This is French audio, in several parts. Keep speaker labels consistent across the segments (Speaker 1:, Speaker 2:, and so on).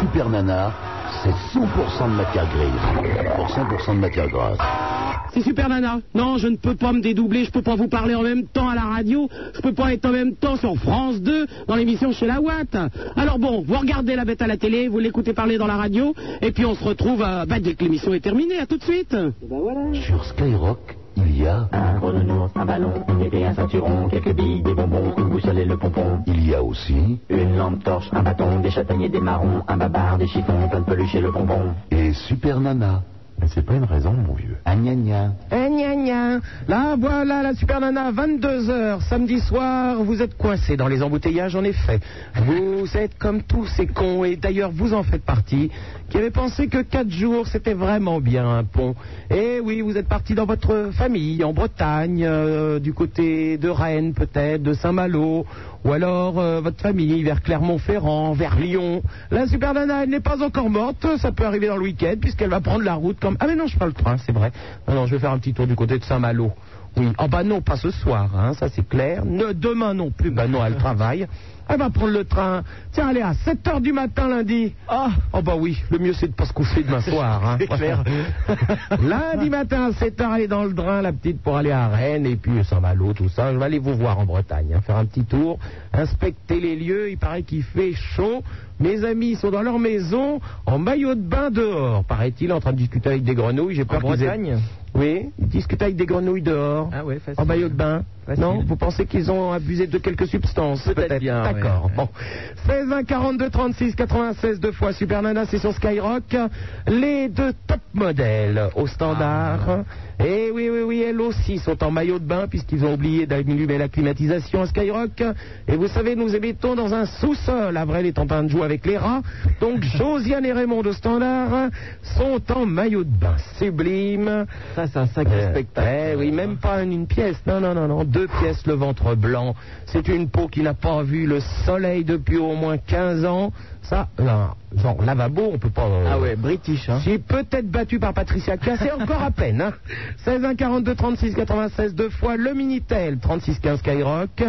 Speaker 1: Super Nana, c'est 100% de matière grise pour 100% de matière grasse.
Speaker 2: C'est super nana. Non, je ne peux pas me dédoubler, je peux pas vous parler en même temps à la radio, je peux pas être en même temps sur France 2 dans l'émission chez la Watt. Alors bon, vous regardez la bête à la télé, vous l'écoutez parler dans la radio, et puis on se retrouve euh, bah, dès que l'émission est terminée. À tout de suite.
Speaker 1: Sur Skyrock, il y a
Speaker 3: Un chrononours, un ballon, une épée, un ceinturon, quelques billes, des bonbons, une boussole et le pompon.
Speaker 1: il y a aussi
Speaker 3: Une lampe torche, un bâton, des châtaigniers, des marrons, un babar, des chiffons, plein de peluches et le bonbon.
Speaker 1: et Super Nana.
Speaker 4: Mais c'est pas une raison, mon vieux.
Speaker 1: Ah, gna, gna.
Speaker 5: Eh, gna, gna. Là, voilà la super nana, 22h, samedi soir, vous êtes coincés dans les embouteillages, en effet. Vous êtes comme tous ces cons, et d'ailleurs vous en faites partie, qui avaient pensé que 4 jours, c'était vraiment bien un pont. Eh oui, vous êtes partis dans votre famille, en Bretagne, euh, du côté de Rennes peut-être, de Saint-Malo, ou alors euh, votre famille vers Clermont-Ferrand, vers Lyon. La super nana, elle n'est pas encore morte, ça peut arriver dans le week-end, puisqu'elle va prendre la route comme... Ah mais non, je parle le train, c'est vrai. Non, non, je vais faire un petit tour du côté de Saint-Malo. Oui, ah bah non, pas ce soir, hein, ça c'est clair. Ne, demain non plus, bah non, elle travaille. Elle va prendre le train. Tiens, allez, à 7h du matin lundi. Ah, oh bah oui, le mieux c'est de pas se coucher demain soir. Hein. clair. lundi matin à 7h, elle est dans le train, la petite, pour aller à Rennes et puis Saint-Malo, tout ça. Je vais aller vous voir en Bretagne, hein, faire un petit tour, inspecter les lieux. Il paraît qu'il fait chaud. Mes amis sont dans leur maison, en maillot de bain dehors, paraît-il, en train de discuter avec des grenouilles. J'ai peur qu'ils aient-
Speaker 4: Bretagne
Speaker 5: oui, ils discutent avec des grenouilles dehors.
Speaker 4: Ah ouais, facile.
Speaker 5: En maillot de bain.
Speaker 4: Facile.
Speaker 5: Non, vous pensez qu'ils ont abusé de quelques substances
Speaker 4: Peut-être bien, ouais.
Speaker 5: D'accord. Bon. 16 1 42 36 96 deux fois Super Nana, c'est sur Skyrock. Les deux top modèles au standard.
Speaker 4: Ah.
Speaker 5: Et oui, oui, oui, elles aussi sont en maillot de bain puisqu'ils ont oublié d'allumer la climatisation à Skyrock. Et vous savez, nous habitons dans un sous-sol. Avril est en train de jouer avec les rats. Donc Josiane et Raymond de standard sont en maillot de bain. Sublime.
Speaker 4: Ça, c'est un sacré
Speaker 5: Euh,
Speaker 4: spectacle.
Speaker 5: eh oui, même pas une, une pièce. Non, non, non, non. Deux pièces, le ventre blanc. C'est une peau qui n'a pas vu le soleil depuis au moins 15 ans. Ça, non, genre lavabo, on peut pas. euh,
Speaker 4: Ah ouais, british, hein.
Speaker 5: J'ai peut-être battu par Patricia Cassé encore à peine. Hein. 16 1 42 36 96 deux fois le Minitel 36 15 Skyrock.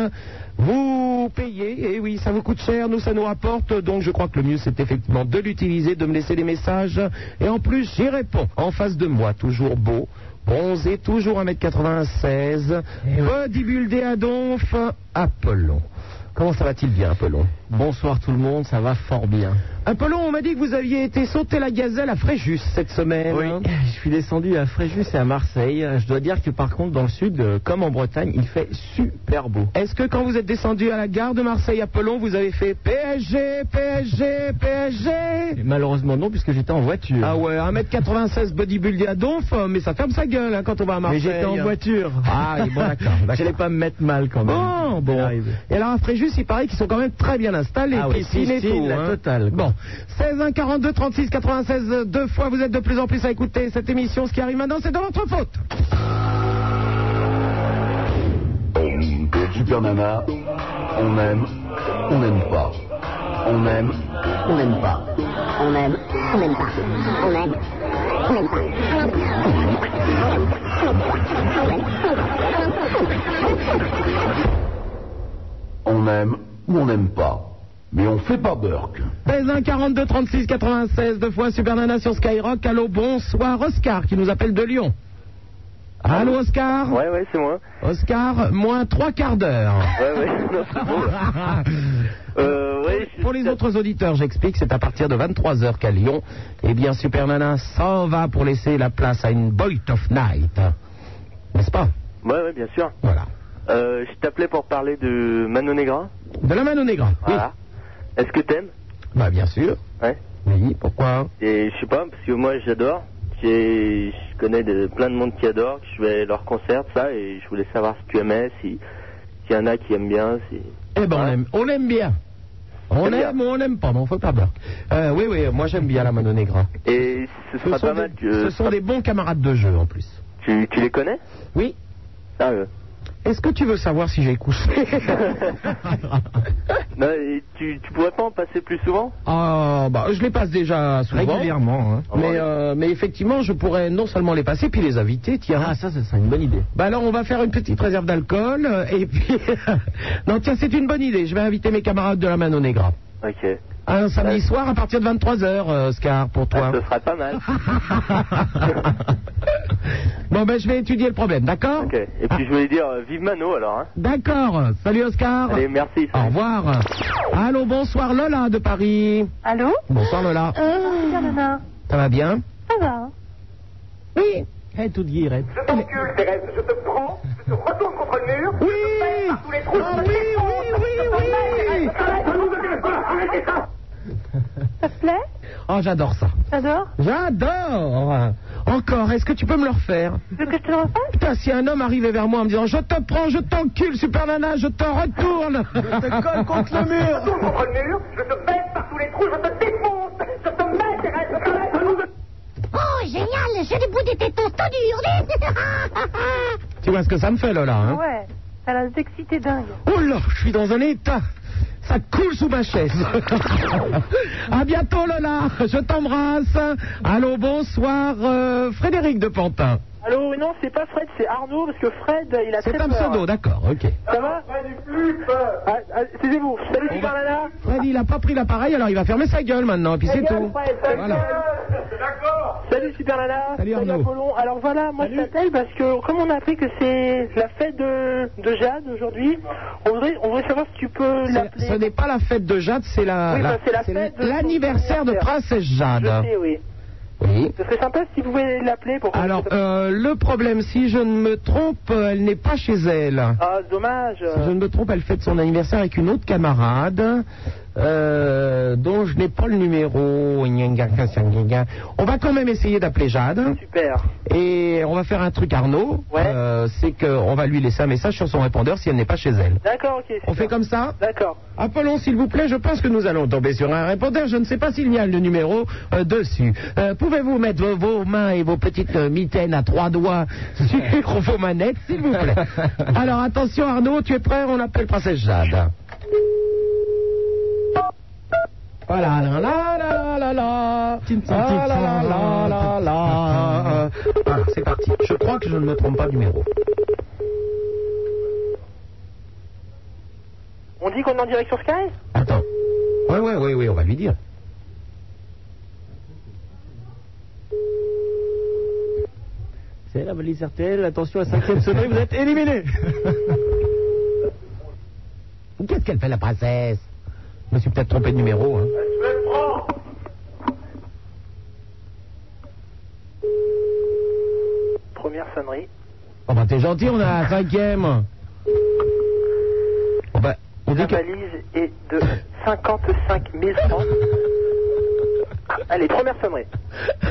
Speaker 5: Vous payez, et oui, ça vous coûte cher, nous ça nous rapporte, donc je crois que le mieux c'est effectivement de l'utiliser, de me laisser des messages, et en plus j'y réponds. En face de moi, toujours beau, bronzé, toujours 1m96,
Speaker 4: Eh
Speaker 5: bodybuildé à donf, Apollon. Comment ça va-t-il bien, Apollon
Speaker 4: Bonsoir tout le monde, ça va fort bien.
Speaker 5: Apollon, on m'a dit que vous aviez été sauter la gazelle à Fréjus cette semaine. hein.
Speaker 4: Oui, je suis descendu à Fréjus et à Marseille. Euh, Je dois dire que par contre, dans le sud, euh, comme en Bretagne, il fait super beau.
Speaker 5: Est-ce que quand vous êtes descendu à la gare de Marseille à Pelon, vous avez fait PSG, PSG, PSG
Speaker 4: Et malheureusement non, puisque j'étais en voiture.
Speaker 5: Ah ouais, 1m96 bodybuildé à donf, mais ça ferme sa gueule hein, quand on va à
Speaker 4: Mais
Speaker 5: Marseille.
Speaker 4: j'étais en voiture.
Speaker 5: Ah, oui, bon, d'accord, d'accord. Oh,
Speaker 4: J'allais pas me mettre mal quand même.
Speaker 5: Bon, bon.
Speaker 4: Arrivé.
Speaker 5: Et alors à Fréjus, il paraît qu'ils sont quand même très bien installés.
Speaker 4: Ah oui,
Speaker 5: piscine et
Speaker 4: piscine,
Speaker 5: tout,
Speaker 4: la
Speaker 5: hein.
Speaker 4: totale, quoi.
Speaker 5: Bon, 16 1 42 36 96 euh, deux fois, vous êtes de plus en plus à écouter cette émission. Ce qui arrive maintenant, c'est de votre faute.
Speaker 1: Super Nana, on aime, on n'aime pas. On aime, on n'aime pas.
Speaker 6: On aime, on n'aime pas. On aime, on n'aime pas.
Speaker 1: On aime ou on n'aime pas. Mais on fait pas Burke.
Speaker 5: 16 1 42 36 96 deux fois Super Nana sur Skyrock. Allô, bonsoir Oscar qui nous appelle de Lyon.
Speaker 4: Ah.
Speaker 5: Allô Oscar
Speaker 7: Ouais, ouais, c'est moi.
Speaker 5: Oscar, moins trois quarts d'heure.
Speaker 7: Ouais, ouais. Non, c'est bon. Euh, ouais, je-
Speaker 5: Pour les autres auditeurs, j'explique, c'est à partir de 23h qu'à Lyon, eh bien Super Nana s'en va pour laisser la place à une Bolt of Night. N'est-ce pas
Speaker 7: Ouais, ouais, bien sûr.
Speaker 5: Voilà.
Speaker 7: Euh, je t'appelais pour parler de Mano Negra.
Speaker 5: De la Mano Negra. Oui.
Speaker 7: Voilà. Est-ce que t'aimes
Speaker 5: Bah bien sûr.
Speaker 7: Ouais.
Speaker 5: Oui, pourquoi
Speaker 7: Et je sais pas, parce que moi j'adore. J'ai- Je connais de, plein de monde qui adore, que je vais à leurs concerts, ça, et je voulais savoir si tu aimais, si s'il y en a qui aiment bien, si.
Speaker 5: Eh ben on
Speaker 7: Ouais.
Speaker 5: aime, on aime bien. On
Speaker 7: J'aime bien.
Speaker 5: aime ou on n'aime pas, mais on fait pas bloc. Euh, oui, oui, moi j'aime bien la Mano Negra.
Speaker 7: Et ce
Speaker 5: Ce
Speaker 7: sera
Speaker 5: sont,
Speaker 7: pas
Speaker 5: des,
Speaker 7: mal
Speaker 5: ce
Speaker 7: que.
Speaker 5: sont des bons camarades de jeu en plus.
Speaker 7: Tu, tu les connais Ah,
Speaker 5: Oui.
Speaker 7: Sérieux
Speaker 5: Est-ce que tu veux savoir si j'ai couché
Speaker 7: Non, et tu, tu pourrais pas en passer plus souvent
Speaker 5: Ah, bah, je les passe déjà souvent.
Speaker 4: Régulièrement. Hein.
Speaker 5: Mais, euh, mais effectivement, je pourrais non seulement les passer, puis les inviter, tiens.
Speaker 4: Ah ça, ce serait une bonne idée.
Speaker 5: Bah alors, on va faire une petite réserve d'alcool, euh, et puis... non, tiens, c'est une bonne idée, je vais inviter mes camarades de la Mano Negra.
Speaker 7: Ok.
Speaker 5: Un samedi soir à partir de 23h, Scar, pour toi.
Speaker 7: Ça, Ah, ce serait pas mal.
Speaker 5: bon, ben, je vais étudier le problème, d'accord
Speaker 7: Ok. Et puis je voulais dire, euh, vive Mano alors. Hein.
Speaker 5: D'accord. Salut, Oscar.
Speaker 7: Allez, merci.
Speaker 5: Au revoir. Allô, bonsoir, Lola de Paris.
Speaker 8: Allô Euh,
Speaker 5: Bonsoir, Lola.
Speaker 8: Bonsoir, Nana.
Speaker 5: Ça va bien
Speaker 8: Ça va
Speaker 5: Oui. Eh, tout dit, Irène.
Speaker 9: Je t'encule, Thérèse, je te prends, je te retourne contre le mur,
Speaker 5: Oui
Speaker 9: tous les trous,
Speaker 5: Ah, Oui, oui, oui, oui
Speaker 9: Arrête, nom de Dieu, voilà, arrêtez ça
Speaker 8: Ça te plaît
Speaker 5: Oh, j'adore ça.
Speaker 8: J'adore
Speaker 5: J'adore Encore, est-ce que tu peux me le refaire
Speaker 8: Tu veux que je te le refasse
Speaker 5: Putain, si un homme arrivait vers moi en me disant Je te prends, je t'encule, super nana, je te retourne Je te colle contre le mur
Speaker 9: Je te retourne contre le mur, je te baisse par tous les trous, je te défonce, je te mets, Thérèse, arrête, nom de Dieu.
Speaker 10: Oh, génial, j'ai les bouts des tétons tout durs.
Speaker 5: Tu vois ce que ça me fait, Lola hein
Speaker 8: Ouais. T'as la sexité dingue.
Speaker 5: Oh là, je suis dans un état ça coule sous ma chaise. à bientôt Lola, je t'embrasse. Allô, bonsoir euh, Frédéric de Pantin.
Speaker 11: Allô, oui, non, c'est pas Fred, c'est Arnaud, parce que Fred, euh, il a
Speaker 5: C'est
Speaker 11: très
Speaker 5: un
Speaker 11: peur.
Speaker 5: pseudo, d'accord, ok.
Speaker 11: Ça va Ah, ah, Excusez-vous, salut Super Nana.
Speaker 5: Fred, il a pas pris l'appareil, alors il va fermer sa gueule maintenant, et puis c'est
Speaker 11: Salut,
Speaker 5: tout.
Speaker 11: Fred, salut,
Speaker 5: Voilà.
Speaker 11: Salut Super Nana.
Speaker 5: Salut, Arnaud.
Speaker 11: Apollon. Alors voilà, moi je t'appelle parce que comme on a appris que c'est la fête de, de Jade aujourd'hui, on voudrait, on voudrait savoir si tu peux
Speaker 5: C'est- Ce
Speaker 11: l'appeler.
Speaker 5: n'est pas la fête de Jade, c'est la,
Speaker 11: Oui,
Speaker 5: la-
Speaker 11: bah, c'est la
Speaker 5: c'est
Speaker 11: fête de-
Speaker 5: l'anniversaire de Princesse
Speaker 11: Je
Speaker 5: Jade.
Speaker 11: sais, oui.
Speaker 5: Oui.
Speaker 11: Ce serait sympa si vous pouvez l'appeler pour.
Speaker 5: Alors, euh, le problème, si je ne me trompe, euh, elle n'est pas chez elle.
Speaker 11: Ah, dommage.
Speaker 5: Si je ne me trompe, elle fête son anniversaire avec une autre camarade, euh, dont je n'ai pas le numéro. On va quand même essayer d'appeler Jade.
Speaker 11: Super.
Speaker 5: Et on va faire un truc, Arnaud.
Speaker 11: Ouais.
Speaker 5: Euh, c'est qu'on va lui laisser un message sur son répondeur si elle n'est pas chez elle.
Speaker 11: D'accord, ok.
Speaker 5: On
Speaker 11: super.
Speaker 5: fait comme ça
Speaker 11: D'accord.
Speaker 5: Appelons s'il vous plaît, je pense que nous allons tomber sur un répondeur, je ne sais pas s'il y a le numéro euh, dessus. Euh, Pouvez-vous mettre vos, vos mains et vos petites euh, mitaines à trois doigts sur vos manettes, s'il vous plaît Alors attention Arnaud, tu es prêt On appelle Princesse Jade. Voilà, la la la la la la. Ah, la la la la la. Ah, c'est parti. Je crois que je ne me trompe pas de numéro.
Speaker 11: On dit qu'on est en direct sur Sky
Speaker 5: Attends. Ouais, ouais, ouais, ouais, on va lui dire. C'est la valise RTL, attention à la cinquième sonnerie, vous êtes éliminé Qu'est-ce qu'elle fait la princesse Je me suis peut-être trompé de numéro. Hein.
Speaker 11: Première sonnerie.
Speaker 5: Oh bah t'es gentil, on a la cinquième Oh bah, on dit
Speaker 11: La
Speaker 5: que...
Speaker 11: valise est de 55 000 francs. Ah, Allez, première sonnerie.
Speaker 5: Oh,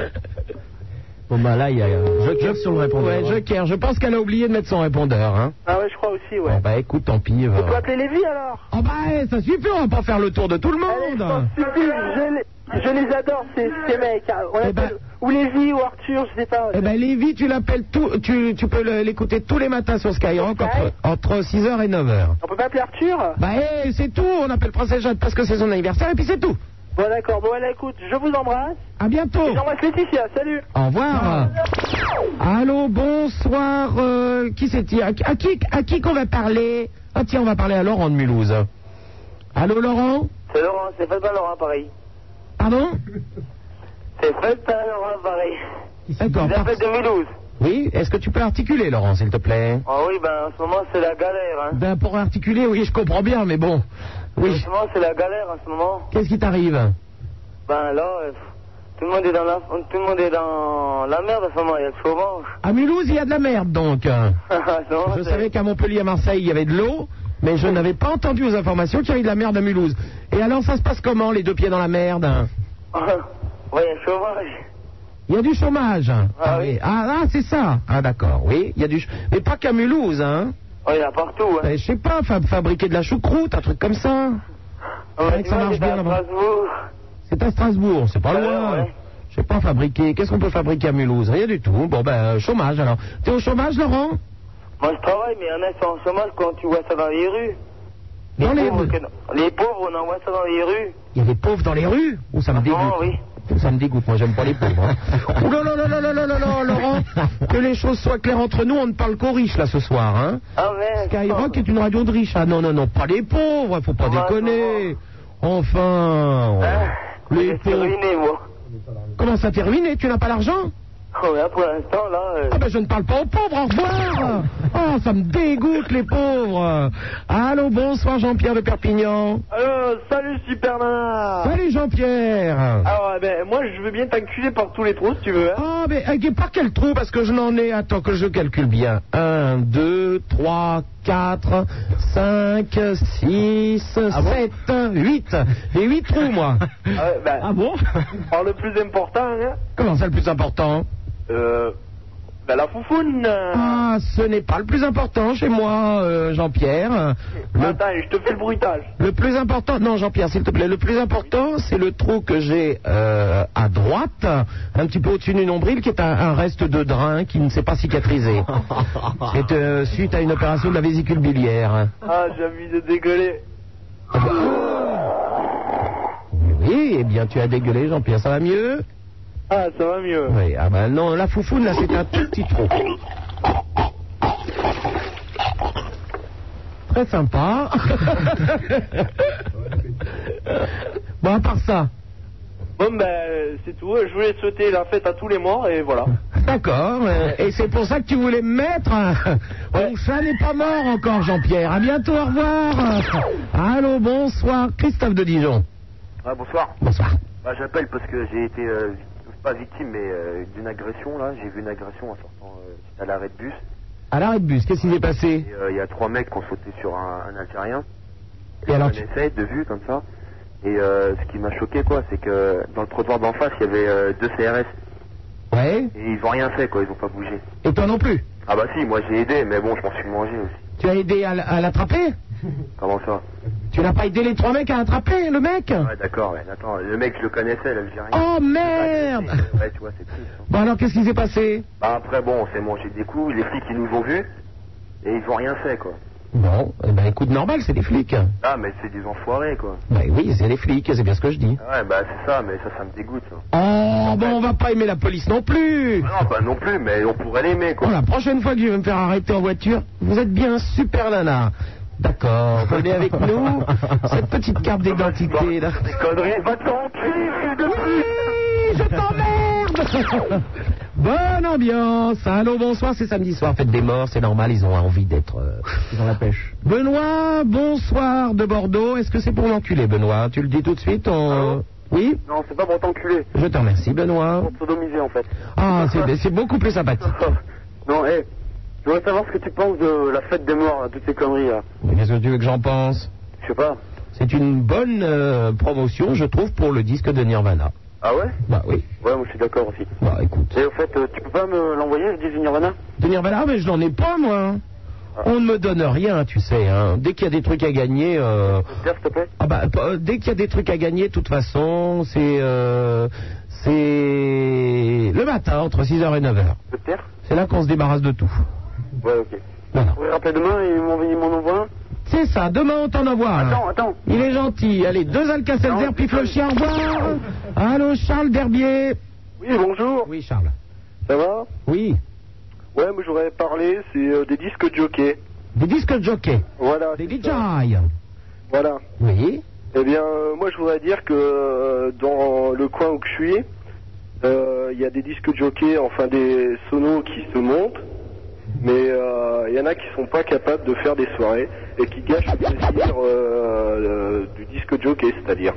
Speaker 12: Bon, bah là, il y a un joker sur le répondeur.
Speaker 5: Ouais, joker, je pense qu'elle a oublié de mettre son répondeur. Hein.
Speaker 11: Ah ouais, je crois aussi, ouais.
Speaker 5: Bon bah écoute, tant pis. va-
Speaker 11: On peut appeler Lévi alors
Speaker 5: Oh bah eh, ça suffit, on va pas faire le tour de tout le
Speaker 11: Allez,
Speaker 5: monde
Speaker 11: je t'en supplie, je les- je les adore, ces, ces mecs. Ah, On
Speaker 5: Eh
Speaker 11: appelle-
Speaker 5: ben-
Speaker 11: Ou Lévi ou Arthur, je sais pas.
Speaker 5: Eh ben Lévi, tu l'appelles tout, tu, tu peux le- l'écouter tous les matins sur Skyrock entre, entre 6h et 9h.
Speaker 11: On peut pas appeler Arthur
Speaker 5: Bah eh, c'est tout, on appelle Princesse Jade parce que c'est son anniversaire et puis c'est tout.
Speaker 11: Bon d'accord, bon allez, écoute, je vous embrasse.
Speaker 5: À bientôt.
Speaker 11: Et J'embrasse Laetitia, salut
Speaker 5: Au revoir. Allô, bonsoir. euh, qui c'est à, à qui à qui qu'on va parler Ah tiens, on va parler à Laurent de Mulhouse. Allô Laurent
Speaker 7: C'est Laurent, c'est Fred Laurent Paris.
Speaker 5: Pardon
Speaker 7: C'est Fred Laurent Paris.
Speaker 5: D'accord. par-
Speaker 7: de Mulhouse.
Speaker 5: Oui, est-ce que tu peux articuler Laurent s'il te plaît
Speaker 7: Oh oui, ben en ce moment c'est la galère. Hein.
Speaker 5: Ben pour articuler, oui, je comprends bien mais bon.
Speaker 7: En
Speaker 5: Oui.
Speaker 7: ce moment c'est la galère en ce moment.
Speaker 5: Qu'est-ce qui t'arrive
Speaker 7: Ben là, euh, tout le monde est dans la, tout le monde est dans la merde en ce moment. Il y a le chauvin.
Speaker 5: À Mulhouse, il y a de la merde donc. Je savais qu'à Montpellier, à Marseille, il y avait de l'eau, mais je n'avais pas entendu aux informations qu'il y avait de la merde à Mulhouse. Et alors, ça se passe comment, les deux pieds dans la merde hein
Speaker 7: Oui, il y a le chômage.
Speaker 5: Il y a du chômage.
Speaker 7: Ah oui.
Speaker 5: Ah, ah, c'est ça. Ah, d'accord, oui. Il y a du ch- Mais pas qu'à Mulhouse, hein.
Speaker 7: Oh, il y en a partout. Hein.
Speaker 5: Eh, Je sais pas, fa- fabriquer de la choucroute, un truc comme ça.
Speaker 7: On
Speaker 5: vrai que ça marche bien, là-bas. C'est à Strasbourg, c'est pas
Speaker 7: Ah,
Speaker 5: loin.
Speaker 7: ouais.
Speaker 5: Je sais pas fabriquer. Qu'est-ce qu'on peut fabriquer à Mulhouse Rien du tout. Bon, ben, euh, chômage alors. T'es au chômage, Laurent
Speaker 7: Moi je travaille, mais il y en a qui sont en chômage quand tu vois ça dans les rues.
Speaker 5: Dans les
Speaker 7: pauvres,
Speaker 5: rues.
Speaker 7: que- les pauvres, on en voit ça dans les rues.
Speaker 5: Il y a des pauvres dans les rues Ou ça me dégoûte
Speaker 7: Oh, oui.
Speaker 5: Ça me dégoûte, moi j'aime pas les pauvres. Hein. Ouh là là là là là là là là, Laurent, que les choses soient claires entre nous, on ne parle qu'aux riches là ce soir. Hein.
Speaker 7: Ah merde.
Speaker 5: Skyrock est une radio de riches. Ah non, non, non, pas les pauvres, faut pas
Speaker 7: Ah,
Speaker 5: déconner. Enfin.
Speaker 7: Hein
Speaker 13: Je
Speaker 5: Les
Speaker 13: suis ruiné, moi.
Speaker 5: Comment ça t'est ruiné Tu n'as pas l'argent
Speaker 13: Oh, mais là, pour l'instant, là. euh,
Speaker 5: Ah ben je ne parle pas aux pauvres, au revoir Oh, ça me dégoûte les pauvres Allô, bonsoir Jean-Pierre de Perpignan
Speaker 11: Allô, salut Super Nana
Speaker 5: Salut Jean-Pierre
Speaker 11: Alors, eh ben, moi je veux bien t'enculer par tous les trous si tu veux. hein.
Speaker 5: Ah, mais euh, par quel trou Parce que je n'en ai. Attends que je calcule bien. 1, 2, 3, 4, 5, 6, 7, 8. Les 8 trous, moi.
Speaker 11: Ah, ouais, ben,
Speaker 5: bon
Speaker 11: Alors, le plus important, hein,
Speaker 5: Comment ça, le plus important
Speaker 11: euh, ben, la foufoune.
Speaker 5: Ah, ce n'est pas le plus important chez moi, euh,
Speaker 11: Ah,
Speaker 5: Jean-Pierre. Le,
Speaker 11: Attends, je te fais le bruitage.
Speaker 5: le plus important. Non, Jean-Pierre, s'il te plaît. Le plus important, c'est le trou que j'ai euh, à droite, un petit peu au-dessus du nombril, qui est un, un reste de drain qui ne s'est pas cicatrisé. C'est euh, suite à une opération de la vésicule biliaire.
Speaker 11: Ah, j'ai envie de dégueuler.
Speaker 5: Oui, eh bien, tu as dégueulé, Jean-Pierre, ça va mieux
Speaker 11: Ah, ça va mieux.
Speaker 5: Oui, ah ben non, la foufoune, là, c'est un tout petit trou. Très sympa. bon, à part ça,
Speaker 11: Bon, ben, euh, c'est tout. Je voulais souhaiter la fête à tous les morts et voilà.
Speaker 5: d'accord. euh, Et c'est pour ça que tu voulais me mettre. hein. Mon chat n'est pas mort encore, Jean-Pierre. À bientôt, au revoir. Allô, bonsoir, Christophe de Dijon.
Speaker 7: Ah, bonsoir.
Speaker 5: Bonsoir.
Speaker 7: Bah, J'appelle parce que j'ai été, euh, vi- pas victime, mais euh, d'une agression là. J'ai vu une agression en sortant euh, j'étais à l'arrêt de bus.
Speaker 5: À l'arrêt de bus, qu'est-ce qui s'est passé
Speaker 7: Et, euh, Il y a trois mecs qui ont sauté sur un, un Algérien.
Speaker 5: Et alors,
Speaker 7: un
Speaker 5: tu-
Speaker 7: essai de vue comme ça. Et euh, ce qui m'a choqué quoi, c'est que dans le trottoir d'en face, il y avait euh, deux CRS.
Speaker 5: Ouais.
Speaker 7: Et ils ont rien fait quoi, ils ont pas bougé.
Speaker 5: Et toi non plus
Speaker 7: Ah bah si, moi j'ai aidé, mais bon, je m'en suis mangé aussi.
Speaker 5: Tu as aidé à, l- à l'attraper
Speaker 7: Comment ça
Speaker 5: Tu n'as pas aidé les trois mecs à attraper le mec
Speaker 7: Ouais, d'accord, ouais. Attends, le mec, je le connaissais, l'Algérien.
Speaker 5: Oh merde
Speaker 7: Ouais, tu vois, c'est triste. hein.
Speaker 5: Bon alors qu'est-ce qui s'est passé
Speaker 7: Bah après, bon, on s'est mangé des coups, les flics, ils nous ont vus, et ils ont rien fait, quoi.
Speaker 5: Bon, eh ben écoute, normal, c'est des flics.
Speaker 7: Ah, mais c'est des enfoirés, quoi.
Speaker 5: Ben oui, c'est des flics, c'est bien ce que je dis.
Speaker 7: Ouais, bah c'est ça, mais ça, ça me dégoûte, ça.
Speaker 5: Oh, bon, on va pas aimer la police non plus
Speaker 7: Ah non, bah non plus, mais on pourrait l'aimer,
Speaker 5: Bon,
Speaker 7: quoi.
Speaker 5: la prochaine fois que je vais me faire arrêter en voiture, vous êtes bien un super nana. D'accord, venez avec nous, cette petite carte d'identité là.
Speaker 7: Des conneries, va t'enculer, fils de pute
Speaker 5: Oui, je t'emmerde Bonne ambiance Allô, bonsoir, c'est samedi soir, fête des morts, c'est normal, ils ont envie d'être... euh,
Speaker 14: Ils ont la pêche.
Speaker 5: Benoît, bonsoir de Bordeaux. Est-ce que c'est pour l'enculé, Benoît Tu le dis tout de suite on...
Speaker 7: Allô
Speaker 5: Oui
Speaker 7: Non, c'est pas pour t'enculer,
Speaker 5: Je te remercie,
Speaker 7: c'est
Speaker 5: Benoît.
Speaker 7: pour te sodomiser, en fait.
Speaker 5: Ah, c'est- c'est beaucoup plus sympathique.
Speaker 7: non, hé, je voudrais savoir ce que tu penses de la fête des morts, là, toutes ces conneries, là.
Speaker 5: Mais Qu'est-ce que tu veux que j'en pense
Speaker 7: Je sais pas.
Speaker 5: C'est une bonne euh, promotion, je trouve, pour le disque de Nirvana.
Speaker 7: Ah ouais
Speaker 5: Bah oui.
Speaker 7: Ouais, moi, je suis d'accord aussi.
Speaker 5: Bah écoute.
Speaker 7: Et au fait, euh, tu peux pas me l'envoyer, le disque Nirvana
Speaker 5: De Nirvana, mais je n'en ai pas, moi. hein. On ne me donne rien, tu sais. hein. Dès qu'il y a des trucs à gagner... euh,
Speaker 7: Pierre, s'il te plaît
Speaker 5: Ah bah, euh, dès qu'il y a des trucs à gagner, de toute façon, c'est... euh, c'est le matin, entre 6h et 9h.
Speaker 7: Peut-être
Speaker 5: C'est là qu'on se débarrasse de tout.
Speaker 7: Ouais, ok.
Speaker 5: Voilà.
Speaker 7: Oui, rappelez demain et ils m'en- ils m'en envoient un.
Speaker 5: C'est ça, demain on t'en envoie. un.
Speaker 7: Attends, attends.
Speaker 5: Il est gentil. Allez, deux Alcacelzer, pif le chien, au revoir. Allô, Charles Derbier.
Speaker 11: Oui, bonjour.
Speaker 5: Oui, Charles.
Speaker 11: Ça va
Speaker 5: Oui.
Speaker 11: Ouais, moi j'aurais parlé, c'est euh, des disques de jockey.
Speaker 5: Des disques jockey.
Speaker 11: Voilà.
Speaker 5: Des
Speaker 11: c'est
Speaker 5: DJ.
Speaker 11: ça. Voilà.
Speaker 5: Oui.
Speaker 11: Eh bien, euh, moi, je voudrais dire que euh, dans le coin où que je suis, euh, il y a des disques de jockey, enfin des sonos qui se montent, mais euh, il y en a qui sont pas capables de faire des soirées et qui gâchent le plaisir euh, euh, du disque de jockey, c'est-à-dire.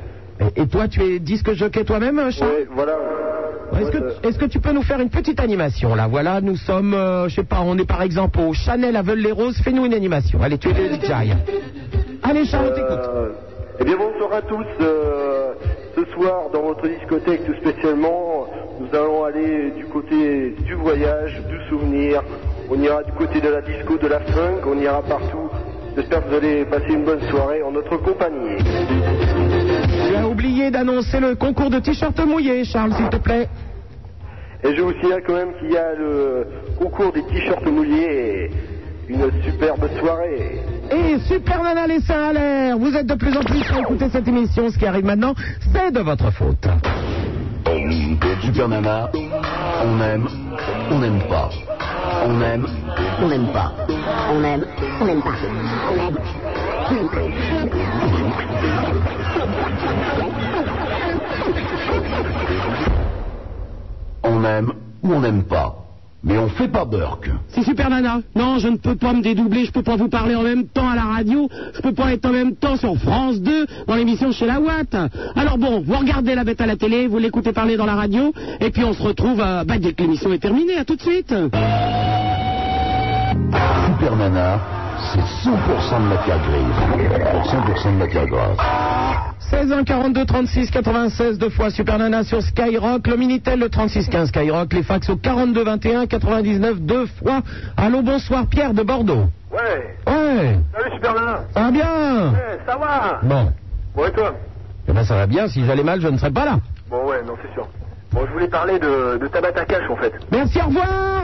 Speaker 5: Et, et toi, tu es disque jockey toi-même, hein, Charles
Speaker 11: Ouais, voilà.
Speaker 5: Est-ce que, est-ce que tu peux nous faire une petite animation là Voilà, nous sommes, euh, je sais pas, on est par exemple au Chanel Aveugle les Roses. Fais-nous une animation. Allez, tu es le DJ. Allez, Charles, on t'écoute.
Speaker 11: Euh, eh bien, bonsoir à tous. euh, ce soir, dans votre discothèque, tout spécialement, nous allons aller du côté du voyage, du souvenir. On ira du côté de la disco, de la funk, on ira partout. J'espère que vous allez passer une bonne soirée en notre compagnie.
Speaker 5: Tu as oublié d'annoncer le concours de t-shirt mouillé, Charles, s'il te plaît.
Speaker 11: Et je vous signale quand même qu'il y a le concours des t-shirts mouillés. et Une superbe soirée.
Speaker 5: Et Super Nana les seins à l'air Vous êtes de plus en plus à écouter cette émission. Ce qui arrive maintenant, c'est de votre faute.
Speaker 1: Super Nana, on aime, on n'aime pas. On aime,
Speaker 15: On n'aime pas. On aime.
Speaker 16: On n'aime pas. On aime.
Speaker 1: On aime ou on n'aime pas. Mais on fait pas Burke.
Speaker 2: C'est Super Nana. Non, je ne peux pas me dédoubler, je peux pas vous parler en même temps à la radio, je peux pas être en même temps sur France 2 dans l'émission chez la Watt. Alors bon, vous regardez la bête à la télé, vous l'écoutez parler dans la radio, et puis on se retrouve euh, bah, dès que l'émission est terminée. À tout de suite.
Speaker 1: Super Nana, c'est 100% de matière grise. Pour 100% de matière grasse.
Speaker 5: 16 1 42 36 96 deux fois Super Nana sur Skyrock, le Minitel le 36 15 Skyrock, les fax au 42 21 99 deux fois. Allô, bonsoir Pierre de Bordeaux.
Speaker 7: Ouais.
Speaker 5: Ouais.
Speaker 7: Salut Superman.
Speaker 5: Ça va bien
Speaker 7: Ouais, ça va.
Speaker 5: Bon.
Speaker 7: Bon et toi
Speaker 5: Eh ben ça va bien, si j'allais mal, je ne serais pas là.
Speaker 7: Bon ouais, non c'est sûr. Bon, je voulais parler de, de Tabata Cash en fait.
Speaker 5: Merci, au revoir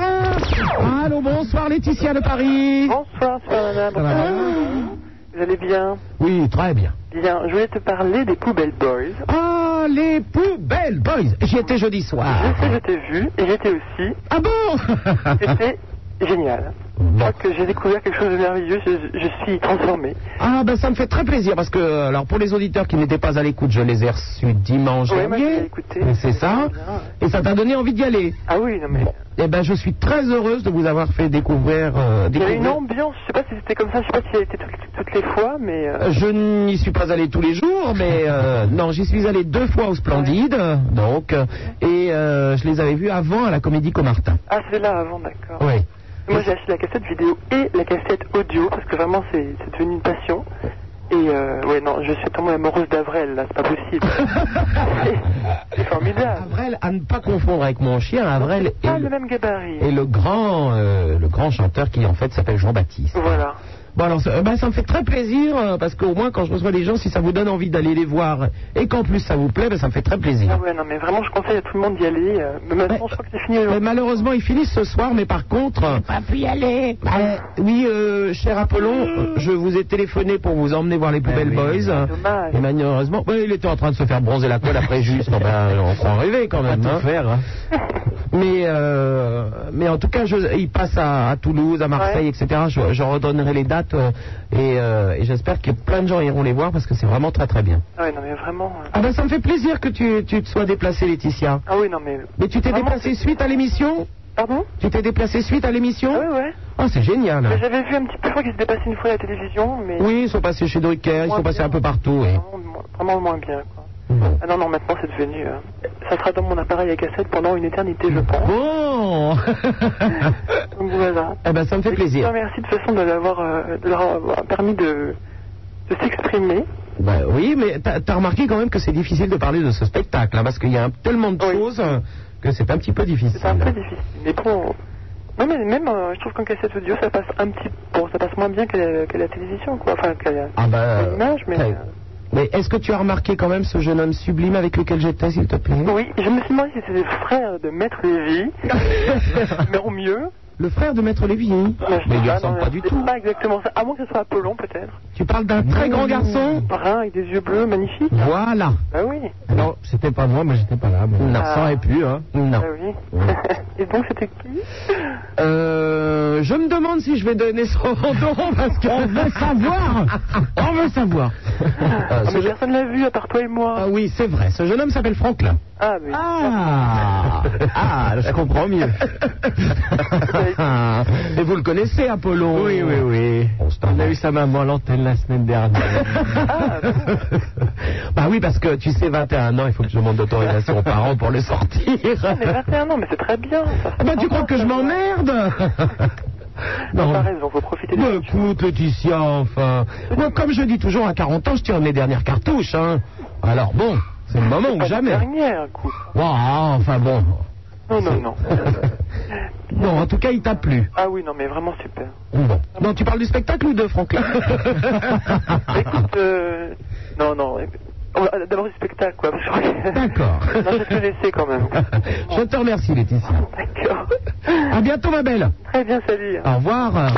Speaker 5: Allô, bonsoir Laetitia de Paris.
Speaker 11: Bonsoir Superman, bonsoir. Vous allez bien
Speaker 5: Oui, très bien.
Speaker 11: Bien, je voulais te parler des Poubelle Boys.
Speaker 5: Ah, les poubelles, boys J'y étais jeudi soir.
Speaker 11: Je sais, je t'ai vu, et j'étais aussi.
Speaker 5: Ah bon
Speaker 11: C'était génial. Je crois que j'ai découvert quelque chose de merveilleux, je, je suis transformé.
Speaker 5: Ah ben ça me fait très plaisir parce que alors pour les auditeurs qui n'étaient pas à l'écoute, je les ai reçus dimanche
Speaker 11: Ouais, moi, je
Speaker 5: dernier.
Speaker 11: l'ai écouté.
Speaker 5: Mais C'est ça. Et ça t'a donné envie d'y aller.
Speaker 11: Ah oui, non mais.
Speaker 5: Eh ben je suis très heureuse de vous avoir fait découvrir. euh,
Speaker 11: Il y avait
Speaker 5: découvrir-
Speaker 11: une ambiance, je sais pas si c'était comme ça, je sais pas si elle était toutes, toutes les fois, mais. euh,
Speaker 5: Euh, Je n'y suis pas allé tous les jours, mais euh, non, j'y suis allé deux fois au Splendide, euh, donc, euh, et euh, je les avais vus avant à la Comédie Comartin.
Speaker 11: Ah, c'est là avant, d'accord.
Speaker 5: Oui.
Speaker 11: Moi, j'ai acheté la cassette vidéo et la cassette audio parce que vraiment, c'est c'est devenu une passion. Et euh, ouais, non, je suis tombée amoureuse d'Avrel, là, c'est pas possible. c'est formidable.
Speaker 5: Avrel, à ne pas confondre avec mon chien, Avrel est,
Speaker 11: Ah, Pas le même gabarit.
Speaker 5: est le grand, euh, le grand chanteur qui en fait s'appelle Jean-Baptiste.
Speaker 11: Voilà.
Speaker 5: Bon alors, ça, euh, ben, ça me fait très plaisir euh, parce qu'au moins quand je reçois des gens, si ça vous donne envie d'aller les voir et qu'en plus ça vous plaît, ben, ça me fait très plaisir.
Speaker 11: Ah ouais, non, mais vraiment, je conseille à tout le monde d'y aller. euh, Mais maintenant, je crois que c'est fini.
Speaker 5: Mais malheureusement, ils finissent ce soir, mais par contre. Pas pu y aller. oui, euh, cher Apollon, euh, je vous ai téléphoné pour vous emmener voir les Poubelles Boys. Et malheureusement, ouais, il était en train de se faire bronzer la colle après juste. Oh ben, on s'en rêvait quand même. hein. Mais, euh, mais en tout cas, je, il passe à, à Toulouse, à Marseille, etc. Je, je redonnerai les dates euh, et, euh, et j'espère que plein de gens iront les voir parce que c'est vraiment très très bien.
Speaker 11: Ah ouais, non, mais vraiment. euh,
Speaker 5: Ah ben, ça me fait plaisir que tu, tu te sois déplacé, Laetitia.
Speaker 11: Ah oui, non, mais.
Speaker 5: Mais tu t'es déplacé suite à l'émission
Speaker 11: Pardon
Speaker 5: Tu t'es déplacé suite à l'émission
Speaker 11: Oui, ouais.
Speaker 5: Oh, c'est génial.
Speaker 11: Mais J'avais vu un petit peu, je crois qu'ils étaient passés une fois à la télévision, mais
Speaker 5: Oui, ils sont passés chez Drucker, ils sont passés un peu partout. oui.
Speaker 11: vraiment moins bien. Quoi. Ah non, non, maintenant c'est devenu. euh, Ça sera dans mon appareil à cassette pendant une éternité, je pense.
Speaker 5: Bon
Speaker 11: Donc voilà.
Speaker 5: Eh ben, ça me fait plaisir.
Speaker 11: Merci de toute façon de l'avoir euh, de leur avoir permis de, de s'exprimer.
Speaker 5: Bah oui, mais t'as t'as remarqué quand même que c'est difficile de parler de ce spectacle, hein, parce qu'il y a un- tellement de choses euh, que c'est un petit peu difficile.
Speaker 11: C'est un peu difficile. Mais bon. Non, mais même, euh, je trouve qu'en cassette audio, ça passe un petit. Bon, ça passe moins bien qu'à la, qu'à la télévision, quoi. Enfin, qu'à la-
Speaker 5: Ah bah,
Speaker 11: l'image, mais. euh,
Speaker 5: t'as- mais est-ce que tu as remarqué quand même ce jeune homme sublime avec lequel j'étais, s'il te plaît
Speaker 11: Oui, je me suis demandé si c'était le frère de Maître Lévy. mais au mieux.
Speaker 5: Le frère de Maître Lévy hein
Speaker 11: Mais je sais
Speaker 5: Mais il lui
Speaker 11: pas,
Speaker 5: ressemble
Speaker 11: non,
Speaker 5: pas du
Speaker 11: c'est
Speaker 5: tout.
Speaker 11: pas exactement ça. À moins que ce soit Apollon, peut-être.
Speaker 5: Tu parles d'un très grand
Speaker 11: Mmh.
Speaker 5: garçon
Speaker 11: Brun, avec des yeux bleus, magnifique.
Speaker 5: Voilà.
Speaker 11: Ah oui.
Speaker 5: Non, c'était pas moi, mais j'étais pas là. Non,
Speaker 11: Ah.
Speaker 5: ça aurait pu, hein Non.
Speaker 11: Ah oui. Et donc, c'était qui
Speaker 5: Euh, je me demande si je vais donner son nom parce qu'on veut savoir. On veut savoir.
Speaker 11: Ah, mais personne l'a vu à part toi et moi.
Speaker 5: Ah oui, c'est vrai. Ce jeune homme s'appelle Franklin.
Speaker 11: Ah, mais.
Speaker 5: Ah, ah, je comprends mieux. Et vous le connaissez, Apollon Oui, oui, oui. On a eu sa maman à l'antenne la semaine dernière. bah oui, parce que tu sais, 21 ans, il faut que je demande l'autorisation aux parents pour le sortir.
Speaker 11: Mais 21 ans, mais c'est très bien. Ça.
Speaker 5: Ah bah tu crois que je m'emmerde Non.
Speaker 11: T'as raison, faut profiter
Speaker 5: Bah, écoute, Laetitia, enfin. Moi, comme je dis toujours, à 40 ans, je tire mes dernières cartouches, hein. Alors bon, c'est le moment ou
Speaker 11: Pas
Speaker 5: jamais.
Speaker 11: la dernière, coup.
Speaker 5: Bon, ah, enfin bon.
Speaker 11: Non, non, non.
Speaker 5: Bon, en tout cas, il t'a plu.
Speaker 11: Ah oui, non, mais vraiment super.
Speaker 5: Bon. Non, tu parles du spectacle ou de Franklin Ah.
Speaker 11: Écoute, euh... non, non. eh ben, on va- D'abord du spectacle, quoi. parce que-
Speaker 5: D'accord.
Speaker 11: non, je vais te laisser quand même.
Speaker 5: Je te remercie, Laetitia.
Speaker 11: D'accord.
Speaker 5: À bientôt, ma belle.
Speaker 11: Très bien, salut.
Speaker 5: Au revoir.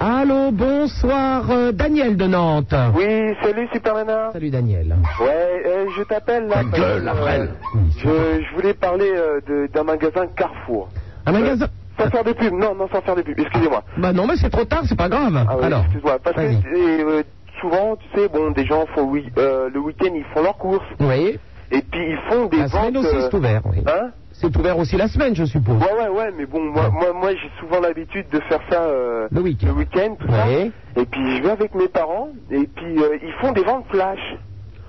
Speaker 5: Allô, bonsoir, euh, Daniel de Nantes.
Speaker 7: Oui, salut Supermana.
Speaker 5: Salut, Daniel.
Speaker 7: Ouais, euh, je t'appelle là. parce
Speaker 5: gueule,
Speaker 7: que,
Speaker 5: Avrel.
Speaker 7: euh, je, je voulais parler euh, de- d'un magasin Carrefour.
Speaker 5: Un magasin.
Speaker 7: Sans faire de pub, non, non, sans faire de pub, excusez-moi.
Speaker 5: Bah non, mais c'est trop tard, c'est pas grave.
Speaker 7: Ah oui,
Speaker 5: Alors,
Speaker 7: excuse-moi. Parce que
Speaker 5: vas-y.
Speaker 7: euh, euh, souvent, tu sais, bon, des gens font oui, euh, le week-end, ils font leurs courses.
Speaker 5: Oui.
Speaker 7: Et puis ils font des
Speaker 5: La
Speaker 7: ventes.
Speaker 5: semaine aussi,
Speaker 7: euh,
Speaker 5: c'est ouvert. oui.
Speaker 7: Hein
Speaker 5: C'est ouvert aussi la semaine, je suppose.
Speaker 7: Ouais, ouais, ouais, mais bon, moi, moi, moi j'ai souvent l'habitude de faire ça euh,
Speaker 5: Le week-end.
Speaker 7: week-end, tout ça. Et puis je vais avec mes parents, et puis euh, ils font des ventes flash.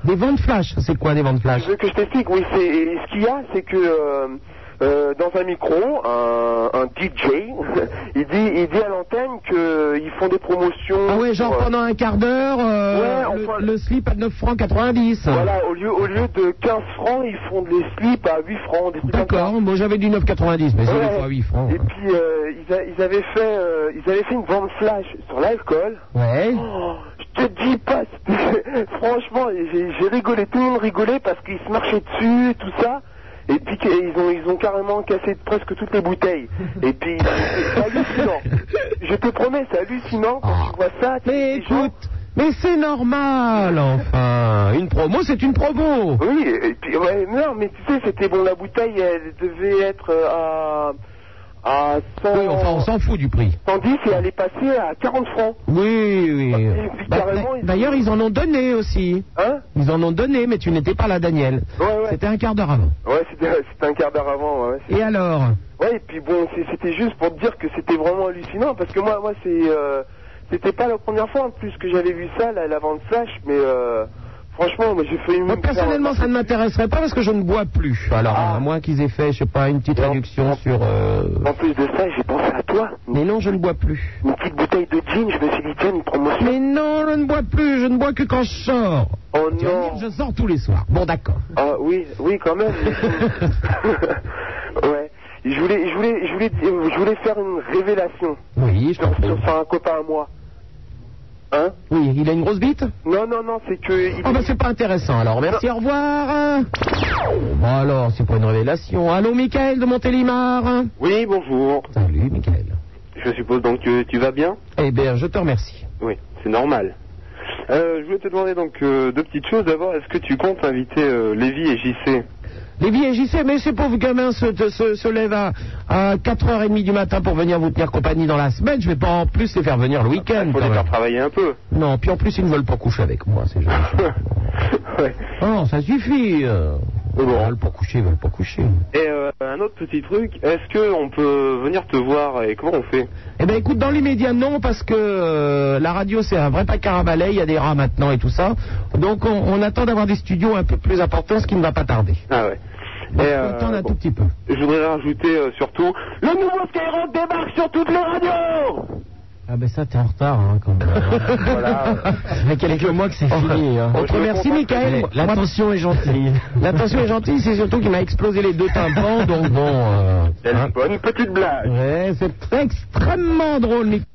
Speaker 5: Des ventes flash, c'est quoi des ventes flash
Speaker 7: Tu veux que je t'explique Oui, c'est et ce qu'il y a, c'est que euh, euh, dans un micro, un, un DJ, il dit, il dit à l'antenne qu'ils font des promotions.
Speaker 5: Ah ouais, genre
Speaker 7: sur, euh,
Speaker 5: pendant un quart d'heure, euh,
Speaker 7: Ouais,
Speaker 5: le, le slip à 9 francs 90.
Speaker 7: Voilà, au lieu, au lieu de 15 francs, ils font des slips à 8 francs, des trucs comme ça.
Speaker 5: D'accord, moi j'avais dit 9,90, mais c'est
Speaker 7: Ouais.
Speaker 5: des fois 8 francs. hein.
Speaker 7: Et puis euh, ils, a- ils avaient fait, euh, ils avaient fait une vente flash sur l'alcool.
Speaker 5: Ouais.
Speaker 7: Oh, je te dis pas, c'était- franchement, j'ai j'ai rigolé, tout le monde rigolait parce qu'ils se marchaient dessus, tout ça. Et puis que- ils ont, ils ont carrément cassé presque toutes les bouteilles. Et puis c'est hallucinant. Je te promets, c'est hallucinant quand
Speaker 5: Ah.
Speaker 7: tu vois ça. Mais écoute,
Speaker 5: Mais c'est normal, enfin. Une promo, c'est une promo.
Speaker 7: Oui, et puis, ouais, non, mais tu sais, c'était bon, la bouteille, elle devait être euh, à, à 100,
Speaker 5: Oui, enfin, on s'en fout du prix.
Speaker 7: 110 et elle est passée à 40 francs.
Speaker 5: Oui, oui. Bah,
Speaker 7: carrément,
Speaker 5: d'a- D'ailleurs, ils en ont donné aussi.
Speaker 7: Hein
Speaker 5: Ils en ont donné, mais tu n'étais pas là, Daniel. C'était un quart d'heure avant.
Speaker 7: Ouais, c'était euh, c'était un quart d'heure avant, ouais.
Speaker 5: Et alors
Speaker 7: Ouais, et puis bon, c'est- c'était juste pour te dire que c'était vraiment hallucinant, parce que moi, moi, c'est, euh, c'était pas la première fois en plus que j'avais vu ça, la, la vente flash, mais euh, franchement, moi, j'ai failli
Speaker 5: Moi,
Speaker 7: me
Speaker 5: personnellement, ça ne m'intéresserait pas parce que je ne bois plus. Alors, à moins qu'ils aient fait, je sais pas, une petite réduction sur. euh,
Speaker 7: En plus de ça, j'ai pensé à toi.
Speaker 5: Mais non, je ne bois plus.
Speaker 7: Une petite bouteille de gin, je me suis dit, tiens, une promotion.
Speaker 5: Mais non, je ne bois plus, je ne bois que quand je sors.
Speaker 7: Oh
Speaker 5: Tu vas me
Speaker 7: non.
Speaker 5: dire, Je sors tous les soirs. Bon, d'accord.
Speaker 7: Ah oui, oui quand même. ouais. Je voulais, je voulais, je voulais, je voulais faire une révélation.
Speaker 5: Oui, je
Speaker 7: sur, sur- sur un copain à moi. Hein
Speaker 5: Oui, il a une grosse bite
Speaker 7: Non, non, non, c'est que. il-
Speaker 5: Ah bah c'est pas intéressant alors, merci, au revoir. Bon alors, c'est pas une révélation. Allô Michael de Montélimar
Speaker 17: Oui, bonjour.
Speaker 5: Salut Michael.
Speaker 17: Je suppose donc que tu vas bien
Speaker 5: Eh bien, je te remercie.
Speaker 17: Oui, c'est normal. Euh, je voulais te demander donc euh, deux petites choses. D'abord, est-ce que tu comptes inviter euh, Lévi et JC
Speaker 5: Lévi et JC, mais ces pauvres gamins se, te- se, se lèvent à, à 4h30 du matin pour venir vous tenir compagnie dans la semaine. Je vais pas en plus les faire venir le week-end.
Speaker 17: Faut
Speaker 5: quand
Speaker 17: les faire
Speaker 5: même.
Speaker 17: travailler un peu.
Speaker 5: Non, puis en plus ils ne veulent pas coucher avec moi, ces gens.
Speaker 17: Ouais.
Speaker 5: Ah Non, ça suffit. euh. Ils veulent pas coucher, ils veulent pas coucher.
Speaker 17: Et euh, un autre petit truc, est-ce que on peut venir te voir et comment on fait
Speaker 5: Eh ben écoute, dans les médias non, parce que euh, la radio c'est un vrai paquet balai, il y a des rats maintenant et tout ça. Donc on, on attend d'avoir des studios un peu plus importants, ce qui ne va pas tarder.
Speaker 17: Ah ouais.
Speaker 5: Bah,
Speaker 17: Et, euh,
Speaker 5: Attends un tout petit peu.
Speaker 17: je voudrais rajouter euh, surtout le nouveau Skyrock débarque sur toutes les radios.
Speaker 18: Ah ben ça, t'es en retard, hein, quand même.
Speaker 17: voilà.
Speaker 18: Ça fait quelques mois que c'est fini, hein.
Speaker 5: On te remercie, Michael.
Speaker 18: L'attention est gentille.
Speaker 5: L'attention est gentille, c'est surtout qu'il m'a explosé les deux tympans, donc bon. euh, hein.
Speaker 17: Une petite blague.
Speaker 5: Ouais, c'est extrêmement drôle, Michael.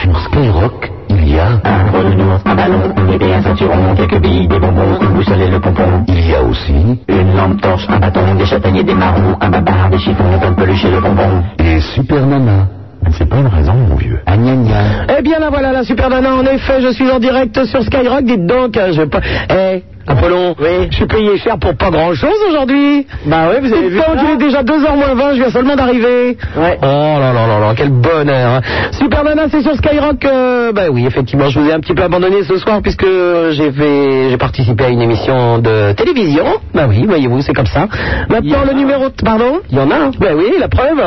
Speaker 1: Sur Skyrock, il y a un renounours, un ballon, une épée, un ceinturon, quelques billes, des bonbons, une boussole et le pompon. Il y a aussi une lampe torche, un bâton, des châtaigniers, des marrons, un babar, des chiffons, plein de peluches et le bonbon.
Speaker 19: Et Super Nana. C'est pas une raison, mon vieux. Ah, gna, gna.
Speaker 20: Eh bien là voilà la super nana, en effet, je suis en direct sur Skyrock, dites donc, euh, je vais pas... Eh, Apollon, je suis payé cher pour pas grand chose aujourd'hui. Bah oui, vous avez vu. Donc il est déjà 2h moins 20, je viens seulement d'arriver. Ouais.
Speaker 5: Oh là là là là, quel bonheur. hein. Super Nana, c'est sur Skyrock. euh, bah oui, effectivement, je vous ai un petit peu abandonné ce soir puisque j'ai fait- j'ai participé à une émission de télévision. Bah oui, voyez-vous, c'est comme ça. Maintenant, le numéro... de- Pardon Il y en a un. Bah oui, la preuve.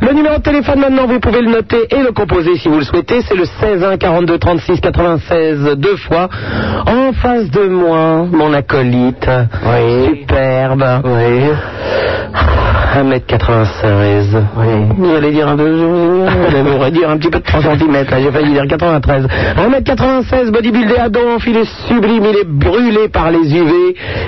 Speaker 5: Le numéro de téléphone, maintenant, vous pouvez le noter et le composer si vous le souhaitez. C'est le 16 1 42 36 96 deux fois. En face de moi, mon acolyte. Superbe. Oui. 1m96. Oui. J'allais dire un peu, j'allais vous redire un petit peu de 3 cm, là, j'ai failli dire 93. 1m96, bodybuildé à donf, il est sublime, il est brûlé par les UV.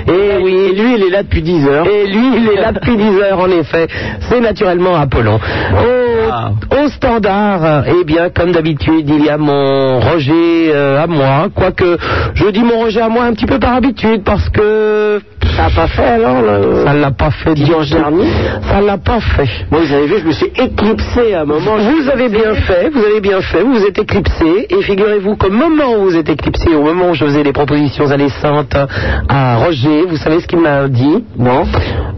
Speaker 5: Et oui. Et lui, il est là depuis 10 heures. Et lui, il est là depuis 10 heures, en effet. C'est naturellement Apollon. Au, au standard, euh, eh bien, comme d'habitude, il y a mon Roger euh, à moi, quoique je dis mon Roger à moi un petit peu par habitude, parce que... Ça l'a pas fait alors Ça l'a pas fait dimanche dernier Ça l'a pas fait. Moi, vous avez vu, je me suis éclipsé à un moment. Vous avez bien fait, vous avez bien fait, vous vous êtes éclipsé. Et figurez-vous qu'au moment où vous êtes éclipsé, au moment où je faisais les propositions alessantes à Roger, vous savez ce qu'il m'a dit Non.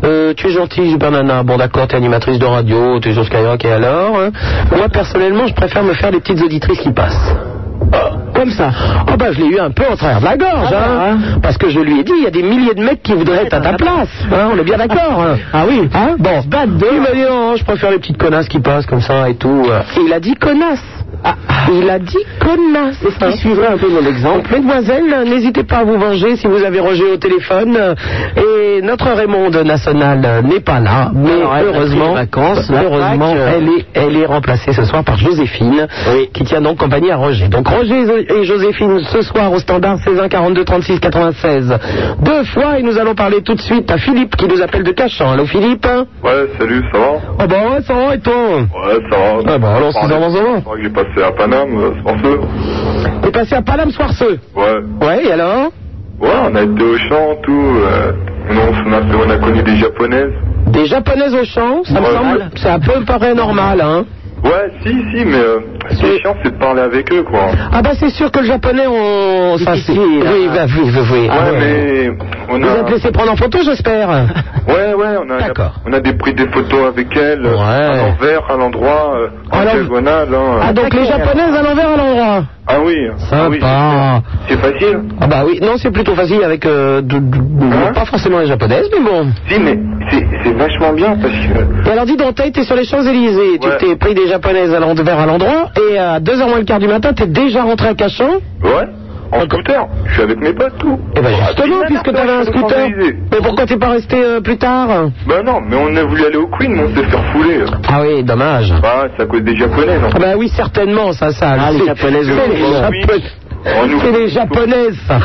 Speaker 5: Euh, tu es gentil, Super Nana. Bon, d'accord, t'es animatrice de radio, t'es sur Skyrock, et alors hein Moi, personnellement, je préfère me faire des petites auditrices qui passent.
Speaker 21: Comme ça.
Speaker 5: Ah ben, je l'ai eu un peu en travers de la gorge, hein, Parce que je lui ai dit, il y a des milliers de mecs qui voudraient être à ta place. hein, on est bien d'accord. hein.
Speaker 21: Ah oui.
Speaker 5: Hein Bon, se battre deux. Il m'a dit, non, je préfère les petites connasses qui passent comme ça et tout. euh. Ah, Et il a dit connasse. Il a dit connasse. Est-ce qu'il suivrait un peu mon exemple Mesdemoiselles, n'hésitez pas à vous venger si vous avez Roger au téléphone. Et notre Raymond national n'est pas là, mais heureusement, heureusement elle, est, elle est remplacée ce soir par Joséphine, qui tient donc compagnie à Roger. Donc Roger et Joséphine ce soir au standard 16 1 42 36 96. Deux fois, et nous allons parler tout de suite à Philippe qui nous appelle de Cachan. Allô Philippe
Speaker 7: Ouais, salut, ça va
Speaker 5: Ah bah ouais, ça va et toi
Speaker 7: Ouais, ça va.
Speaker 5: Ah bah alors, c'est dans un moment.
Speaker 7: C'est vrai que j'ai passé à Paname, euh, c'est pour ça.
Speaker 5: T'es passé à Paname Soirceux
Speaker 7: Ouais.
Speaker 5: Ouais, et alors
Speaker 7: Ouais, on a été au champ, tout. euh, non, on a, on a connu des japonaises.
Speaker 5: Des japonaises au champ, ça me
Speaker 7: Ouais.
Speaker 5: semble, ça peu paraît normal, hein
Speaker 7: Ouais, si, si, mais euh, ce qui est chiant, c'est de parler avec eux, quoi.
Speaker 5: Ah bah c'est sûr que le japonais, on... Ça, c'est... Oui, bah oui, oui, oui.
Speaker 7: hein. ouais, mais on
Speaker 5: Vous
Speaker 7: a.
Speaker 5: êtes laissé prendre en photo, j'espère
Speaker 7: Ouais, ouais, on a, on a des, pris des photos avec elles, euh, à l'envers, à l'endroit, euh, en diagonale. hein.
Speaker 5: Ah donc les japonaises à l'envers, à l'endroit
Speaker 7: Ah oui, ah oui,
Speaker 5: Sympa.
Speaker 7: c'est facile.
Speaker 5: Ah bah oui, non, c'est plutôt facile avec... euh, de- de-
Speaker 7: Hein
Speaker 5: de- Pas forcément les japonaises, mais bon.
Speaker 7: Si, mais c'est c'est vachement bien parce que.
Speaker 5: Et alors dis donc, t'as été sur les Champs-Élysées, tu
Speaker 7: Ouais.
Speaker 5: t'es pris des japonaises à l'envers, à l'endroit, et à 2h moins le quart du matin, t'es déjà rentré à Cachan
Speaker 7: Ouais, en scooter, je suis avec mes potes, tout.
Speaker 5: Eh ben justement,
Speaker 7: Ah,
Speaker 5: puisque t'avais un
Speaker 7: je suis en
Speaker 5: scooter.
Speaker 7: Champs-Élysées.
Speaker 5: Mais pourquoi t'es pas resté euh, plus tard
Speaker 7: Bah non, mais on a voulu aller au Queen, mais on s'est fait refouler.
Speaker 5: Ah oui, dommage.
Speaker 7: Bah, c'est à cause des Japonais, non
Speaker 5: Ah bah oui, certainement, ça, ça.
Speaker 7: Ah, les
Speaker 5: C'est-
Speaker 7: Japonaises,
Speaker 5: c'est
Speaker 7: oui.
Speaker 5: les Japonais.
Speaker 7: On nous-
Speaker 5: C'est les japonaises, ça.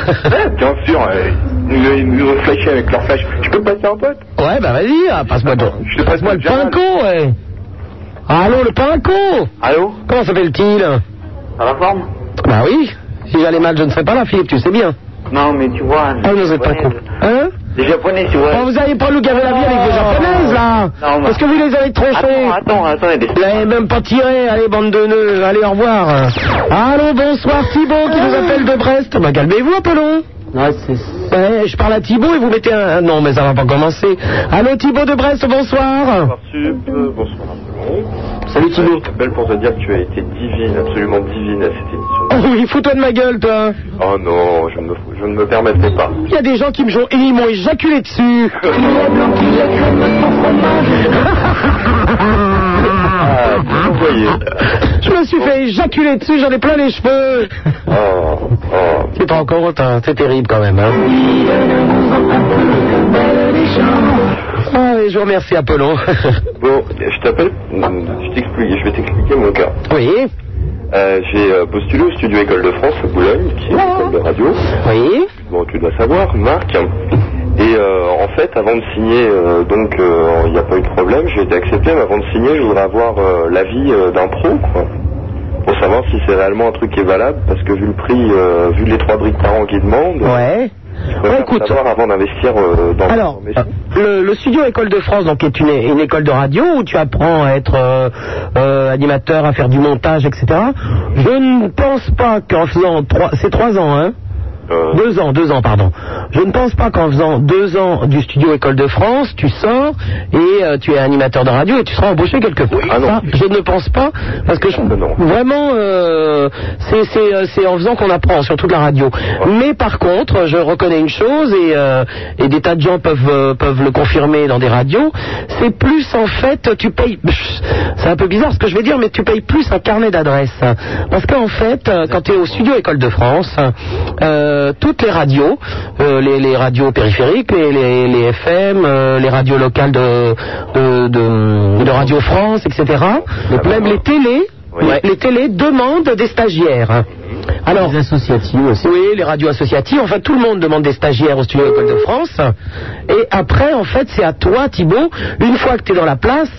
Speaker 7: Bien sûr, euh, ils nous- ils nous ont flashé avec leur flash. Tu peux passer un pote
Speaker 5: Ouais, bah vas-y, ah, passe-moi ton-
Speaker 7: te passe
Speaker 5: passe-moi le
Speaker 7: le Jamal.
Speaker 5: pinco, ouais. Allô, le pinco
Speaker 7: Allô
Speaker 5: Comment s'appelle-t-il
Speaker 22: À la forme
Speaker 5: Bah oui, si j'allais mal, je ne serais pas là, Philippe, tu sais bien.
Speaker 22: Non, mais tu vois.
Speaker 5: Ah, vous êtes pas con. Hein
Speaker 22: Les japonais, tu vois.
Speaker 5: Oh, vous n'allez pas nous gaver la vie avec des japonaises, là
Speaker 22: Non, mais-
Speaker 5: Parce que vous les avez tranchés
Speaker 22: Attends, attends, attends.
Speaker 5: Vous l'avez même pas tiré, allez, bande de nœuds, allez, au revoir. Allô, bonsoir, Thibaut qui nous appelle de Brest. Bah, calmez-vous, Apollon. Ouais, je parle à Thibaut et vous mettez un... Non, mais ça va pas commencer. Allô, Thibaut de Brest, bonsoir.
Speaker 7: Sup, euh, bonsoir. Salut Thibaut. Je t'appelle pour te dire que tu as été divine, absolument divine à cette émission.
Speaker 5: Oh oui, fous-toi de ma gueule, toi.
Speaker 7: Oh non, je ne me, je ne me permettais pas.
Speaker 5: Il y a des gens qui me jouent et ils m'ont éjaculé dessus.
Speaker 7: Ah, vous voyez.
Speaker 5: Je me suis fait éjaculer dessus, j'en ai plein les cheveux.
Speaker 7: Oh, oh.
Speaker 5: Tu te rends compte, hein, c'est terrible quand même. Hein.
Speaker 1: euh,
Speaker 5: Ah, et je vous remercie, Apollon.
Speaker 7: Bon, je t'appelle, je t'explique, je vais t'expliquer mon cas.
Speaker 5: Oui.
Speaker 7: Euh, j'ai euh, postulé au studio École de France à Boulogne, qui est une école de radio.
Speaker 5: Oui.
Speaker 7: Bon, tu dois savoir, Marc. Et euh, en fait, avant de signer, euh, donc euh, il n'y a pas eu de problème, j'ai été accepté, mais avant de signer, je voudrais avoir euh, l'avis euh, d'un pro, quoi. Pour savoir si c'est réellement un truc qui est valable, parce que vu le prix, euh, vu les trois briques par an qu'ils demandent,
Speaker 5: ouais. Bah,
Speaker 7: je préfère savoir avant d'investir euh, dans
Speaker 5: Alors, euh, le, le studio École de France, donc, est une, une école de radio où tu apprends à être euh, euh, animateur, à faire du montage, etc. Je ne pense pas qu'en faisant trois, c'est trois ans, hein
Speaker 7: euh,
Speaker 5: Deux ans, deux ans, pardon. Je ne pense pas qu'en faisant deux ans du studio École de France, tu sors et euh, tu es animateur de radio et tu seras embauché quelque part. Ça, je ne pense pas, parce que je, vraiment, euh, c'est- c'est euh, c'est en faisant qu'on apprend, surtout de la radio. Mais par contre, je reconnais une chose, et, euh, et des tas de gens peuvent, euh, peuvent le confirmer dans des radios, c'est plus en fait, tu payes, c'est un peu bizarre ce que je vais dire, mais tu payes plus un carnet d'adresse. Parce qu'en fait, euh, quand tu es au studio École de France, euh, toutes les radios, euh, les, les radios périphériques, les, les, les FM, euh, les radios locales de, de, de- de Radio France, etc., même les télés, les, les télés demandent des stagiaires. Alors, Mhm. les associatives aussi. Oui, les radios associatives. Enfin, tout le monde demande des stagiaires au studio École de France. Et après, en fait, c'est à toi, Thibault, une fois que tu es dans la place,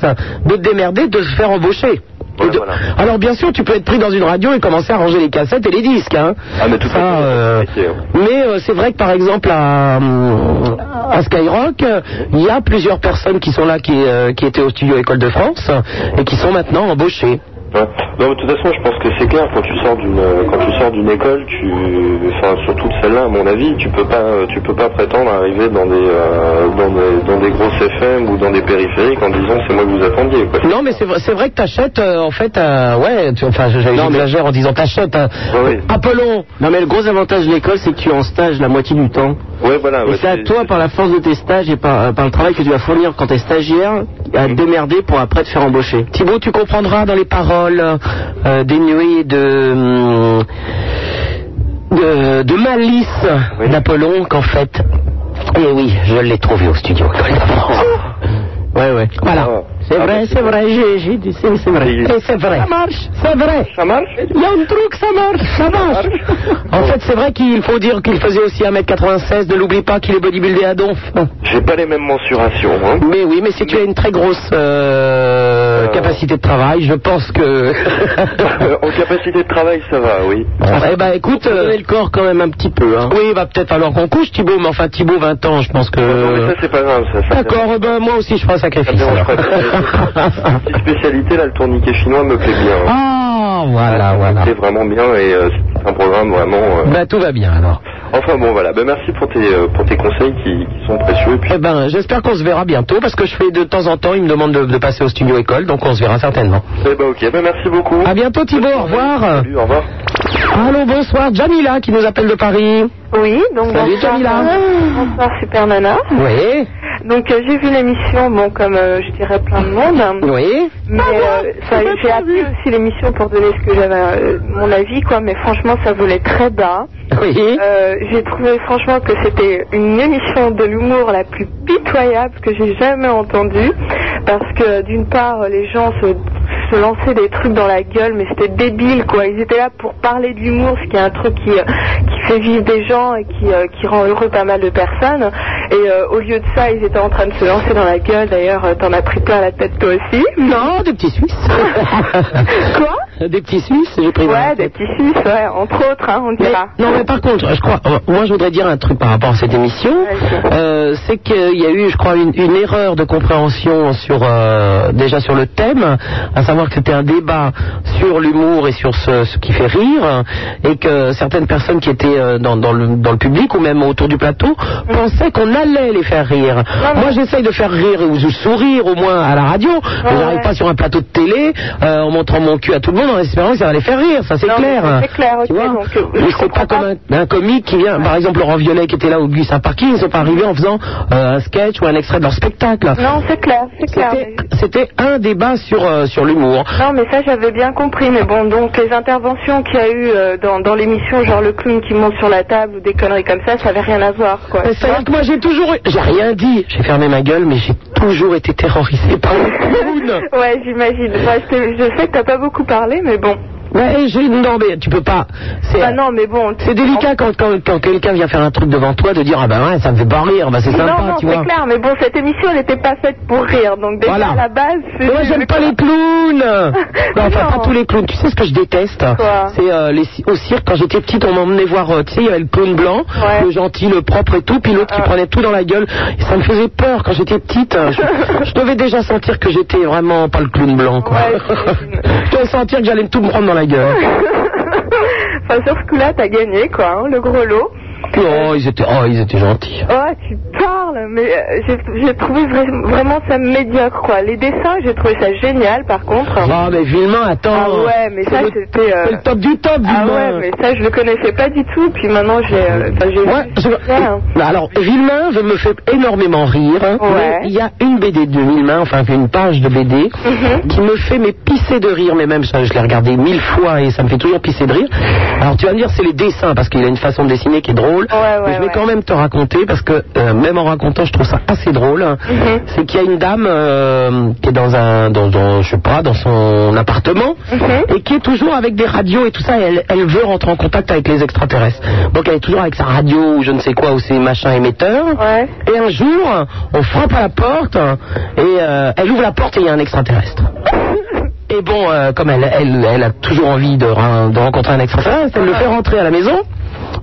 Speaker 5: de te démerder, de se faire embaucher. Et de- Alors, bien sûr, tu peux être pris dans une radio et commencer à ranger les cassettes et les disques. Hein. Ça, euh, mais euh, c'est vrai que, par exemple, à, hum, à Skyrock, euh, il y a plusieurs personnes qui sont là, qui, euh, qui étaient au studio École de France, et qui sont maintenant embauchées.
Speaker 23: Ouais. Non, mais de toute façon, je pense que c'est clair. Quand tu sors d'une, euh, quand tu sors d'une école, tu, enfin, surtout de celle-là, à mon avis, tu peux pas, euh, tu peux pas prétendre arriver dans des, euh, dans des, dans des grosses FM ou dans des périphériques en disant c'est moi que vous attendiez. Quoi.
Speaker 5: Non, mais c'est vrai, c'est vrai que t'achètes, euh, en fait, euh, ouais, tu- enfin, je- j'exagère en disant t'achètes. hein. Appelons.
Speaker 24: Non, mais le gros avantage de l'école, c'est que tu es en stage la moitié du temps.
Speaker 23: Ouais, voilà.
Speaker 24: et
Speaker 23: ouais,
Speaker 24: c'est à
Speaker 23: c'est-
Speaker 24: toi, par la force de tes stages et par, euh, par le travail que tu vas fournir quand t'es stagiaire, à
Speaker 23: Mm.
Speaker 24: te démerder pour après te faire embaucher.
Speaker 5: Thibaut, tu comprendras dans les paroles euh, dénuées de, hum, de, de malice d'Apollon qu'en fait, eh oui, je l'ai trouvé au studio École de France.
Speaker 23: Ah.
Speaker 5: Ouais, ouais. Voilà.
Speaker 24: C'est
Speaker 23: bah,
Speaker 24: vrai, c'est vrai, j'ai, j'ai dit, c'est, c'est vrai.
Speaker 5: Et c'est vrai. Ça marche, c'est vrai. Ça marche Il y a un truc, ça marche, ça marche. En fait, c'est vrai qu'il faut dire qu'il faisait aussi 1m96, ne l'oublie pas qu'il est bodybuildé à donf.
Speaker 23: J'ai pas les mêmes mensurations. Hein.
Speaker 5: Mais oui, mais si tu as une très grosse euh, capacité de travail, je pense que...
Speaker 23: en capacité de travail, ça va, oui.
Speaker 5: eh ben écoute... le corps quand même un petit peu.
Speaker 23: hein.
Speaker 5: Oui, va peut-être alors qu'on couche Thibaut, mais enfin Thibaut, 20 ans, je pense que...
Speaker 23: Non, mais ça, c'est pas grave. Ça, ça
Speaker 5: D'accord, eh ben moi aussi je ferai un sacrifice. alors.
Speaker 23: Petite spécialité, là, le tourniquet chinois me plaît bien. hein.
Speaker 5: Ah, voilà, voilà.
Speaker 23: C'est vraiment bien et euh, c'est un programme vraiment. euh,
Speaker 5: Ben tout va bien alors.
Speaker 23: Enfin bon, voilà. Ben, merci pour tes, euh, pour tes conseils qui, qui sont précieux. Et puis,
Speaker 5: Eh ben, j'espère qu'on se verra bientôt parce que je fais de temps en temps, il me demande de, de passer au studio école, donc on se verra certainement.
Speaker 23: eh ben, ok. Ben, merci beaucoup.
Speaker 25: Ah.
Speaker 5: À bientôt Thibaut, au revoir.
Speaker 23: Salut, au revoir.
Speaker 5: Allô, bonsoir, Jamila qui nous appelle de Paris.
Speaker 11: Oui, donc
Speaker 5: Salut,
Speaker 11: bonsoir,
Speaker 5: Jamila.
Speaker 11: euh, bonsoir Super Nana.
Speaker 5: Oui.
Speaker 11: Donc euh, j'ai vu l'émission, bon comme euh, je dirais plein de monde. hein.
Speaker 5: Oui.
Speaker 11: Mais euh, ça, j'ai appelé aussi l'émission pour donner ce que j'avais euh, mon avis quoi, mais franchement ça volait très bas. Euh, j'ai trouvé franchement que c'était une émission de l'humour la plus pitoyable que j'ai jamais entendue parce que d'une part euh, les gens se se lançaient des trucs dans la gueule mais c'était débile quoi ils étaient là pour parler de l'humour ce qui est un truc qui, euh, qui fait vivre des gens et qui, euh, qui rend heureux pas mal de personnes et euh, au lieu de ça ils étaient en train de se lancer dans la gueule d'ailleurs euh, t'en as pris plein la tête toi aussi
Speaker 5: non des petits suisses Quoi Des petits Suisses, j'ai pris.
Speaker 11: ouais des petits suisses ouais entre autres hein, on dira
Speaker 5: Non, mais par contre, je crois, euh, moi je voudrais dire un truc par rapport à cette émission. Euh, c'est qu'il y a eu, je crois, une, une erreur de compréhension sur, euh, déjà sur le thème, à savoir que c'était un débat sur l'humour et sur ce, ce qui fait rire, et que certaines personnes qui étaient euh, dans, dans le, dans le public ou même autour du plateau pensaient qu'on allait les faire rire. Moi j'essaye de faire rire ou de sourire au moins à la radio, mais j'arrive pas sur un plateau de télé euh, en montrant mon cul à tout le monde en espérant que ça va les faire rire, ça c'est clair.
Speaker 11: c'est clair ok donc euh,
Speaker 5: Mais c'est pas comme un, un comique qui vient, par exemple Laurent Violet qui était là au Gustave Parking, ils sont pas arrivés en faisant euh, un sketch ou un extrait de leur spectacle.
Speaker 11: Non, c'est clair, c'est clair.
Speaker 5: C'était un débat sur, euh, sur l'humour.
Speaker 11: Non, mais ça, j'avais bien compris. Mais bon, donc, les interventions qu'il y a eu euh, dans, dans l'émission, genre le clown qui monte sur la table ou des conneries comme ça, ça avait rien à voir, quoi.
Speaker 5: Euh, C'est-à-dire que moi j'ai toujours eu- j'ai rien dit, j'ai fermé ma gueule, mais j'ai toujours été terrorisé par le
Speaker 11: ouais, j'imagine. Enfin, je, te- je sais que t'as pas beaucoup parlé, mais bon.
Speaker 5: Ouais, j'ai non mais tu peux pas. C'est
Speaker 11: Ah non, mais bon.
Speaker 5: C'est délicat quand, quand, quand quelqu'un vient faire un truc devant toi de dire ah ben ouais ça me fait pas rire, bah c'est
Speaker 11: non,
Speaker 5: sympa
Speaker 11: non,
Speaker 5: tu
Speaker 11: c'est
Speaker 5: vois.
Speaker 11: clair, mais bon, cette émission, elle n'était pas faite pour rire. Donc, déjà,
Speaker 5: Voilà.
Speaker 11: à la base, c'est.
Speaker 5: Mais moi j'aime pas les clowns Non, enfin pas tous les clowns, tu sais ce que je déteste C'est euh, les ci- au cirque, quand j'étais petite on m'emmenait voir, euh, tu sais il y avait le clown blanc, le gentil, le propre et tout, puis l'autre
Speaker 11: Ah.
Speaker 5: qui prenait tout dans la gueule, et ça me faisait peur quand j'étais petite, Euh, je, je devais déjà sentir que j'étais vraiment pas le clown blanc quoi. je devais sentir que j'allais tout me prendre dans la gueule.
Speaker 11: Enfin, sur ce coup-là, t'as gagné, quoi, hein, le gros lot.
Speaker 5: Puis, oh ils étaient, oh, ils étaient gentils.
Speaker 11: Oh, tu parles, mais euh, j'ai- j'ai trouvé vra- vraiment ça médiocre, quoi. Les dessins, j'ai trouvé ça génial, par contre.
Speaker 5: Ah mais Villemain attends.
Speaker 11: Ah ouais, mais ça, c'était... euh,
Speaker 5: c'est le top du top,
Speaker 11: Ah
Speaker 5: Villemain.
Speaker 11: ouais, mais ça, je le connaissais pas du tout, puis maintenant, j'ai... euh, enfin, j'ai-
Speaker 5: Ouais, je-
Speaker 11: hein.
Speaker 5: Bah, Alors, Villemain je me fait énormément rire. hein. mais Il y a une BD de Villemain, enfin une page de BD,
Speaker 11: Mhm.
Speaker 5: qui me fait mais pisser de rire, mais même ça, je l'ai regardé mille fois et ça me fait toujours pisser de rire. Alors, tu vas me dire, c'est les dessins, parce qu'il a une façon de dessiner qui est drôle. mais je vais quand même te raconter, parce que euh, même en racontant, je trouve ça assez drôle. C'est qu'il y a une dame euh, qui est dans un, dans, dans- je sais pas, dans son appartement, et qui est toujours avec des radios et tout ça, et elle, elle veut rentrer en contact avec les extraterrestres. Donc elle est toujours avec sa radio ou je ne sais quoi, ou ses machins émetteurs. Et un jour, on frappe à la porte, et euh, elle ouvre la porte et il y a un extraterrestre. Et bon, euh, comme elle, elle- elle a toujours envie de, re- de rencontrer un extraterrestre, elle le fait rentrer à la maison.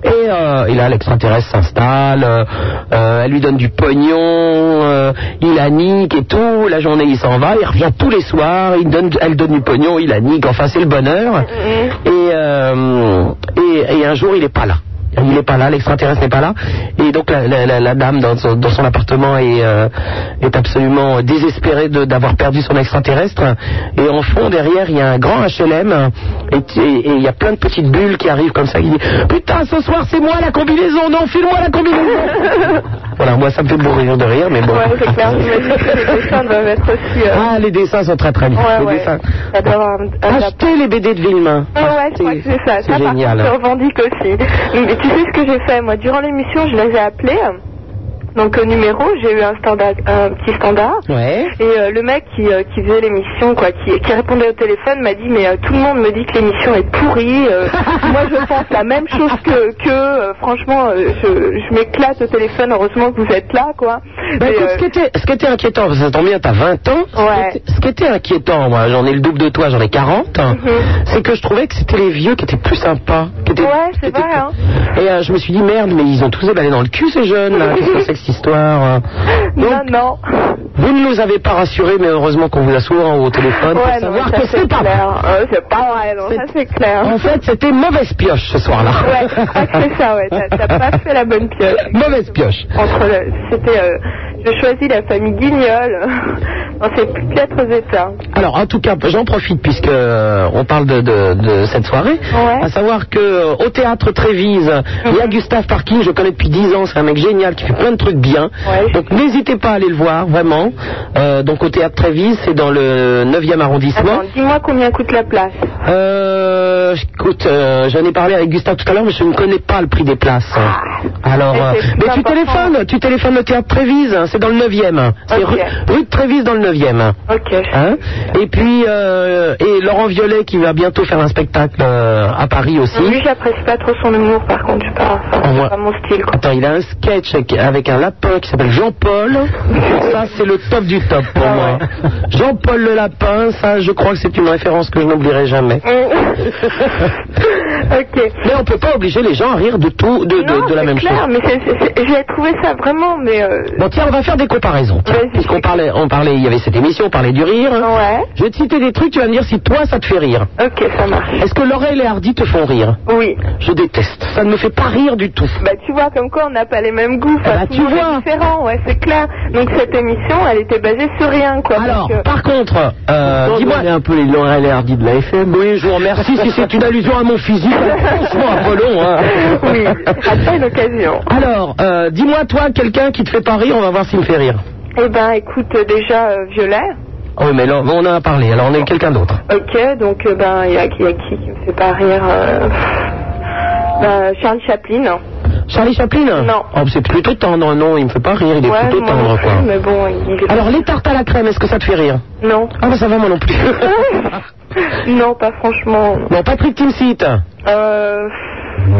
Speaker 5: Et, euh, et là, l'extraterrestre s'installe, euh, euh, elle lui donne du pognon, euh, il anique et tout. La journée, il s'en va, il revient tous les soirs, il donne, elle donne du pognon, il anique. Enfin, c'est le bonheur. Et, euh, et, et un jour, il n'est pas là. Il n'est pas là, l'extraterrestre n'est pas là. Et donc la, la- la- la dame dans son, dans son appartement est, euh, est absolument désespérée de- d'avoir perdu son extraterrestre. Et en fond, derrière, il y a un grand HLM. Et t- et- et il y a plein de petites bulles qui arrivent comme ça. qui disent, Putain, ce soir, c'est moi la combinaison. Non, file-moi la combinaison. voilà, moi, ça me fait mourir de rire, mais bon.
Speaker 11: Ouais, c'est clair, j'imagine que les dessins doivent être aussi. euh,
Speaker 5: Ah, les dessins sont très très bien.
Speaker 11: Ouais,
Speaker 5: les
Speaker 11: ouais.
Speaker 5: dessins.
Speaker 11: ça doit avoir un- un-
Speaker 5: Achetez les BD de Villemain.
Speaker 11: Ouais, ouais, je crois que c'est ça.
Speaker 5: Ah, c'est
Speaker 11: ça, par
Speaker 5: génial.
Speaker 11: contre, je revendique aussi. Mais tu sais ce que j'ai fait Moi, durant l'émission, je les ai appelés. Donc, au numéro, j'ai eu un, standard, un petit standard. Et euh, le mec qui, euh, qui faisait l'émission, quoi, qui, qui répondait au téléphone, m'a dit Mais euh, tout le monde me dit que l'émission est pourrie. euh, moi, je pense la même chose que. que euh, franchement, euh, je, je m'éclate au téléphone. Heureusement que vous êtes là, quoi.
Speaker 5: Bah,
Speaker 11: Et,
Speaker 5: écoute,
Speaker 11: euh,
Speaker 5: ce, qui était, ce qui était inquiétant, parce que ça tombe bien, t'as 20 ans. ce qui était- Ce qui était inquiétant, moi, j'en ai le double de toi, j'en ai 40,
Speaker 11: Mhm.
Speaker 5: c'est que je trouvais que c'était les vieux qui étaient plus sympas. qui étaient- qui étaient plus-
Speaker 11: hein.
Speaker 5: Et euh, je me suis dit, merde, mais ils ont tous ébalé dans le cul, ces jeunes, là. Qu'est-ce que c'est que cette histoire hein Donc,
Speaker 11: Non,
Speaker 5: Vous ne nous avez pas rassurés, mais heureusement qu'on vous a souvent au téléphone
Speaker 11: Ouais,
Speaker 5: pour
Speaker 11: non,
Speaker 5: savoir
Speaker 11: ça,
Speaker 5: que
Speaker 11: c'est
Speaker 5: c'est pas
Speaker 11: clair. Euh, c'est pas vrai, non, ça, c'est clair.
Speaker 5: En fait, c'était mauvaise pioche ce soir-là.
Speaker 11: Ouais, je crois que c'est ça, ouais.
Speaker 5: Hein
Speaker 11: T'as- T'as pas fait la bonne pioche.
Speaker 5: Mauvaise pioche.
Speaker 11: Entre le- c'était, euh, je choisis la famille Guignol dans ses plus piètres états.
Speaker 5: Alors, en tout cas, j'en profite puisque euh, on parle de, de- de cette soirée. À savoir que euh, au théâtre Trévise, il
Speaker 11: Mhm.
Speaker 5: y a Gustave Parking, je le connais depuis 10 ans, c'est un mec génial qui fait plein de trucs bien. Donc, n'hésitez pas à aller le voir, vraiment. Euh, donc, au théâtre Trévise, c'est dans le 9e arrondissement.
Speaker 11: Attends, dis-moi combien coûte la place.
Speaker 5: Euh, écoute, euh, j'en ai parlé avec Gustave tout à l'heure, mais je ne connais pas le prix des places. Alors,
Speaker 11: Mais
Speaker 5: euh,
Speaker 11: Ah. c'est plus
Speaker 5: mais tu
Speaker 11: important.
Speaker 5: téléphones, tu téléphones le théâtre Trévise, hein, c'est dans le 9e. hein. C'est
Speaker 11: Ok.
Speaker 5: rue, rue de Trévise dans le 9e.
Speaker 11: Ok.
Speaker 5: Hein et puis, euh, et Laurent Violet qui va bientôt faire un spectacle euh, à Paris aussi.
Speaker 11: Lui, j'apprécie pas trop son humour, par contre, je sais pas.
Speaker 5: On voit- Attends, il a un sketch avec- avec un lapin qui s'appelle Jean-Paul. ça, c'est le top du top pour moi. Jean-Paul le lapin, ça, je crois que c'est une référence que je n'oublierai jamais. Mais on peut pas obliger les gens à rire de tout, de, de- de la même
Speaker 11: Claire,
Speaker 5: chose.
Speaker 11: mais c'est- c'est- c'est- j'ai trouvé ça vraiment, mais euh,
Speaker 5: Bon, tiens, on va faire des comparaisons. tiens. Puisqu'on parlait, on parlait, il y avait cette émission, on parlait du rire. Je vais te citer des trucs, tu vas me dire si toi, ça te fait rire.
Speaker 11: Ok, ça marche.
Speaker 5: Est-ce que Laurel et Hardy te font rire
Speaker 11: Oui.
Speaker 5: Je déteste. Ça ne me fait pas rire du tout.
Speaker 11: Bah, tu vois, comme quoi on n'a pas les mêmes
Speaker 5: Ah
Speaker 11: goûts.
Speaker 5: bah,
Speaker 11: Enfin, tout le monde est différent, ouais, c'est clair. Donc, cette émission, elle était basée sur rien, quoi. Alors,
Speaker 5: par contre, euh, dis-moi. un peu les Laurel et Hardy de la FM. Oui, je vous remercie si c'est une allusion à mon physique. Franchement, Apollon. Hein.
Speaker 11: Oui, après une occasion.
Speaker 5: Alors, euh, dis-moi, toi, quelqu'un qui te fait pas rire, on va voir s'il me fait rire.
Speaker 11: Eh ben, écoute, euh, déjà, euh, Violet.
Speaker 5: Ah Oui, mais là, on en a parlé, alors on est quelqu'un d'autre.
Speaker 11: Ok, donc, euh, ben, il y a, qui- y a qui qui me fait pas rire euh, ben, Charlie Chaplin.
Speaker 5: Charlie Chaplin Non. c'est plutôt tendre, non, il me fait pas rire, il est
Speaker 11: Ouais,
Speaker 5: plutôt
Speaker 11: moi non
Speaker 5: tendre,
Speaker 11: plus,
Speaker 5: quoi.
Speaker 11: mais bon, il-
Speaker 5: Alors, les tartes à la crème, est-ce que ça te fait rire
Speaker 11: Non.
Speaker 5: Ah, bah ça va, moi non plus.
Speaker 11: non, pas franchement.
Speaker 5: Bon, Patrick Timsit.
Speaker 11: Euh,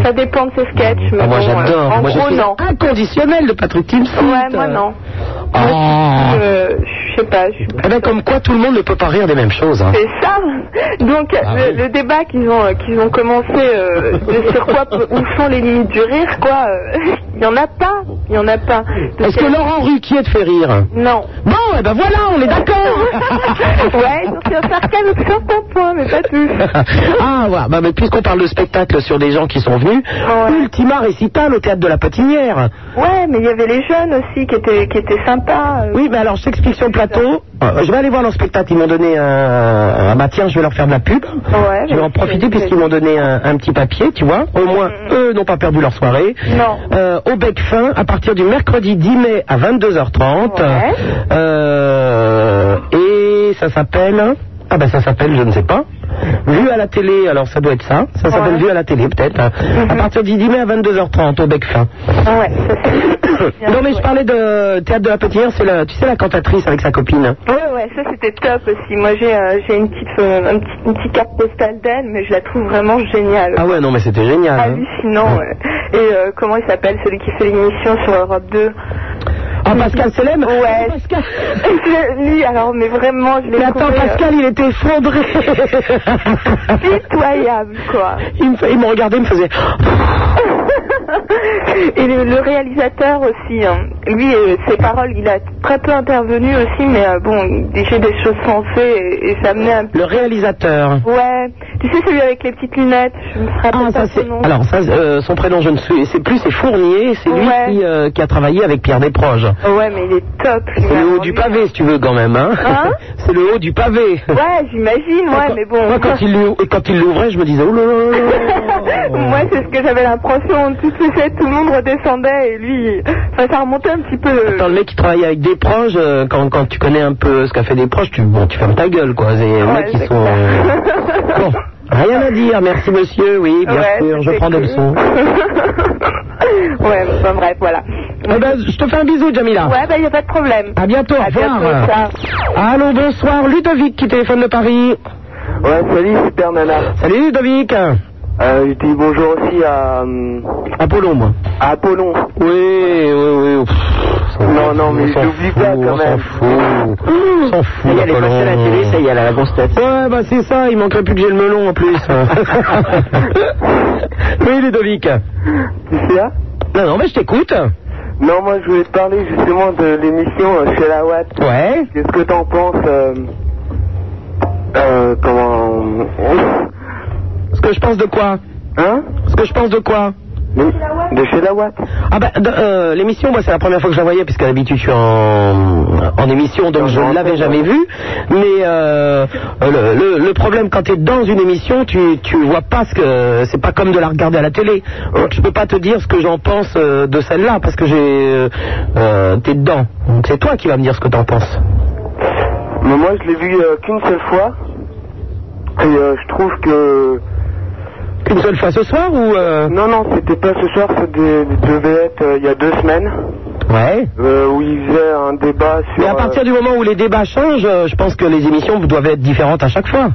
Speaker 11: ça dépend de ses sketchs, mais
Speaker 5: Ah, moi
Speaker 11: bon, euh,
Speaker 5: j'adore.
Speaker 11: en
Speaker 5: Moi, je
Speaker 11: gros,
Speaker 5: suis
Speaker 11: non.
Speaker 5: inconditionnel de Patrick Timsit.
Speaker 11: Ouais, moi non.
Speaker 5: Ah.
Speaker 11: Euh, je sais pas. je-
Speaker 5: Eh ben, comme quoi tout le monde ne peut pas rire des mêmes choses. hein.
Speaker 11: C'est ça. Donc
Speaker 5: Ah
Speaker 11: le, le débat qu'ils ont qu'ils ont commencé euh, de sur quoi où sont les limites du rire quoi. euh, Il y en a pas. Il y en a pas. Donc,
Speaker 5: Est-ce que
Speaker 11: euh,
Speaker 5: Laurent Ruquier te fait rire
Speaker 11: Non.
Speaker 5: Bon, et ben voilà, on est d'accord.
Speaker 11: ouais, sur certains, sur certains points, mais pas tous.
Speaker 5: ah, ouais. bah, mais puisqu'on parle de spectacle sur des gens qui sont venus, Ultima Récital au théâtre de la Patinière.
Speaker 11: Ouais, mais il y avait les jeunes aussi qui étaient qui étaient sympas. euh.
Speaker 5: Oui, mais alors je t'explique sur le plateau. Euh, Je vais aller voir leur spectacle. Ils m'ont donné un. Ah bah tiens, je vais leur faire de la pub. je vais en profiter puisqu'ils m'ont donné un, un petit papier, tu vois. Au moins, eux n'ont pas perdu leur soirée. Euh, au bec fin, à partir du mercredi 10 mai à 22h30. Euh, et ça s'appelle. Ah ben ça s'appelle, je ne sais pas. Vu à la télé, alors ça doit être ça. Ça s'appelle Vu à la télé peut-être. hein. À partir du 10 mai à 22h30 au bec fin.
Speaker 11: Ouais, ça
Speaker 5: Non mais je parlais de théâtre de la Petitière, c'est la, tu sais la cantatrice avec sa copine.
Speaker 11: Ouais, ouais, ça c'était top aussi. Moi j'ai euh, j'ai une petite euh, un petit, une petite carte postale d'elle, mais je la trouve vraiment géniale.
Speaker 5: Ah ouais non mais c'était génial. hein.
Speaker 11: Hallucinant. ouais. Et euh, comment il s'appelle celui qui fait l'émission sur Europe 2
Speaker 5: Ah, Pascal Selem
Speaker 11: Ouais. Pascal. Lui, alors, mais vraiment, je l'ai
Speaker 5: Mais attends
Speaker 11: trouvé, euh,
Speaker 5: Pascal il était effondré.
Speaker 11: pitoyable, quoi.
Speaker 5: oh, il me, fait- il me regardait, il me faisait.
Speaker 11: Et le, le réalisateur aussi, hein. lui, euh, ses paroles, il a très peu intervenu aussi, mais euh, bon, il disait des choses sensées et, et ça amenait un
Speaker 5: Le réalisateur.
Speaker 11: Ouais, tu sais celui avec les petites lunettes, je me rappelle
Speaker 5: Ah,
Speaker 11: pas
Speaker 5: ça
Speaker 11: son
Speaker 5: c'est.
Speaker 11: nom.
Speaker 5: Alors, ça, euh, son prénom, je ne sais c'est plus, c'est Fournier, c'est lui
Speaker 11: Ouais.
Speaker 5: qui, euh, qui a travaillé avec Pierre Desproges.
Speaker 11: Ouais, mais il est top. lui.
Speaker 5: C'est le haut du pavé, si tu veux, quand même. Hein
Speaker 11: Hein
Speaker 5: c'est le haut du pavé.
Speaker 11: Ouais, j'imagine, ouais, mais bon.
Speaker 5: Moi, quand il l'ou- et quand il l'ouvrait, je me disais, oh là là là là.
Speaker 11: Moi, c'est ce que j'avais l'impression. Tout se fait, tout le monde redescendait et lui, enfin, ça remontait un petit peu. le-
Speaker 5: Attends, le mec qui travaille avec des proches, euh, quand, quand tu connais un peu ce qu'a fait des proches, tu, bon, tu fermes ta gueule, quoi. C'est les mecs qui sont. euh, Bon, rien à dire, merci monsieur, oui, bien
Speaker 11: Ouais,
Speaker 5: sûr, je
Speaker 11: c'était
Speaker 5: prends des
Speaker 11: cool.
Speaker 5: leçons.
Speaker 11: ouais, enfin bref, voilà.
Speaker 5: Eh ben, je te fais un bisou, Jamila.
Speaker 11: Ouais, ben, y a pas de problème.
Speaker 5: À bientôt, au
Speaker 11: À
Speaker 5: revoir.
Speaker 11: bientôt, ciao.
Speaker 5: Allô, bonsoir, Ludovic qui téléphone de Paris.
Speaker 25: Ouais, salut, super nana.
Speaker 5: Salut Ludovic.
Speaker 25: Euh, je dis bonjour aussi à. euh,
Speaker 5: Apollon, moi.
Speaker 25: À Apollon.
Speaker 5: Oui, oui, oui.
Speaker 25: non, non, mais j'oublie pas quand même.
Speaker 5: On s'en fout. Il y a les à la télé,
Speaker 25: euh.
Speaker 5: ça y est, elle a la grosse tête. Ouais, bah c'est ça, il manquerait plus que j'ai le melon en plus. oui, Ludovic.
Speaker 25: Tu sais hein là
Speaker 5: Non, non, mais je t'écoute.
Speaker 25: Non, moi je voulais te parler justement de l'émission euh, chez la Watt.
Speaker 5: Ouais.
Speaker 25: Qu'est-ce que t'en penses euh, euh, comment.
Speaker 5: Ce que je pense de quoi
Speaker 25: Hein
Speaker 5: Ce que je pense de quoi
Speaker 25: De chez la Watt.
Speaker 5: Ah bah, de- euh, l'émission, moi, c'est la première fois que je la voyais, puisque d'habitude, je suis en, en émission, donc je ne l'avais jamais vue. Mais euh, le, le- le problème, quand tu es dans une émission, tu, tu vois pas ce que... C'est pas comme de la regarder à la télé. Donc, je peux pas te dire ce que j'en pense euh, de celle-là, parce que j'ai... Euh, euh, t'es dedans. Donc, c'est toi qui vas me dire ce que t'en penses.
Speaker 25: Mais moi, je l'ai vu euh, qu'une seule fois. Et euh, je trouve que.
Speaker 5: Qu'une seule fois ce soir ou. euh,
Speaker 25: Non, non, c'était pas ce soir, c'était devait être euh, il y a deux semaines.
Speaker 5: Ouais.
Speaker 25: euh, où il faisait un débat sur.
Speaker 7: Euh,
Speaker 5: Mais à partir du moment où les débats changent, euh, je pense que les émissions doivent être différentes à chaque fois.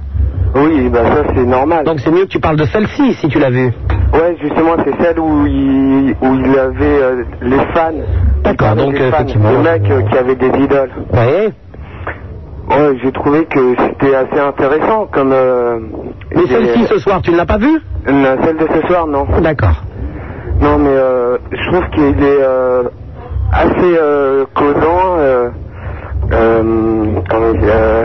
Speaker 25: Oui, bah ça c'est normal.
Speaker 5: Donc, c'est mieux que tu parles de celle-ci, si tu l'as vue.
Speaker 25: Ouais, justement, c'est celle où il, où il avait euh, les fans.
Speaker 5: D'accord, donc
Speaker 25: les fans,
Speaker 5: effectivement.
Speaker 25: les mecs euh, qui avaient des idoles.
Speaker 5: Ouais.
Speaker 25: Ouais, j'ai trouvé que c'était assez intéressant comme. euh,
Speaker 5: Mais
Speaker 25: des-
Speaker 5: celle-ci ce soir, tu ne l'as pas vue
Speaker 25: Non, celle de ce soir, non.
Speaker 5: D'accord.
Speaker 25: Non, mais euh, je trouve qu'il est euh, assez euh, causant. Euh, euh, comment dire, euh,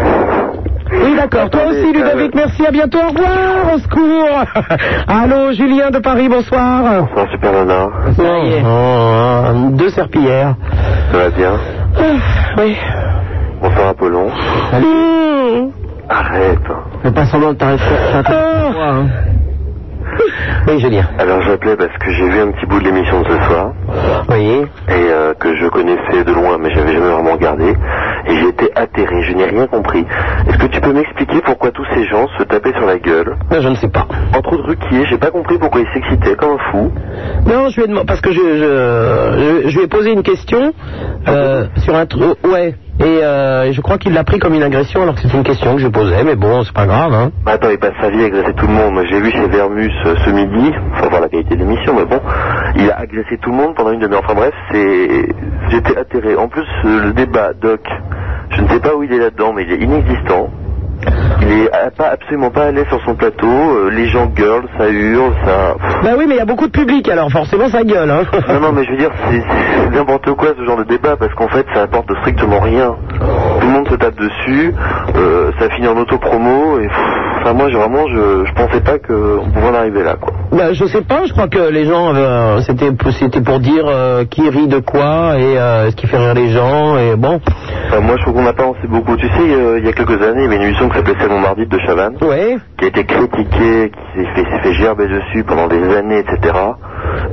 Speaker 5: Oui, d'accord. euh, Toi aussi, Ludovic, merci, à bientôt, au revoir, au secours. Allô, Julien de Paris, bonsoir.
Speaker 7: Bonsoir, super nana.
Speaker 5: Ça y est. Oh, deux serpillères.
Speaker 7: Ça va bien
Speaker 5: Oui.
Speaker 7: Bonsoir, Apollon. Arrête. hein.
Speaker 5: Fais pas semblant de t'arrêter. hein. Oui, Julien.
Speaker 7: Alors j'appelais parce que j'ai vu un petit bout de l'émission de ce soir.
Speaker 5: Oui.
Speaker 7: Et euh, que je connaissais de loin, mais j'avais jamais vraiment regardé. Et j'ai été atterré, je n'ai rien compris. Est-ce que tu peux m'expliquer pourquoi tous ces gens se tapaient sur la gueule
Speaker 5: Ben, Je ne sais pas.
Speaker 7: Entre autres Ruquier, j'ai pas compris pourquoi il s'excitait comme un fou.
Speaker 5: Non, je lui ai demandé, parce que je, je, je- je lui ai posé une question euh, sur un truc. Ouais. Et euh, je crois qu'il l'a pris comme une agression alors que c'était une question que je posais, mais bon, c'est pas grave, hein.
Speaker 7: Bah attends, il passe sa vie à agresser tout le monde. Moi, J'ai vu chez Vermus euh, ce midi, faut voir la qualité de l'émission, mais bon, il a agressé tout le monde pendant une demi-heure. Enfin bref, c'est, j'étais atterré. En plus, euh, le débat Doc, je ne sais pas où il est là-dedans, mais il est inexistant. Il est à- pas, absolument pas à l'aise sur son plateau. Euh, Les gens gueulent, ça hurle, ça.
Speaker 5: Ben oui, mais il y a beaucoup de public, alors forcément ça gueule, hein.
Speaker 7: Non, non, mais je veux dire, c'est c'est n'importe quoi ce genre de débat parce qu'en fait, ça apporte strictement rien. Tout le monde se tape dessus, euh, ça finit en auto-promo et pff, enfin moi, je, vraiment, je, je pensais pas qu'on pouvait en arriver là, quoi.
Speaker 5: Ben, je sais pas, je crois que les gens, euh, c'était c'était pour dire euh, qui rit de quoi et euh, ce qui fait rire les gens, et bon.
Speaker 7: Enfin, moi, je trouve qu'on n'a pas avancé beaucoup. Tu sais, euh, il y a quelques années, il y avait une émission qui s'appelait C'est mon mardi de Chavannes,
Speaker 5: Ouais.
Speaker 7: qui a été critiquée, qui s'est fait, s'est fait gerber dessus pendant des années, etc.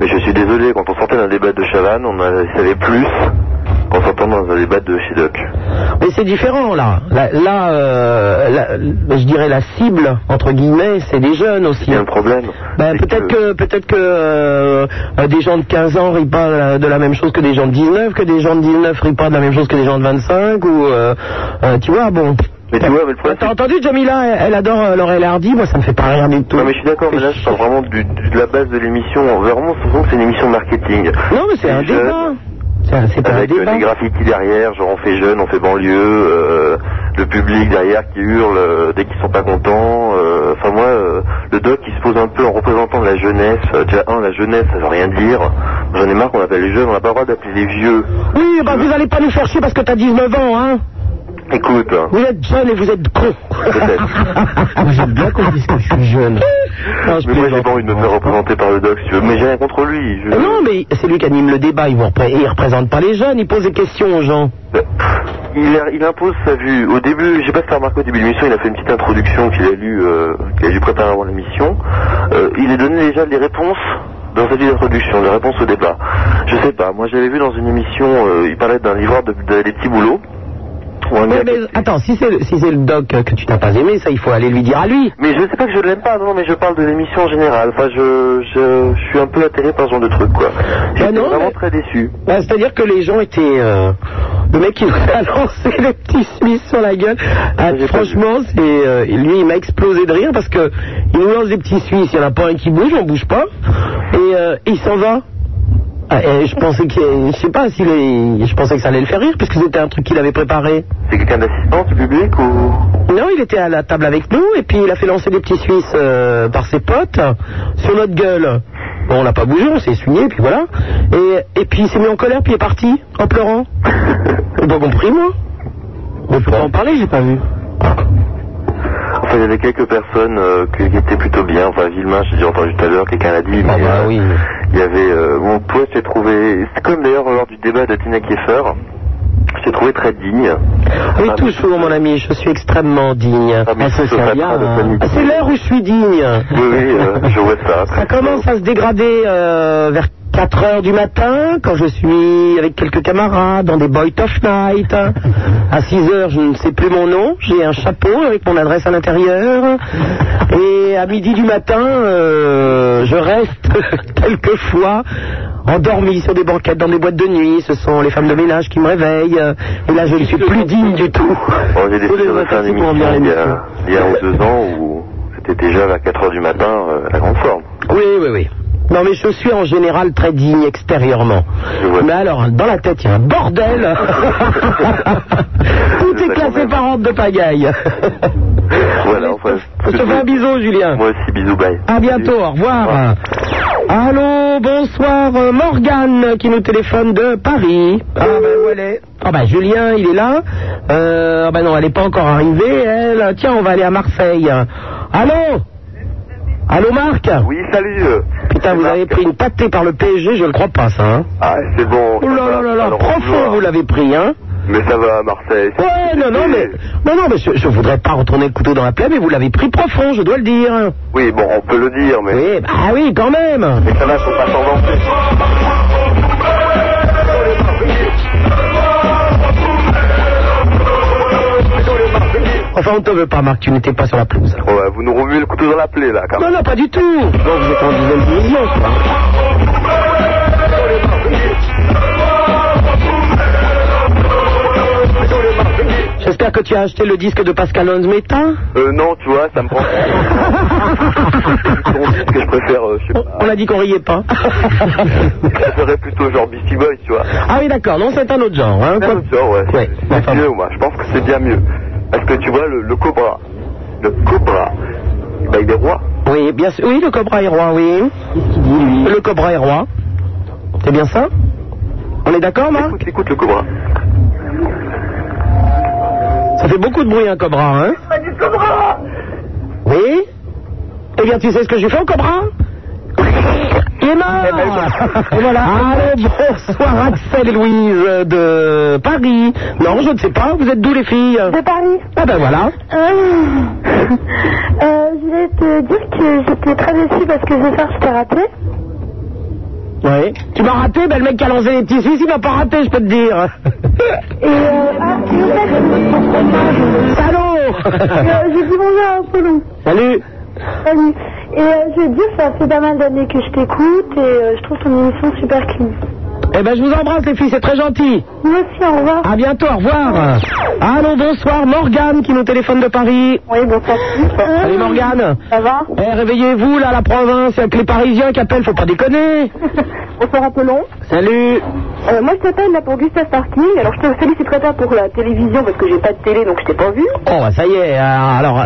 Speaker 7: Mais je suis désolé, quand on sortait d'un débat de Chavannes, on en savait plus qu'en sortant dans un débat de chez Doc.
Speaker 5: Mais c'est différent là. Là, là, euh, là, je dirais la cible entre guillemets, c'est des jeunes aussi.
Speaker 7: Il y a un problème.
Speaker 5: Ben, peut-être que, peut-être que euh, euh, des gens de 15 ans rient pas de la- de la même chose que des gens de 19, que des gens de 19 rient pas de la même chose que des gens de 25 ou euh, euh, tu vois bon.
Speaker 7: Mais tu vois, mais le problème,
Speaker 5: T'as entendu Jamila, elle, elle adore euh, Laurel et Hardy, moi ça me fait pas rire du tout.
Speaker 7: Non mais je suis d'accord, mais là je parle vraiment du- du- de la base de l'émission. Vraiment, souvent c'est une émission marketing.
Speaker 5: Non mais c'est un
Speaker 7: Les jeunes,
Speaker 5: débat. C'est un- C'est pas un
Speaker 7: Avec euh,
Speaker 5: débat.
Speaker 7: des graffitis derrière, genre on fait jeune, on fait banlieue, euh, le public derrière qui hurle euh, dès qu'ils sont pas contents. euh, Enfin moi, euh, le doc qui se pose un peu en représentant de la jeunesse. euh, déjà un, la jeunesse, ça veut rien dire. J'en ai marre qu'on appelle les jeunes, on n'a pas le droit d'appeler les vieux.
Speaker 5: Oui, bah vous allez pas nous faire chier parce que t'as 19 ans, hein
Speaker 7: Écoute, hein,
Speaker 5: Vous êtes jeune et vous êtes con.
Speaker 7: peut-être.
Speaker 5: J'aime bien qu'on dise que je suis jeune.
Speaker 7: mais moi j'ai pas envie de me faire représenter par le doc, si tu veux. Mais j'ai rien contre lui. je-
Speaker 5: Non, mais c'est lui qui anime le débat. Il, vous repré- il représente pas les jeunes, il pose des questions aux gens.
Speaker 7: Il, a- il impose sa vue. Au début, j'ai pas fait remarquer au début de l'émission, il a fait une petite introduction qu'il a lu, euh, qu'il a dû préparer avant l'émission. Euh, il a donné déjà les réponses dans sa vie d'introduction, les réponses au débat. Je sais pas, moi j'avais vu dans une émission, euh, il parlait d'un livreur de, de- des petits boulots. Ou un
Speaker 5: Oui,
Speaker 7: gars
Speaker 5: mais attends, si c'est le- si c'est le doc que tu n'as pas aimé, ça, il faut aller lui dire à lui.
Speaker 7: Mais je sais pas que je l'aime pas, non, mais je parle de l'émission en général. Enfin, je, je, je suis un peu atterré par ce genre de truc, quoi. J'étais vraiment très déçu.
Speaker 5: Bah, C'est-à-dire que les gens étaient. euh, le mec qui nous a lancé le petit Smith sur la gueule. Ah, franchement, c'est euh, lui, il m'a explosé de rire parce que il nous lance des petits Suisses. Il n'y en a pas un qui bouge, on bouge pas. Et euh, il s'en va. Ah, et je pensais que, je sais pas, s'il est- je pensais que ça allait le faire rire puisque c'était un truc qu'il avait préparé.
Speaker 7: C'est quelqu'un d'assistance public ou
Speaker 5: Non, il était à la table avec nous et puis il a fait lancer des petits Suisses euh, par ses potes sur notre gueule. Bon, on l'a pas bougé, on s'est essuyé, puis voilà. Et, et puis il s'est mis en colère, puis il est parti, en pleurant. J'ai pas compris, moi. On peut pas en parler, j'ai pas vu.
Speaker 7: Enfin, il y avait quelques personnes euh, que- qui étaient plutôt bien. Enfin, Villemain, j'ai déjà entendu tout à l'heure, quelqu'un l'a dit.
Speaker 5: Ah
Speaker 7: Mais,
Speaker 5: bah
Speaker 7: euh, Il y avait. Euh, bon, toi, je t'ai trouvé. C'est comme d'ailleurs lors du débat de Tina Kieffer. Je t'ai trouvé très digne.
Speaker 5: Ah Oui, toujours, mon ami, je suis extrêmement digne.
Speaker 7: mais ça, ça va pas, de panique.
Speaker 5: Ah, c'est l'heure où je suis digne.
Speaker 7: Oui, oui, euh, je vois ça.
Speaker 5: Ça commence à se dégrader euh, vers 4 heures du matin, quand je suis avec quelques camarades dans des boy of night. hein. À 6 heures, je ne sais plus mon nom, j'ai un chapeau avec mon adresse à l'intérieur. Et à midi du matin, euh, je reste quelquefois endormi sur des banquettes dans des boîtes de nuit. Ce sont les femmes de ménage qui me réveillent. Et là, je ne suis plus digne du tout.
Speaker 7: Bon, j'ai décidé de faire une
Speaker 5: pour
Speaker 7: émission
Speaker 5: bien
Speaker 7: il y
Speaker 5: l'émission.
Speaker 7: a, il y a un ou deux ans où c'était déjà vers 4 heures du matin euh, la grande forme.
Speaker 5: Oui, oui, oui. Non, mais je suis en général très digne extérieurement. Mais alors, dans la tête, il y a un bordel. Tout est classé par ordre de pagaille.
Speaker 7: voilà, enfin.
Speaker 5: Je te fais un bisou, Julien.
Speaker 7: Moi aussi, bisous, bye.
Speaker 5: À bientôt, au revoir. Allô, bonsoir, euh, Morgane qui nous téléphone de Paris. Ah ben où elle est Ah ben Julien, il est là. Euh, ah ben non, elle n'est pas encore arrivée, elle. Tiens, on va aller à Marseille. Allô Allô Marc
Speaker 7: Oui, salut. euh.
Speaker 5: Putain, vous avez pris une pâtée par le PSG, je le crois pas ça. Hein.
Speaker 7: Ah, c'est bon.
Speaker 5: Oh là là là là, profond vous l'avez Oh pris, hein
Speaker 7: Mais ça va à Marseille.
Speaker 5: Ouais, non, non, mais, non, non, mais je, je voudrais pas retourner le couteau dans la plaie, mais vous l'avez pris profond, je dois le dire.
Speaker 7: Oui, bon, on peut le dire, mais.
Speaker 5: Oui, bah ah oui, quand même.
Speaker 7: Mais ça va, faut pas s'en vanter.
Speaker 5: Enfin, on te veut pas, Marc, tu n'étais pas sur la pelouse.
Speaker 7: Oh, bah, vous nous remuez le couteau dans la plaie, là, quand
Speaker 5: Non, non, pas du tout. Non, vous êtes en dizaine de millions, quoi. J'espère que tu as acheté le disque de Pascal Onzmeta.
Speaker 7: Euh, non, tu vois, ça me prend. C'est mon disque que je préfère, euh, je sais pas.
Speaker 5: On a dit qu'on riait pas.
Speaker 7: Je préférerais plutôt genre Beastie Boys, tu vois.
Speaker 5: ah oui, d'accord, non, c'est un autre genre. Hein,
Speaker 7: C'est
Speaker 5: quoi.
Speaker 7: un autre genre, ouais.
Speaker 5: Ouais,
Speaker 7: C'est mieux, moi. Je pense que c'est bien mieux. Parce que tu vois, le, le cobra. Le cobra. Bah, il est roi.
Speaker 5: Oui, bien sûr. Oui, le cobra est roi, oui. Le cobra est roi. C'est bien ça On est d'accord, Marc
Speaker 7: Écoute, écoute le cobra.
Speaker 5: Ça fait beaucoup de bruit, un cobra, hein Oui Eh bien, tu sais ce que j'ai fait au cobra Il est mort Et voilà. Allez, bonsoir, Axel et Louise de Paris. Non, je ne sais pas. Vous êtes d'où, les filles De
Speaker 10: Paris.
Speaker 5: Ah ben voilà.
Speaker 10: Euh, je voulais te dire que j'étais très déçue parce que ce soir je t'ai raté.
Speaker 5: Oui. Tu m'as raté, ben le mec qui a lancé les petits suisses, il m'a pas raté, je peux te dire.
Speaker 10: Et euh, ah, tu veux faire
Speaker 5: Salaud
Speaker 10: J'ai dit bonjour à Apollon.
Speaker 5: Salut
Speaker 10: Salut. Et euh, je veux te dire, ça fait pas mal d'années que je t'écoute et euh, je trouve ton émission super clean.
Speaker 5: Eh ben, je vous embrasse, les filles, c'est très gentil.
Speaker 10: Merci, au revoir.
Speaker 5: À bientôt, au revoir. Allô, bonsoir, Morgane qui nous téléphone de Paris.
Speaker 10: Oui, bonsoir.
Speaker 11: Euh,
Speaker 5: Salut, Morgane.
Speaker 10: Ça va
Speaker 5: Eh, réveillez-vous, là, la province, avec les Parisiens qui appellent, faut pas déconner.
Speaker 10: Bonsoir, Apollon.
Speaker 5: Salut.
Speaker 11: Euh, moi, je t'appelle là pour Gustave Parking. Alors, je te féliciterai pas pour la télévision parce que j'ai pas de télé, donc je t'ai pas vu.
Speaker 5: Oh, bah, ça y est, euh, alors. euh,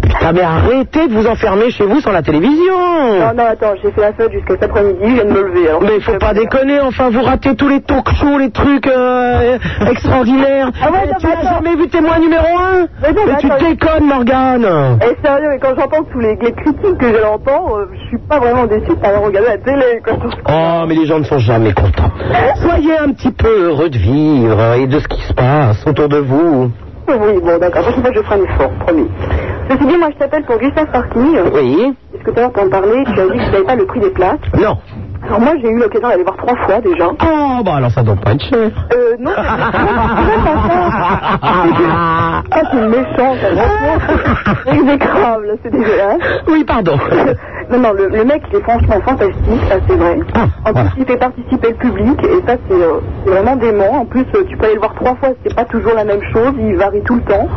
Speaker 5: Putain, mais arrêtez de vous enfermer chez vous sur la télévision
Speaker 11: Non, non, attends, j'ai fait la fête jusqu'à cet après-midi, je viens de me lever. Alors,
Speaker 5: Mais faut pas déconner, enfin, vous ratez tous les talk shows, les trucs euh, extraordinaires.
Speaker 11: Ah ouais,
Speaker 5: Eh,
Speaker 11: non,
Speaker 5: tu
Speaker 11: mais
Speaker 5: n'as
Speaker 11: attends.
Speaker 5: jamais vu témoin numéro un
Speaker 11: Mais non, mais
Speaker 5: tu
Speaker 11: attends.
Speaker 5: déconnes, Morgane
Speaker 11: Eh, sérieux, et quand j'entends tous les, les critiques que j'entends, euh, je suis pas vraiment déçue de pas avoir regardé la télé, quoi.
Speaker 5: Oh, mais les gens ne sont jamais contents. Soyez un petit peu heureux de vivre et de ce qui se passe autour de vous.
Speaker 11: Oui, bon, d'accord. La prochaine fois, je ferai un effort, promis. Ceci dit, moi, je t'appelle pour Gustave Parking.
Speaker 5: Oui.
Speaker 11: Parce que euh, tout à l'heure, pour en parler, tu as dit que tu savais pas le prix des places.
Speaker 5: Non.
Speaker 11: Alors, moi, j'ai eu l'occasion d'aller voir trois fois déjà.
Speaker 5: Oh, bah alors ça doit pas être cher.
Speaker 11: Euh, non, c'est pas ça. Ah, c'est méchant, ça, hein, franchement. Exécrable, c'est dégueulasse.
Speaker 5: Oui, pardon.
Speaker 11: Non, non, le, le mec, il est franchement fantastique, ça c'est vrai.
Speaker 5: Ah,
Speaker 11: en plus, il fait participer le public, et ça, c'est euh, c'est vraiment dément. En plus, euh, tu peux aller le voir trois fois, c'est pas toujours la même chose, il varie tout le temps.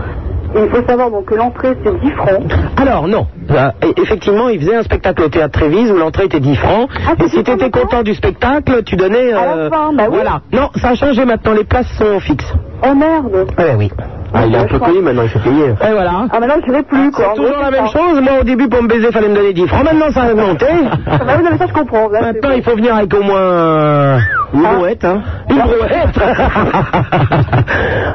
Speaker 11: Et il faut savoir donc que l'entrée, c'est 10 francs.
Speaker 5: Alors, non. Euh, e- effectivement, il faisait un spectacle au théâtre Trévise où l'entrée était 10 francs. et si tu étais content du spectacle, tu donnais. euh, Voilà. Non, ça a changé maintenant. Les places sont fixes.
Speaker 11: Oh merde
Speaker 5: Ouais, oui.
Speaker 24: Ah, il est un peu connu maintenant, il fait payer.
Speaker 5: Et voilà.
Speaker 11: Ah, maintenant, je vais plus, quoi.
Speaker 5: C'est toujours la même chose. Moi, au début, pour me baiser, fallait me donner 10 francs. Maintenant, ça a augmenté.
Speaker 11: Ah, oui, non, mais ça, je comprends. Là, c'est-
Speaker 5: Maintenant, il faut venir avec au moins euh, une brouette. Hein. Une brouette.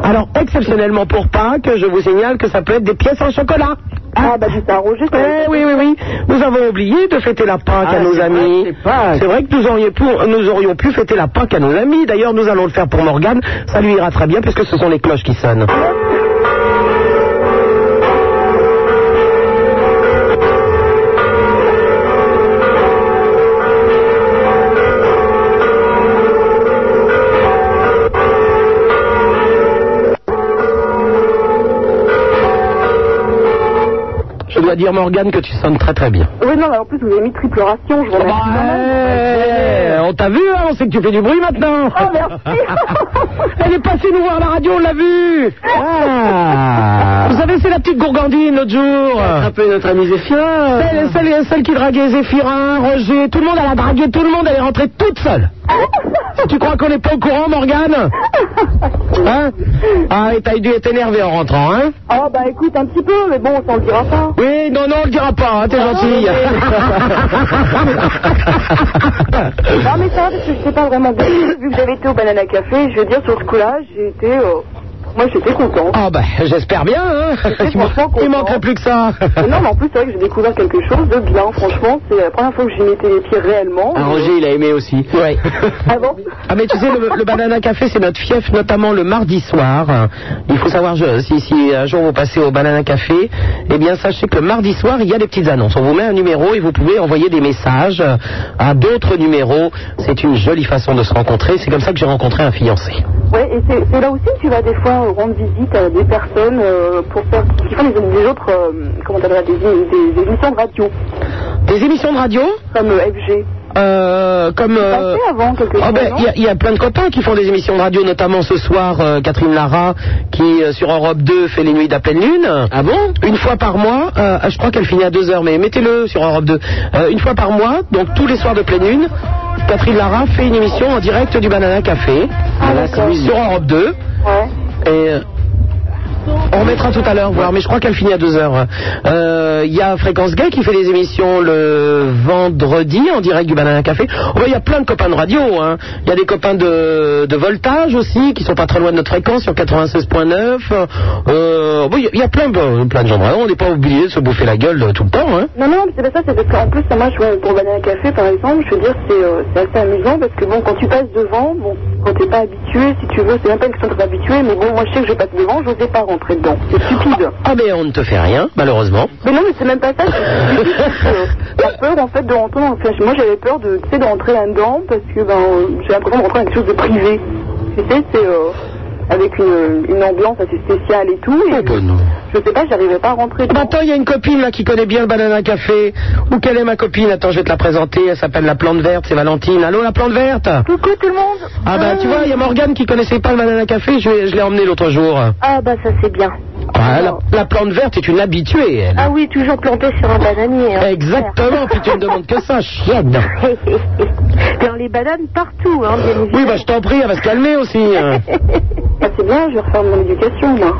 Speaker 5: Alors, exceptionnellement pour Pâques, je vous signale que ça peut être des pièces en chocolat.
Speaker 11: Ah, bah, du tarot, juste.
Speaker 5: Eh oui, oui, oui. Nous avons oublié de fêter la Pâques à nos amis. C'est vrai que nous, auriez pu- nous aurions pu fêter la Pâques à nos amis. D'ailleurs, nous allons le faire pour Morgane. Ça lui ira très bien puisque ce sont les cloches qui sonnent. Je dois dire, Morgane, que tu sonnes très très bien.
Speaker 11: Oui, non, mais en plus, vous avez mis triple ration, je vous remercie.
Speaker 5: Eh, Bah, on t'a vu, hein, on sait que tu fais du bruit maintenant.
Speaker 11: Oh, merci.
Speaker 5: Elle est passée nous voir à la radio, on l'a vu. Ah. Vous savez, c'est la petite gourgandine l'autre jour.
Speaker 24: Attraper notre ami Zéphirin.
Speaker 5: Celle, celle- celle qui draguait Zéphirin, Roger, tout le monde, elle a dragué tout le monde, elle est rentrée toute seule. tu crois qu'on n'est pas au courant, Morgane Hein Ah, et t'as dû être énervé en rentrant, hein
Speaker 11: Oh, bah, écoute, un petit peu, mais bon, ça, on le dira pas.
Speaker 5: Oui, non, non, on le dira pas, hein, t'es
Speaker 11: Ah,
Speaker 5: gentille.
Speaker 11: Non, mais ça, va, parce que je sais pas vraiment bien. Vu que j'avais été au Banana Café, je veux dire, sur ce coup-là, j'ai été. euh, Moi, j'étais contente.
Speaker 5: Ah, bah, j'espère bien, hein Il man- Il manquerait plus que ça.
Speaker 11: Mais non, mais en plus, c'est vrai que j'ai découvert quelque chose de bien. Franchement, c'est la première fois que j'y mettais les pieds réellement.
Speaker 24: Ah, Roger, il a aimé aussi.
Speaker 5: Ouais.
Speaker 11: Ah bon
Speaker 5: Ah mais tu sais, le, le Banana Café, c'est notre fief, notamment le mardi soir. Il faut savoir, je- si, si un jour vous passez au Banana Café, eh bien sachez que le mardi soir, il y a des petites annonces. On vous met un numéro et vous pouvez envoyer des messages à d'autres numéros. C'est une jolie façon de se rencontrer. C'est comme ça que j'ai rencontré un fiancé.
Speaker 11: Ouais, et c'est c'est là aussi que tu vas des fois euh, rendre visite à des personnes euh, pour faire, qui font des, des autres, euh, comment t'appelles ça, des, des, des émissions de radio.
Speaker 5: Des émissions de radio
Speaker 11: Comme euh, FG.
Speaker 5: Euh, comme...
Speaker 11: C'est
Speaker 5: euh,
Speaker 11: passé avant quelque
Speaker 5: Ah
Speaker 11: chose,
Speaker 5: ben,
Speaker 11: non
Speaker 5: il y a- il y, a plein de copains qui font des émissions de radio, notamment ce soir euh, Catherine Lara qui euh, sur Europe 2 fait les nuits de la pleine lune. Ah bon Une fois par mois, euh, je crois qu'elle finit à 2 heures, mais mettez-le sur Europe 2. Euh, une fois par mois, donc tous les soirs de pleine lune, Catherine Lara fait une émission en direct du Banana Café sur Europe 2. Et euh, on remettra tout à l'heure, voir, mais je crois qu'elle finit à 2 heures. Euh, Il y a Fréquence Gay qui fait des émissions le vendredi en direct du Banana Café. Oh, Il y a plein de copains de radio. hein. Il y a des copains de, de Voltage aussi qui sont pas très loin de notre fréquence sur 96.9. Euh, bon, Il y a- il y a plein, de- plein de gens de radio. On n'est pas obligé de se bouffer la gueule euh, tout le temps. hein.
Speaker 11: Non, non, mais c'est pas ça, c'est parce qu'en plus, moi, je vois pour Banana Café, par exemple, je veux dire, c'est euh, c'est assez amusant parce que bon, quand tu passes devant, bon, quand t'es pas habitué, si tu veux, c'est même pas une question de pas habitué, mais bon, moi, je sais que je passe devant, je n'osais pas rentrer dedans. C'est stupide.
Speaker 5: Ah mais on ne te fait rien, malheureusement.
Speaker 11: Mais non, mais c'est même pas ça, c'est stupide parce que t'as peur, en fait, de rentrer dans enfin, Moi, j'avais peur de, tu sais, de rentrer là-dedans parce que, ben, euh, j'ai l'impression de rentrer dans quelque chose de privé. Tu sais, c'est euh, avec une, une ambiance assez spéciale et tout. Et Je sais pas, j'arrivais pas à rentrer.
Speaker 5: Bah, attends, il y a une copine là qui connaît bien le banana café. Où qu'elle est ma copine Attends, je vais te la présenter. Elle s'appelle la plante verte, c'est Valentine. Allô, la plante verte
Speaker 11: Coucou tout le monde
Speaker 5: Ah bah tu vois, il y a Morgane qui connaissait pas le banana café, je, vais- je l'ai emmené l'autre jour.
Speaker 11: Ah bah ça c'est bien.
Speaker 5: Bah, la, la plante verte est une habituée, elle.
Speaker 10: Ah oui, toujours planté sur un bananier. hein.
Speaker 5: Exactement, puis tu ne demandes que ça, chienne.
Speaker 10: Dans les bananes partout, hein, bien évidemment.
Speaker 5: Oui, bah je t'en prie, elle va se calmer aussi. hein.
Speaker 11: Ah,
Speaker 10: c'est bien, je vais refaire mon éducation, moi.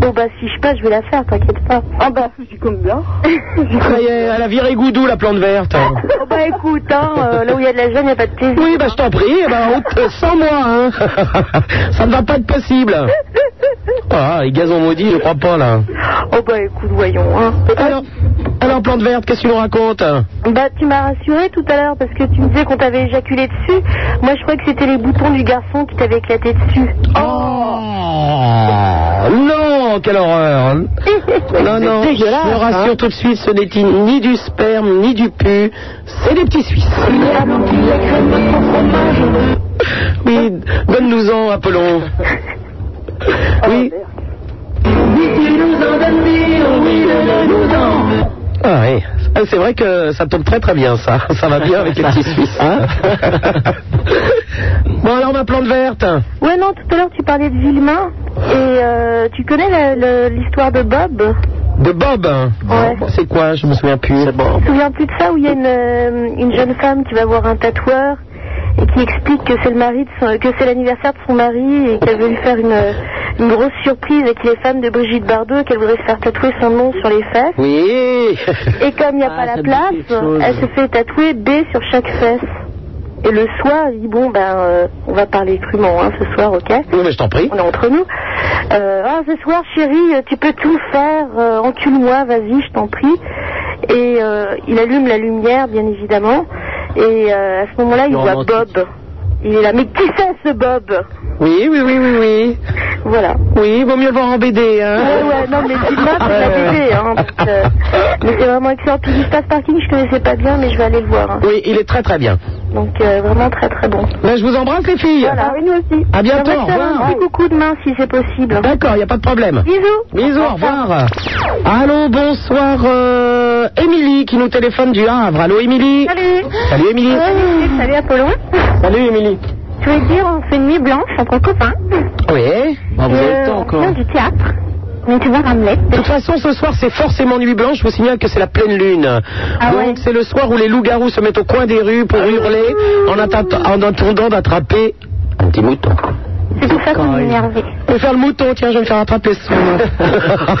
Speaker 10: Bon, bah, si je passe, je vais la faire, t'inquiète pas. Ah, bah, je suis comme bien.
Speaker 11: Eh
Speaker 5: Ça y est, elle a viré goudou, la plante verte.
Speaker 10: oh, bah, écoute, hein, euh, là où il y a de la jeune, il n'y a pas de plaisir.
Speaker 5: Oui, bah je t'en prie, eh ben, on te- sans moi, hein. ça ne va pas être possible. Ah, les gazons maudits, je crois pas, là.
Speaker 10: Oh, bah, écoute, voyons, hein.
Speaker 5: Alors, alors plante verte, qu'est-ce que tu nous racontes
Speaker 10: Bah, tu m'as rassuré tout à l'heure parce que tu me disais qu'on t'avait éjaculé dessus. Moi, je croyais que c'était les boutons du garçon qui t'avaient éclaté dessus.
Speaker 5: Oh non, quelle horreur Non, non, je
Speaker 26: dégueulasse,
Speaker 5: te rassure tout de suite, ce n'est ni du sperme, ni du pu, c'est des petits Suisses. Oui, donne-nous-en, Apollon. Oui. Ah oui. Ah, C'est vrai que ça tombe très très bien ça. Ça va bien avec les petits Suisses. hein. bon alors ma plante verte.
Speaker 10: Ouais, non, tout à l'heure, tu parlais de Villemain. Et euh, tu connais la- le- l'histoire de Bob
Speaker 5: De Bob. hein. Bob, C'est quoi Je me souviens plus.
Speaker 10: Tu te souviens plus de ça où il y a une, euh, une jeune femme qui va voir un tatoueur et qui explique que c'est le mari de son- que c'est l'anniversaire de son mari et qu'elle veut lui faire une, une grosse surprise et qu'il est fan de Brigitte Bardot et qu'elle voudrait se faire tatouer son nom sur les fesses.
Speaker 5: Oui.
Speaker 10: Et comme il n'y a pas la place, elle se fait tatouer B sur chaque fesse. Et le soir, elle dit bon ben euh, on va parler crûment hein, ce soir, ok
Speaker 5: Oui mais je t'en prie.
Speaker 10: On est entre nous. Euh, ah ce soir chérie, euh, tu peux tout faire, euh, encule-moi, vas-y, je t'en prie. Et euh, il allume la lumière bien évidemment. Et euh, à ce moment-là, il
Speaker 5: Non,
Speaker 10: voit
Speaker 5: non, tu-
Speaker 10: Bob. Il est là, mais qui c'est ce Bob
Speaker 5: Oui, oui, oui, oui, oui.
Speaker 10: Voilà.
Speaker 5: Oui, vaut mieux le voir en BD, hein.
Speaker 10: Ouais, ouais, non, mais c'est là, c'est la
Speaker 5: euh.
Speaker 10: BD, hein. parce que- mais c'est vraiment excellent. Puis l'espace parking, je connaissais pas bien, mais je vais aller le voir. hein.
Speaker 5: Oui, il est très très bien.
Speaker 10: Donc euh, vraiment très très bon.
Speaker 5: Ben, je vous embrasse les filles.
Speaker 10: Voilà. Ah Oui, nous aussi.
Speaker 5: À bientôt,
Speaker 10: J'aimerais
Speaker 5: au
Speaker 10: faire
Speaker 5: revoir.
Speaker 10: Un petit coucou de main si c'est possible.
Speaker 5: D'accord, il n'y a pas de problème.
Speaker 10: Bisous.
Speaker 5: Bisous, au revoir. Allô, bonsoir, euh, Émilie qui nous téléphone du Havre. Allô, Émilie.
Speaker 10: Salut.
Speaker 5: Salut, Émilie.
Speaker 10: Salut, salut Apollon.
Speaker 5: Salut, Émilie.
Speaker 10: Je voulais dire, on fait une nuit blanche entre copains.
Speaker 5: Oui. Ah, vous
Speaker 10: Et,
Speaker 5: avez le
Speaker 10: euh,
Speaker 5: temps
Speaker 10: On
Speaker 5: encore.
Speaker 10: vient du théâtre. On est voir Hamlet.
Speaker 5: De toute façon, ce soir, c'est forcément nuit blanche. Je vous signale que c'est la pleine lune. Donc, c'est le soir où les loups-garous se mettent au coin des rues pour hurler en, atta- en attendant d'attraper un petit mouton.
Speaker 10: C'est pour ça qu'on est énervé.
Speaker 5: Je vais faire le mouton, tiens, je vais me faire attraper ce
Speaker 10: Je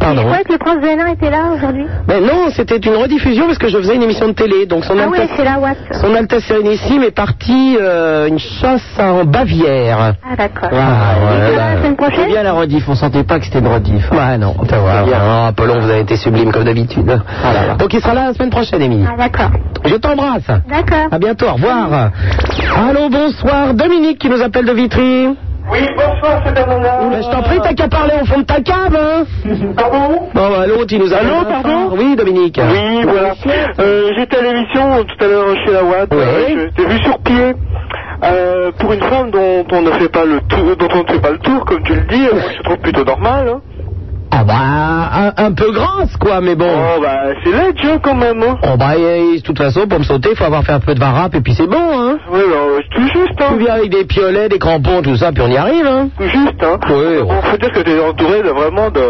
Speaker 5: Pardon.
Speaker 10: croyais que le prince de Hénin était là aujourd'hui.
Speaker 5: Mais non, c'était une rediffusion parce que je faisais une émission de télé. Donc son
Speaker 10: Ah oui,
Speaker 5: Altesse,
Speaker 10: c'est la Watt.
Speaker 5: son Altesse Sérénissime est partie euh, une chasse en Bavière.
Speaker 10: Ah d'accord.
Speaker 5: Ah,
Speaker 10: Et toi, la semaine
Speaker 5: C'est
Speaker 10: prochaine
Speaker 5: bien la rediff, on sentait pas que c'était une rediff. Ouais, non. T'as voir, vraiment, Apollon, vous avez été sublime comme d'habitude. Donc il sera Ah, là la semaine prochaine, Émilie.
Speaker 10: Ah d'accord.
Speaker 5: Je t'embrasse.
Speaker 10: D'accord.
Speaker 5: À bientôt, au revoir. Allô, bonsoir. Dominique qui nous appelle de Vitry.
Speaker 7: Oui, bonsoir, c'est Bernard.
Speaker 5: Mais je t'en prie, t'as qu'à parler au fond de ta cave, hein
Speaker 7: Pardon
Speaker 5: Bon, bah, l'autre, il nous a...
Speaker 7: Allô, pardon
Speaker 5: Oui, Dominique.
Speaker 7: Oui, voilà. Euh, J'étais à l'émission tout à l'heure chez la Watt. Euh, Je t'ai vu sur pied. Euh, pour une femme dont on ne fait pas le tour, dont on ne fait pas le tour, comme tu le dis, euh, moi, je trouve plutôt normal. Hein.
Speaker 5: Ah bah, un, un peu grasse, quoi, mais bon.
Speaker 7: Oh bah, c'est laid, Joe, quand même. Hein.
Speaker 5: Oh bah, eh, de toute façon, pour me sauter, faut avoir fait un peu de varap, et puis c'est bon, hein
Speaker 7: Oui, bah, c'est tout juste, hein.
Speaker 5: Tu viens avec des piolets, des crampons, tout ça, puis on y arrive, hein
Speaker 7: Tout juste, hein.
Speaker 5: Oui.
Speaker 7: Bon, faut dire que t'es entouré de vraiment de,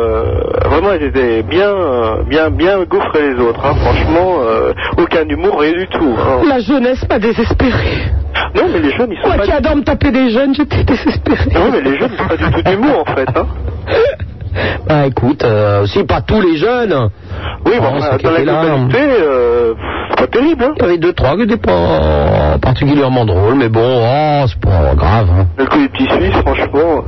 Speaker 7: vraiment, ils étaient bien, euh, bien, bien gaufrés les autres, hein. Franchement, euh, aucun humour, rien du tout. hein.
Speaker 5: La jeunesse m'a désespérée.
Speaker 7: Non, mais les jeunes, ils sont
Speaker 5: Moi
Speaker 7: pas.
Speaker 5: qui adore me taper des jeunes, j'étais désespérée.
Speaker 7: Non, mais les jeunes, ils n'ont pas du tout d'humour, en fait, hein.
Speaker 5: Bah écoute, euh, si pas tous les jeunes.
Speaker 7: Oui,
Speaker 5: Oh,
Speaker 7: bon,
Speaker 5: ceux
Speaker 7: bah,
Speaker 5: qui
Speaker 7: dans la
Speaker 5: étaient là,
Speaker 7: globalité, euh, c'est pas terrible, hein.
Speaker 5: Il y avait deux, trois qui n'étaient pas particulièrement drôles, mais bon, oh, c'est pas grave. Hein.
Speaker 7: Le coup des petits Suisses, franchement.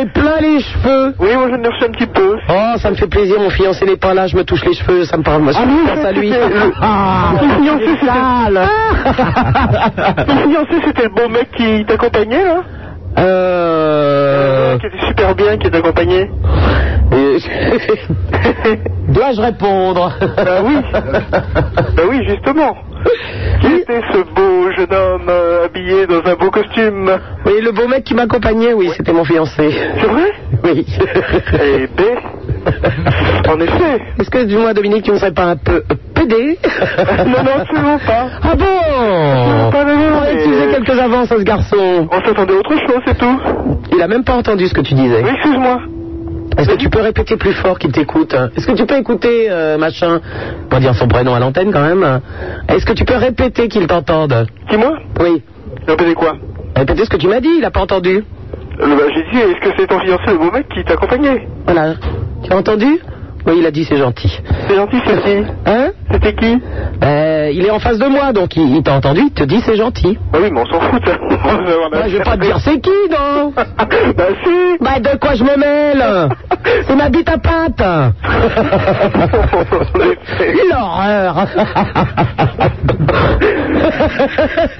Speaker 5: Et plein les cheveux.
Speaker 7: oui, moi, je me refais un petit peu.
Speaker 5: Oh, ça me fait plaisir, mon fiancé n'est pas là, je me touche les cheveux, ça me parle. Moi,
Speaker 7: Ah,
Speaker 5: je
Speaker 7: lui,
Speaker 5: pense à lui.
Speaker 7: c'était le-
Speaker 5: Ah,
Speaker 7: Mon fiancé,
Speaker 5: c'est
Speaker 7: c'était-
Speaker 5: sale.
Speaker 7: Ton fiancé, c'était le beau mec qui t'accompagnait, là
Speaker 5: Euh...
Speaker 7: Qui était super bien, qui t'accompagnait
Speaker 5: euh, Dois-je répondre
Speaker 7: Bah oui. Bah oui, justement. Qui était ce beau jeune homme euh, habillé dans un beau costume
Speaker 5: Oui, le beau mec qui m'accompagnait, oui, c'était mon fiancé.
Speaker 7: C'est vrai
Speaker 5: Oui.
Speaker 7: Eh ben,
Speaker 27: En effet.
Speaker 5: Est-ce que, dis-moi, Dominique, tu ne serais pas un peu euh, pédé
Speaker 27: Non, non, absolument pas.
Speaker 5: Ah bon On a excusé quelques avances à ce garçon.
Speaker 27: On s'attendait à autre chose, c'est tout.
Speaker 5: Il a même pas entendu ce que tu disais.
Speaker 27: Oui, excuse-moi.
Speaker 5: Est-ce que tu peux répéter plus fort qu'il t'écoute hein Est-ce que tu peux écouter, euh, machin, pas dire son prénom à l'antenne quand même hein Est-ce que tu peux répéter qu'il t'entende
Speaker 27: Qui, moi
Speaker 5: Oui.
Speaker 27: Répétez quoi
Speaker 5: Répéter ce que tu m'as dit, il n'a pas entendu.
Speaker 27: Euh, bah, J'ai dit, est-ce que c'est ton fiancé, le beau mec, qui t'accompagnait
Speaker 5: Voilà. Tu as entendu Oui, il a dit c'est gentil.
Speaker 27: C'est gentil, c'est qui
Speaker 5: Hein
Speaker 27: C'était qui
Speaker 5: Euh, Il est en face de moi, donc il, il t'a entendu, il te dit c'est gentil.
Speaker 27: Bah oui, mais on s'en fout, ça.
Speaker 5: Moi, je vais pas te dire Bah, c'est qui, non
Speaker 27: Bah si
Speaker 5: Bah de quoi je me mêle C'est ma bite à pâte L'horreur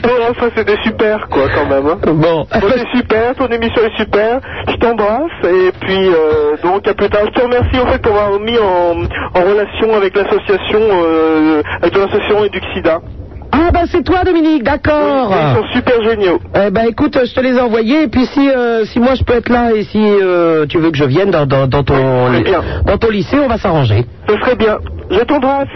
Speaker 27: Bon, enfin, c'était super, quoi, quand même. hein.
Speaker 5: Bon,
Speaker 27: Bon, c'est super, ton émission est super, je t'embrasse, et puis, euh, donc, à plus tard. Je te remercie, en fait, d'avoir mis en, en relation avec l'association, euh, avec l'association Eduxida.
Speaker 5: ah bah c'est toi Dominique, d'accord
Speaker 27: Ils sont super géniaux.
Speaker 5: Eh ben écoute, je te les ai envoyés et puis si euh, si moi je peux être là et si euh, tu veux que je vienne dans, dans, dans ton
Speaker 27: Oui, très bien.
Speaker 5: dans ton lycée, on va s'arranger.
Speaker 27: Ce serait bien. Je t'embrasse.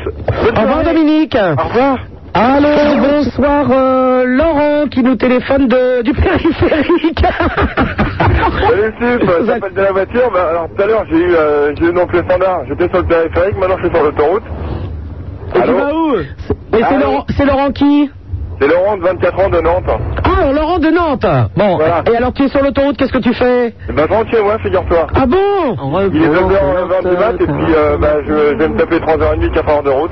Speaker 5: Au revoir Dominique.
Speaker 27: Au revoir.
Speaker 5: Allô, bonsoir euh, Laurent qui nous téléphone de, du périphérique.
Speaker 2: Salut Steve, je t'appelle de la voiture. Bah, alors tout à l'heure j'ai eu, euh, j'ai eu donc le standard. J'étais sur le périphérique, maintenant je suis sur l'autoroute. Allô
Speaker 5: Mais c'est
Speaker 2: Allô
Speaker 5: Laurent, c'est Laurent qui
Speaker 2: C'est Laurent de 24 ans de Nantes.
Speaker 5: Ah Laurent de Nantes. Bon, et alors tu es sur l'autoroute, qu'est-ce que tu fais
Speaker 2: Bah tranquille, ouais, figure-toi.
Speaker 5: Ah bon
Speaker 2: Il est
Speaker 5: Oh,
Speaker 2: 2h20 du mat et puis euh, bah, je, je vais me taper 3h30, 4h de route.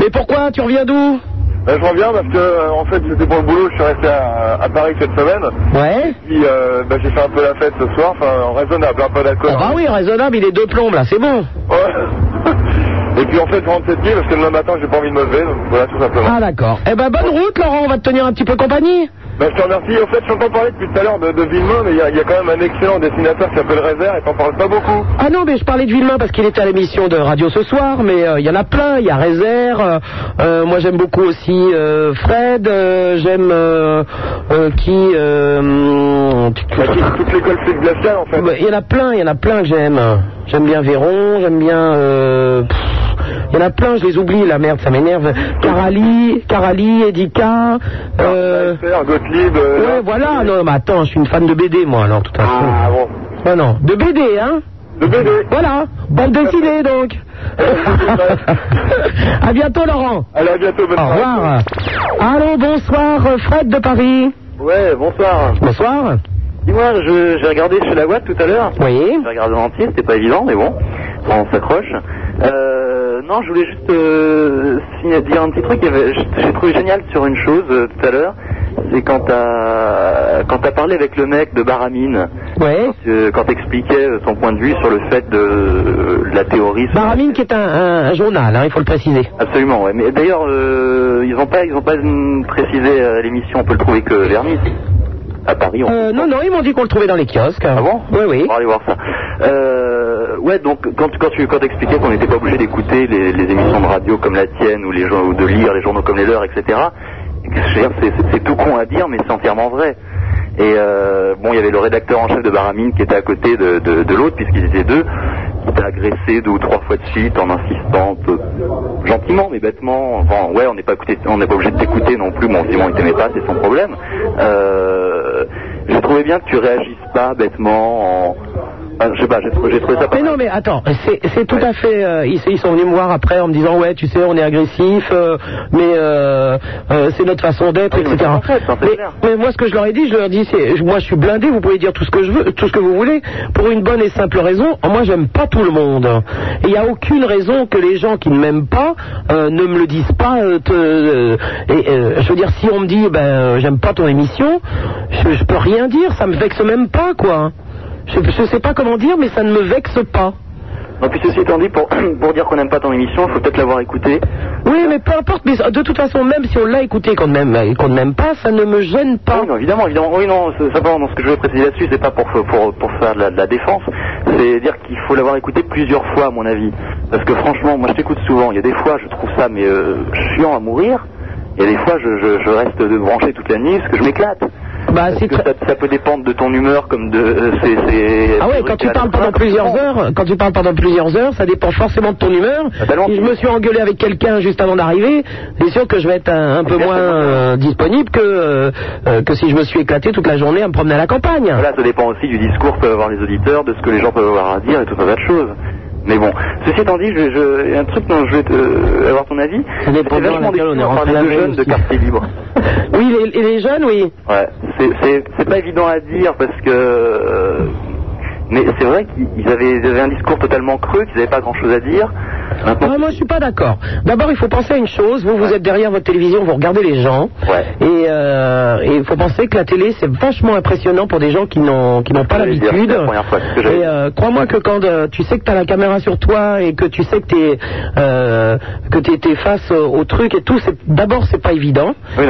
Speaker 5: Mais pourquoi Tu reviens d'où
Speaker 2: Bah, je reviens parce que euh, en fait c'était pour le boulot, je suis resté à, à Paris cette semaine.
Speaker 5: Ouais.
Speaker 2: Puis euh, bah, j'ai fait un peu la fête ce soir, enfin raisonnable, un peu d'alcool.
Speaker 5: Ah bah oui, raisonnable, il est deux plombes là, c'est bon.
Speaker 2: Ouais. Et puis en fait je rentre cette nuit parce que demain matin j'ai pas envie de me lever, donc voilà tout simplement.
Speaker 5: Ah d'accord. Eh ben bonne route Laurent, on va te tenir un petit peu compagnie.
Speaker 2: Bah, je te remercie. En fait, je t'entends parler depuis tout à l'heure de, de Villemot, mais il y, a- il y a quand même un excellent dessinateur qui s'appelle Rézère et t'en parles pas beaucoup.
Speaker 5: Ah non, mais je parlais de Villemain parce qu'il était à l'émission de radio ce soir, mais euh, il y en a plein. Il y a Réserve. euh, euh, moi, j'aime beaucoup aussi euh, Fred. euh, j'aime euh, euh, qui. euh, hum,
Speaker 2: Toute l'école c'est glaciale en fait.
Speaker 5: bah, Il y en a plein. Il y en a plein que j'aime. hein. J'aime bien Véron. J'aime bien. euh, pff, il y en a plein. Je les oublie. La merde, ça m'énerve. Carali, Carali, Edika. Euh,
Speaker 2: Faire Ah, Gottlieb. euh,
Speaker 5: ouais, voilà. Non, mais attends, je suis une fan de BD, moi. Alors, tout à fait.
Speaker 2: Ah bon.
Speaker 5: Ah non, de BD, hein
Speaker 2: De BD.
Speaker 5: Voilà, bande dessinée donc. à bientôt Laurent.
Speaker 2: Allez, à bientôt, bonne
Speaker 5: Au revoir. Allô, bonsoir euh, Fred de Paris.
Speaker 7: Ouais, bonsoir.
Speaker 5: Bonsoir.
Speaker 7: Dis-moi, je- j'ai regardé chez la Watt tout à l'heure.
Speaker 5: Oui.
Speaker 7: J'ai regardé en entier, c'était pas évident, mais bon, on s'accroche. Euh, non, je voulais juste euh, signa- dire un petit truc. Il y avait- j- J'ai trouvé génial sur une chose euh, tout à l'heure. C'est quand t'as quand t'as parlé avec le mec de Baramine.
Speaker 5: Ouais.
Speaker 7: Euh, Quand t'expliquais euh, son point de vue sur le fait de, euh, la théorie. sur-
Speaker 5: Baramine qui est un, un- un journal, hein, il faut le préciser.
Speaker 7: Absolument, ouais. Mais d'ailleurs, euh, ils ont pas ils ont pas mm, précisé euh, l'émission. On peut le trouver que vernis à Paris. On...
Speaker 5: Euh, non, non, ils m'ont dit qu'on le trouvait dans les kiosques.
Speaker 7: Ah bon
Speaker 5: Oui, oui.
Speaker 7: On va aller voir ça. Euh, ouais, donc quand, quand tu quand t'expliquais qu'on n'était pas obligé d'écouter les, les émissions de radio comme la tienne ou les jour- ou de lire les journaux comme les leurs, etc. je veux dire, c'est- c'est- C'est tout con à dire, mais c'est entièrement vrai. Et euh, bon, il y avait le rédacteur en chef de Baramine qui était à côté de, de- de l'autre, puisqu'ils étaient deux, qui t'a agressé deux ou trois fois de suite en insistant peu- gentiment, mais bêtement. Enfin, ouais, on n'est pas, écouté- on n'est pas obligé de t'écouter non plus. Bon, évidemment, il t'aimait pas, c'est son problème. Euh, je trouvais bien que tu réagisses pas bêtement en... Ah, je sais pas, j'ai trouvé, j'ai trouvé ça pas
Speaker 5: Mais non, mais attends, c'est c'est tout à fait. euh, ils, ils sont venus me voir après en me disant ouais, tu sais, on est agressif, euh, mais euh, euh, c'est notre façon d'être, etc. Mais, mais moi, ce que je leur ai dit, je leur ai dit, c'est- je- moi, je suis blindé. Vous pouvez dire tout ce que je veux, tout ce que vous voulez, pour une bonne et simple raison. oh, Moi, j'aime pas tout le monde. Et Il n'y a aucune raison que les gens qui ne m'aiment pas euh, ne me le disent pas. euh, te- euh, et, euh, je veux dire, si on me dit ben euh, j'aime pas ton émission, je, je peux rien dire. Ça me vexe même pas, quoi. Je, je sais pas comment dire, mais ça ne me vexe pas.
Speaker 7: Non, puis ceci étant dit, pour, pour dire qu'on n'aime pas ton émission, il faut peut-être l'avoir écoutée.
Speaker 5: Oui, mais peu importe, mais euh, de toute façon, même si on l'a écouté qu'on ne m'aime qu'on ne m'aime pas, ça ne me gêne pas.
Speaker 7: Oui, non, évidemment, évidemment. Oui, non, c'est- simplement, non, ce que je voulais préciser là-dessus, c'est pas pour, pour, pour faire de la, de la défense, c'est dire qu'il faut l'avoir écouté plusieurs fois, à mon avis. Parce que franchement, moi je t'écoute souvent, il y a des fois, je trouve ça, mais
Speaker 5: Ah,
Speaker 7: euh, chiant à mourir, il y a des fois, je, je, je reste de brancher toute la nuit parce que je m'éclate.
Speaker 5: Bah,
Speaker 7: Parce que ça, ça peut dépendre de ton humeur comme de. euh, c'est- c'est-
Speaker 5: Ah ouais, quand tu parles pendant plusieurs heures, quand tu parles pendant plusieurs heures, ça dépend forcément de ton humeur.
Speaker 7: Ah bah
Speaker 5: Si je me suis engueulé avec quelqu'un juste avant d'arriver, c'est sûr que je vais être un, un peu moins euh, disponible que euh, euh, que si je me suis éclaté toute la journée à me promener à la campagne.
Speaker 7: Voilà, ça dépend aussi du discours que peuvent avoir les auditeurs, de ce que les gens peuvent avoir à dire et tout un tas de choses. Mais bon, ceci étant dit, je, je, il y a un truc dont je vais te- euh, avoir ton avis. C'est vachement difficile de parler de jeunes de quartier libre.
Speaker 5: Oui, les, les jeunes, oui.
Speaker 7: Ouais, c'est- c'est c'est pas évident à dire parce que. euh, Mais c'est vrai qu'ils avaient, ils avaient un discours totalement creux, qu'ils n'avaient pas grand chose à dire.
Speaker 5: Ouais, Ah, moi, je suis pas d'accord. D'abord, il faut penser à une chose. Vous, vous êtes derrière votre télévision, vous regardez les gens. Et euh, et il faut penser que la télé, c'est vachement impressionnant pour des gens qui n'ont qui n'ont pas
Speaker 7: J'allais dire,
Speaker 5: l'habitude.
Speaker 7: c'est la première fois que j'allais
Speaker 5: Et euh, crois-moi que quand euh, tu sais que t'as la caméra sur toi et que tu sais que t'es euh, que t'es t'es face au, au truc et tout, c'est d'abord c'est pas évident. et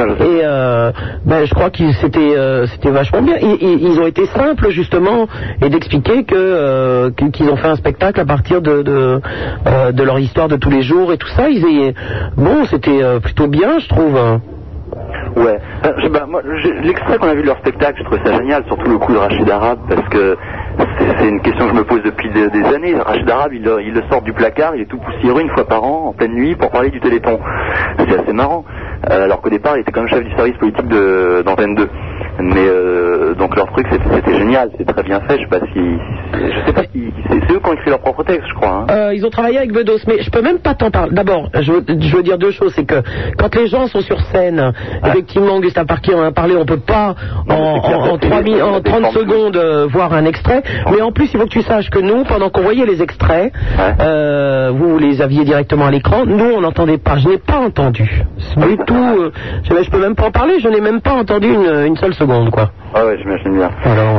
Speaker 5: euh, ben je crois que c'était euh, c'était vachement bien. Ils, ils- ils ont été simples justement et d'expliquer que euh, qu'- qu'ils ont fait un spectacle à partir de de, euh, de leur histoire de tous les jours et tout ça. Ils aient- bon c'était euh, plutôt bien je trouve. hein.
Speaker 7: Ouais. Euh, je- bah, moi, je- L'extrait qu'on a vu de leur spectacle, je trouvais ça génial, surtout le coup de Rachid Arabe, parce que c'est c'est une question que je me pose depuis des, des années. Rachid Arabe, il, le- il le sort du placard, il est tout poussiéreux une fois par an, en pleine nuit, pour parler du Téléthon. C'est assez marrant. Euh, alors qu'au départ, il était quand même chef du service politique de- d'Antenne 2. Mais euh, donc leur truc, c'était c'était génial, c'est très bien fait. Je sais pas si, si- je sais pas si c'est c'est eux qui ont écrit leur propre texte, je crois. hein.
Speaker 5: Euh, ils ont travaillé avec Bedos, mais je peux même pas t'en parler. D'abord, je, veux- je veux dire deux choses, c'est que quand les gens sont sur scène, effectivement, Gustave Parquier en a parlé, on peut pas en, en- en trois mi- en 30 secondes euh, voir un extrait, mais en plus, il faut que tu saches que nous, pendant qu'on voyait les extraits, euh, vous les aviez directement à l'écran, nous, on n'entendait pas, je n'ai pas entendu. Du tout, euh, je, je peux même pas en parler, je n'ai même pas entendu une, une seule seconde, quoi.
Speaker 7: Ah ouais, j'imagine bien.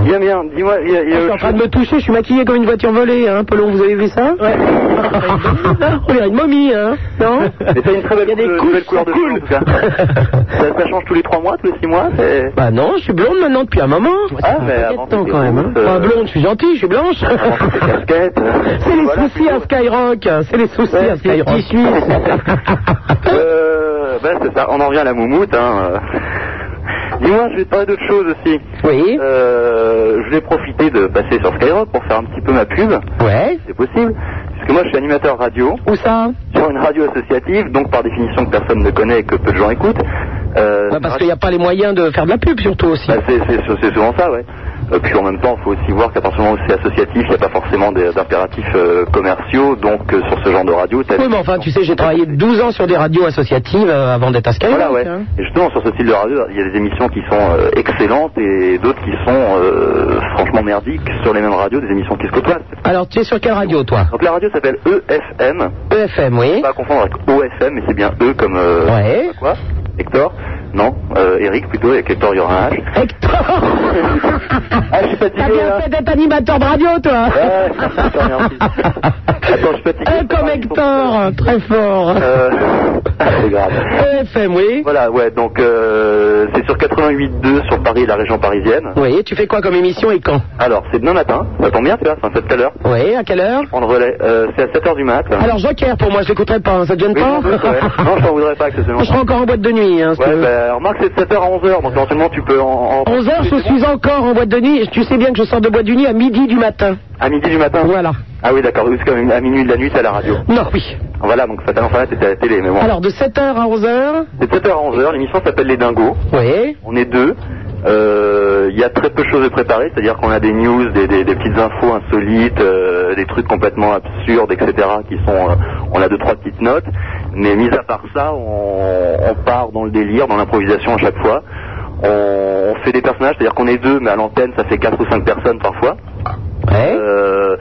Speaker 7: Bien, bien, dis-moi. il y a- il y a
Speaker 5: Ah, Je suis en
Speaker 7: autre
Speaker 5: train de me toucher, je suis maquillé comme une voiture volée, hein, Pelon, vous avez vu ça Ouais. On dirait une momie, hein Non
Speaker 7: Mais t'as une très belle, cou- belle couleur de cheveux, en tout cas. ça, ça change tous les 3 mois, tous les 6 mois c'est-
Speaker 5: Bah non, je suis blonde maintenant depuis un moment.
Speaker 7: Ah, mais avant, euh,
Speaker 5: Attends quand même, hein. Enfin, blonde, je suis gentille, je suis blanche. C'est les soucis à Skyrock, hein, c'est les soucis à Skyrock.
Speaker 7: euh, bah, c'est ça, on en revient à la moumoute. Hein. euh. Dis-moi, je vais te parler d'autre chose aussi.
Speaker 5: Oui.
Speaker 7: Euh, je vais profiter de passer sur Skyrock pour faire un petit peu ma pub.
Speaker 5: Ouais.
Speaker 7: C'est possible. Puisque moi, je suis animateur radio.
Speaker 5: Où ça
Speaker 7: Sur une radio associative, donc par définition que personne ne connaît et que peu de gens écoutent. Euh,
Speaker 5: Ouais, parce qu'il n'y a pas les moyens de faire de la pub, surtout aussi.
Speaker 7: Bah, c'est- c'est c'est souvent ça, ouais. Euh, puis en même temps, il faut aussi voir qu'à partir du moment où c'est associatif, il n'y a pas forcément des- d'impératifs euh, commerciaux. Donc euh, sur ce genre de radio, t'as-
Speaker 5: Oui, mais enfin, tu sais, j'ai travaillé 12 ans sur des radios associatives euh, avant d'être à Skyrock.
Speaker 7: Voilà, ouais. Et justement, sur ce style de radio, il y a des émissions qui sont euh, excellentes et d'autres qui sont euh, franchement merdiques sur les mêmes radios, des émissions qui se côtoient.
Speaker 5: Alors, tu es sur quelle radio, toi
Speaker 7: Donc la radio s'appelle E EFM.
Speaker 5: EFM, oui.
Speaker 7: Pas à confondre avec OFM, mais c'est bien E comme. Bah, euh,
Speaker 5: Ouais.
Speaker 7: Quoi Hector Non, euh, Eric plutôt, avec Hector, il y aura un H. Ah,
Speaker 5: T'as bien fait d'être animateur de radio, toi Un comme Hector, très fort
Speaker 7: C'est grave.
Speaker 5: EFM, oui.
Speaker 7: euh, Voilà, ouais, donc euh, c'est sur 88.2 sur Paris et la région parisienne.
Speaker 5: Oui, tu fais quoi comme émission et quand
Speaker 7: Alors, c'est demain matin, ça tombe bien, tu vois, enfin, c'est tout à l'heure.
Speaker 5: Oui, à quelle heure
Speaker 7: Je prends le relais, euh, c'est à 7h du mat.
Speaker 5: Alors, Joker, pour moi, je l'écouterai pas, hein, ça te gêne
Speaker 7: Oui,
Speaker 5: pas
Speaker 7: sans doute, ouais. Non, je t'en voudrais pas que ce soit
Speaker 5: Je serai encore en boîte de nuit. Hein, si tu
Speaker 7: Ouais,
Speaker 5: veux.
Speaker 7: bah, remarque, c'est de 7h à 11h, donc éventuellement tu peux en. en-
Speaker 5: 11 heures, je suis encore en boîte de nuit. Tu sais bien que je sors de boîte de nuit à midi du matin.
Speaker 7: À midi du matin
Speaker 5: Voilà.
Speaker 7: Ah oui, d'accord, oui, parce qu'à minuit de la nuit, c'est à la radio.
Speaker 5: Non, oui.
Speaker 7: Voilà, donc ça t'annonce, enfin là, t'étais à la télé, mais bon.
Speaker 5: Alors, de 7h à 11h
Speaker 7: C'est 7h à 11h, l'émission s'appelle Les Dingos.
Speaker 5: Oui.
Speaker 7: On est deux. Euh, Il y a très peu de choses de préparées, c'est-à-dire qu'on a des news, des, des- des petites infos insolites, euh, des trucs complètement absurdes, etc. qui sont, euh, on a deux trois petites notes, mais mis à part ça, on, on part dans le délire, dans l'improvisation à chaque fois. On, on fait des personnages, c'est-à-dire qu'on est deux, mais à l'antenne ça fait quatre ou cinq personnes parfois. Euh,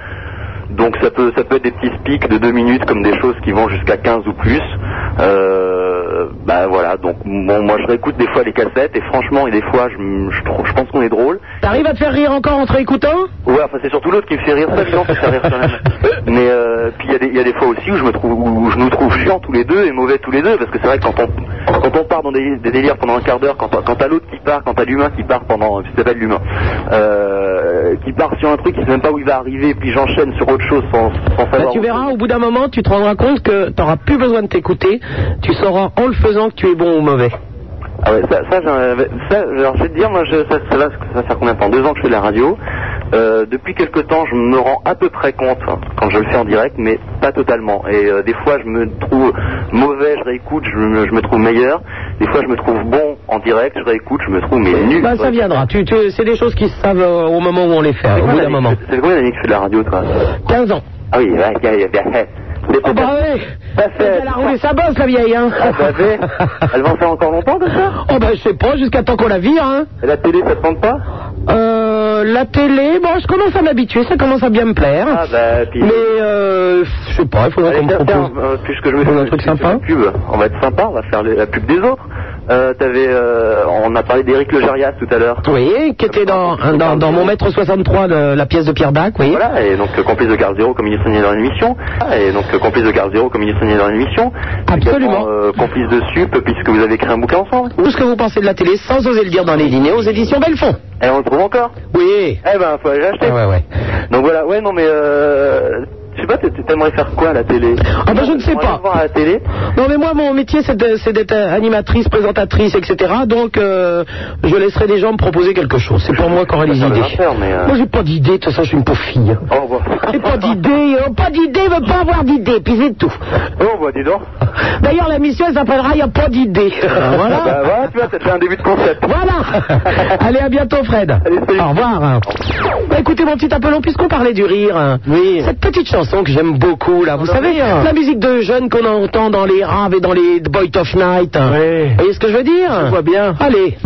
Speaker 7: donc ça peut ça peut être des petits speaks de deux minutes comme des choses qui vont jusqu'à 15 ou plus. Euh, bah voilà, donc bon, moi je réécoute des fois les cassettes et franchement et des fois je, m- je, trou- je pense qu'on est drôle.
Speaker 5: T'arrives à te faire rire encore entre écoutant
Speaker 7: Ouais, enfin c'est surtout l'autre qui me fait rire, ça évident que ça rire quand même. Mais euh, puis il y, a des- il y a des fois aussi où je me trouve où je nous trouve chiants tous les deux et mauvais tous les deux parce que c'est vrai que quand on quand on part dans des, des délires pendant un quart d'heure, quand quand t'as l'autre qui part, quand t'as l'humain qui part pendant ça s'appelle l'humain, euh, qui part sur un truc, qui sait même pas où il va arriver, puis j'enchaîne sur autre chose sans sans
Speaker 5: Bah,
Speaker 7: savoir.
Speaker 5: tu verras, au bout d'un moment, tu te rendras compte que t'auras plus besoin de t'écouter. Tu sauras en le faisant que tu es bon ou mauvais.
Speaker 7: Ah ouais, ça, ça, j'en- ça, alors je vais te dire, moi, je, ça, ça, là, ça fait combien de temps Deux ans que je fais de la radio. Euh, depuis quelque temps, je me rends à peu près compte hein, quand je le fais en direct, mais pas totalement. Et euh, des fois, je me trouve mauvais, je réécoute, je me, je me trouve meilleur. Des fois, je me trouve bon en direct, je réécoute, je me trouve mais nul.
Speaker 5: Bah, ça viendra. Tu, tu- c'est des choses qui se savent euh, au moment où on les fait, au bout d'un moment.
Speaker 7: C'est combien d'années que tu fais de la radio, toi
Speaker 5: 15 ans.
Speaker 7: Ah oui, ouais, bien, bien, bien.
Speaker 5: Oh, bah ouais Elle a roulé sa bosse, la vieille, hein
Speaker 7: Ah bah, ouais. Elle va en faire encore longtemps, comme ça
Speaker 5: Oh, bah, je sais pas, jusqu'à temps qu'on la vire, hein
Speaker 7: Et la télé, ça te tente pas
Speaker 5: Euh, la télé, bon, je commence à m'habituer, ça commence à bien me plaire.
Speaker 7: Ah bah, puis...
Speaker 5: Mais, euh, je sais pas, il faudrait
Speaker 7: Allez,
Speaker 5: qu'on me
Speaker 7: tiens,
Speaker 5: propose.
Speaker 7: tiens, euh, puisque je me fais un truc sympa. Pub, on va être sympa, on va faire le- la pub des autres. Euh, t'avais, euh, on a parlé d'Éric Le Jarias tout à l'heure.
Speaker 5: Oui, qui était dans, dans, dans mon maître 63, le- la pièce de Pierre Dac, oui.
Speaker 7: Voilà, et donc euh, complice de Garde Zéro comme il est soigné dans l'émission. Ah, Et donc euh, complice de Garde Zéro comme il est soigné dans l'émission. Absolument. complice de SUP puisque vous avez écrit un bouquin ensemble.
Speaker 5: Tout ce que vous pensez de la télé, sans oser le dire dans les dîners, aux éditions Belfond.
Speaker 7: Et on le trouve encore
Speaker 5: Oui.
Speaker 7: Eh ben, faut aller l'acheter.
Speaker 5: ouais, Ah ouais.
Speaker 7: Donc voilà, ouais, non mais euh, je sais pas, t'es- t'aimerais faire quoi à la télé
Speaker 5: Ah ben je ne sais pas.
Speaker 7: voir à la télé.
Speaker 5: Non mais moi mon métier c'est de- c'est d'être animatrice, présentatrice, etc. Donc euh, je laisserai des gens me proposer quelque chose. C'est pour moi qu'aura les
Speaker 7: Ça, ça va
Speaker 5: idées.
Speaker 7: rien faire, mais, euh,
Speaker 5: Moi j'ai pas d'idée, de toute façon je suis une pauvre fille.
Speaker 7: Au revoir.
Speaker 5: J'ai pas d'idée, euh, pas d'idée, veut pas avoir d'idée, puis c'est tout.
Speaker 7: Bon, bah dis donc.
Speaker 5: D'ailleurs la mission elle s'appellera Y a pas d'idée. voilà.
Speaker 7: Bah voilà, tu vois, t'as fait un début de concept.
Speaker 5: Voilà Allez, à bientôt, Fred. Au revoir. Bah, écoutez, mon petit Apollon, puisqu'on parlait du rire, oui. Ah, cette petite chanson que j'aime beaucoup, là, vous savez, la musique de jeunes qu'on entend dans les raves et dans les Boy of Night. Vous voyez ce que je veux dire Je vois bien. Allez.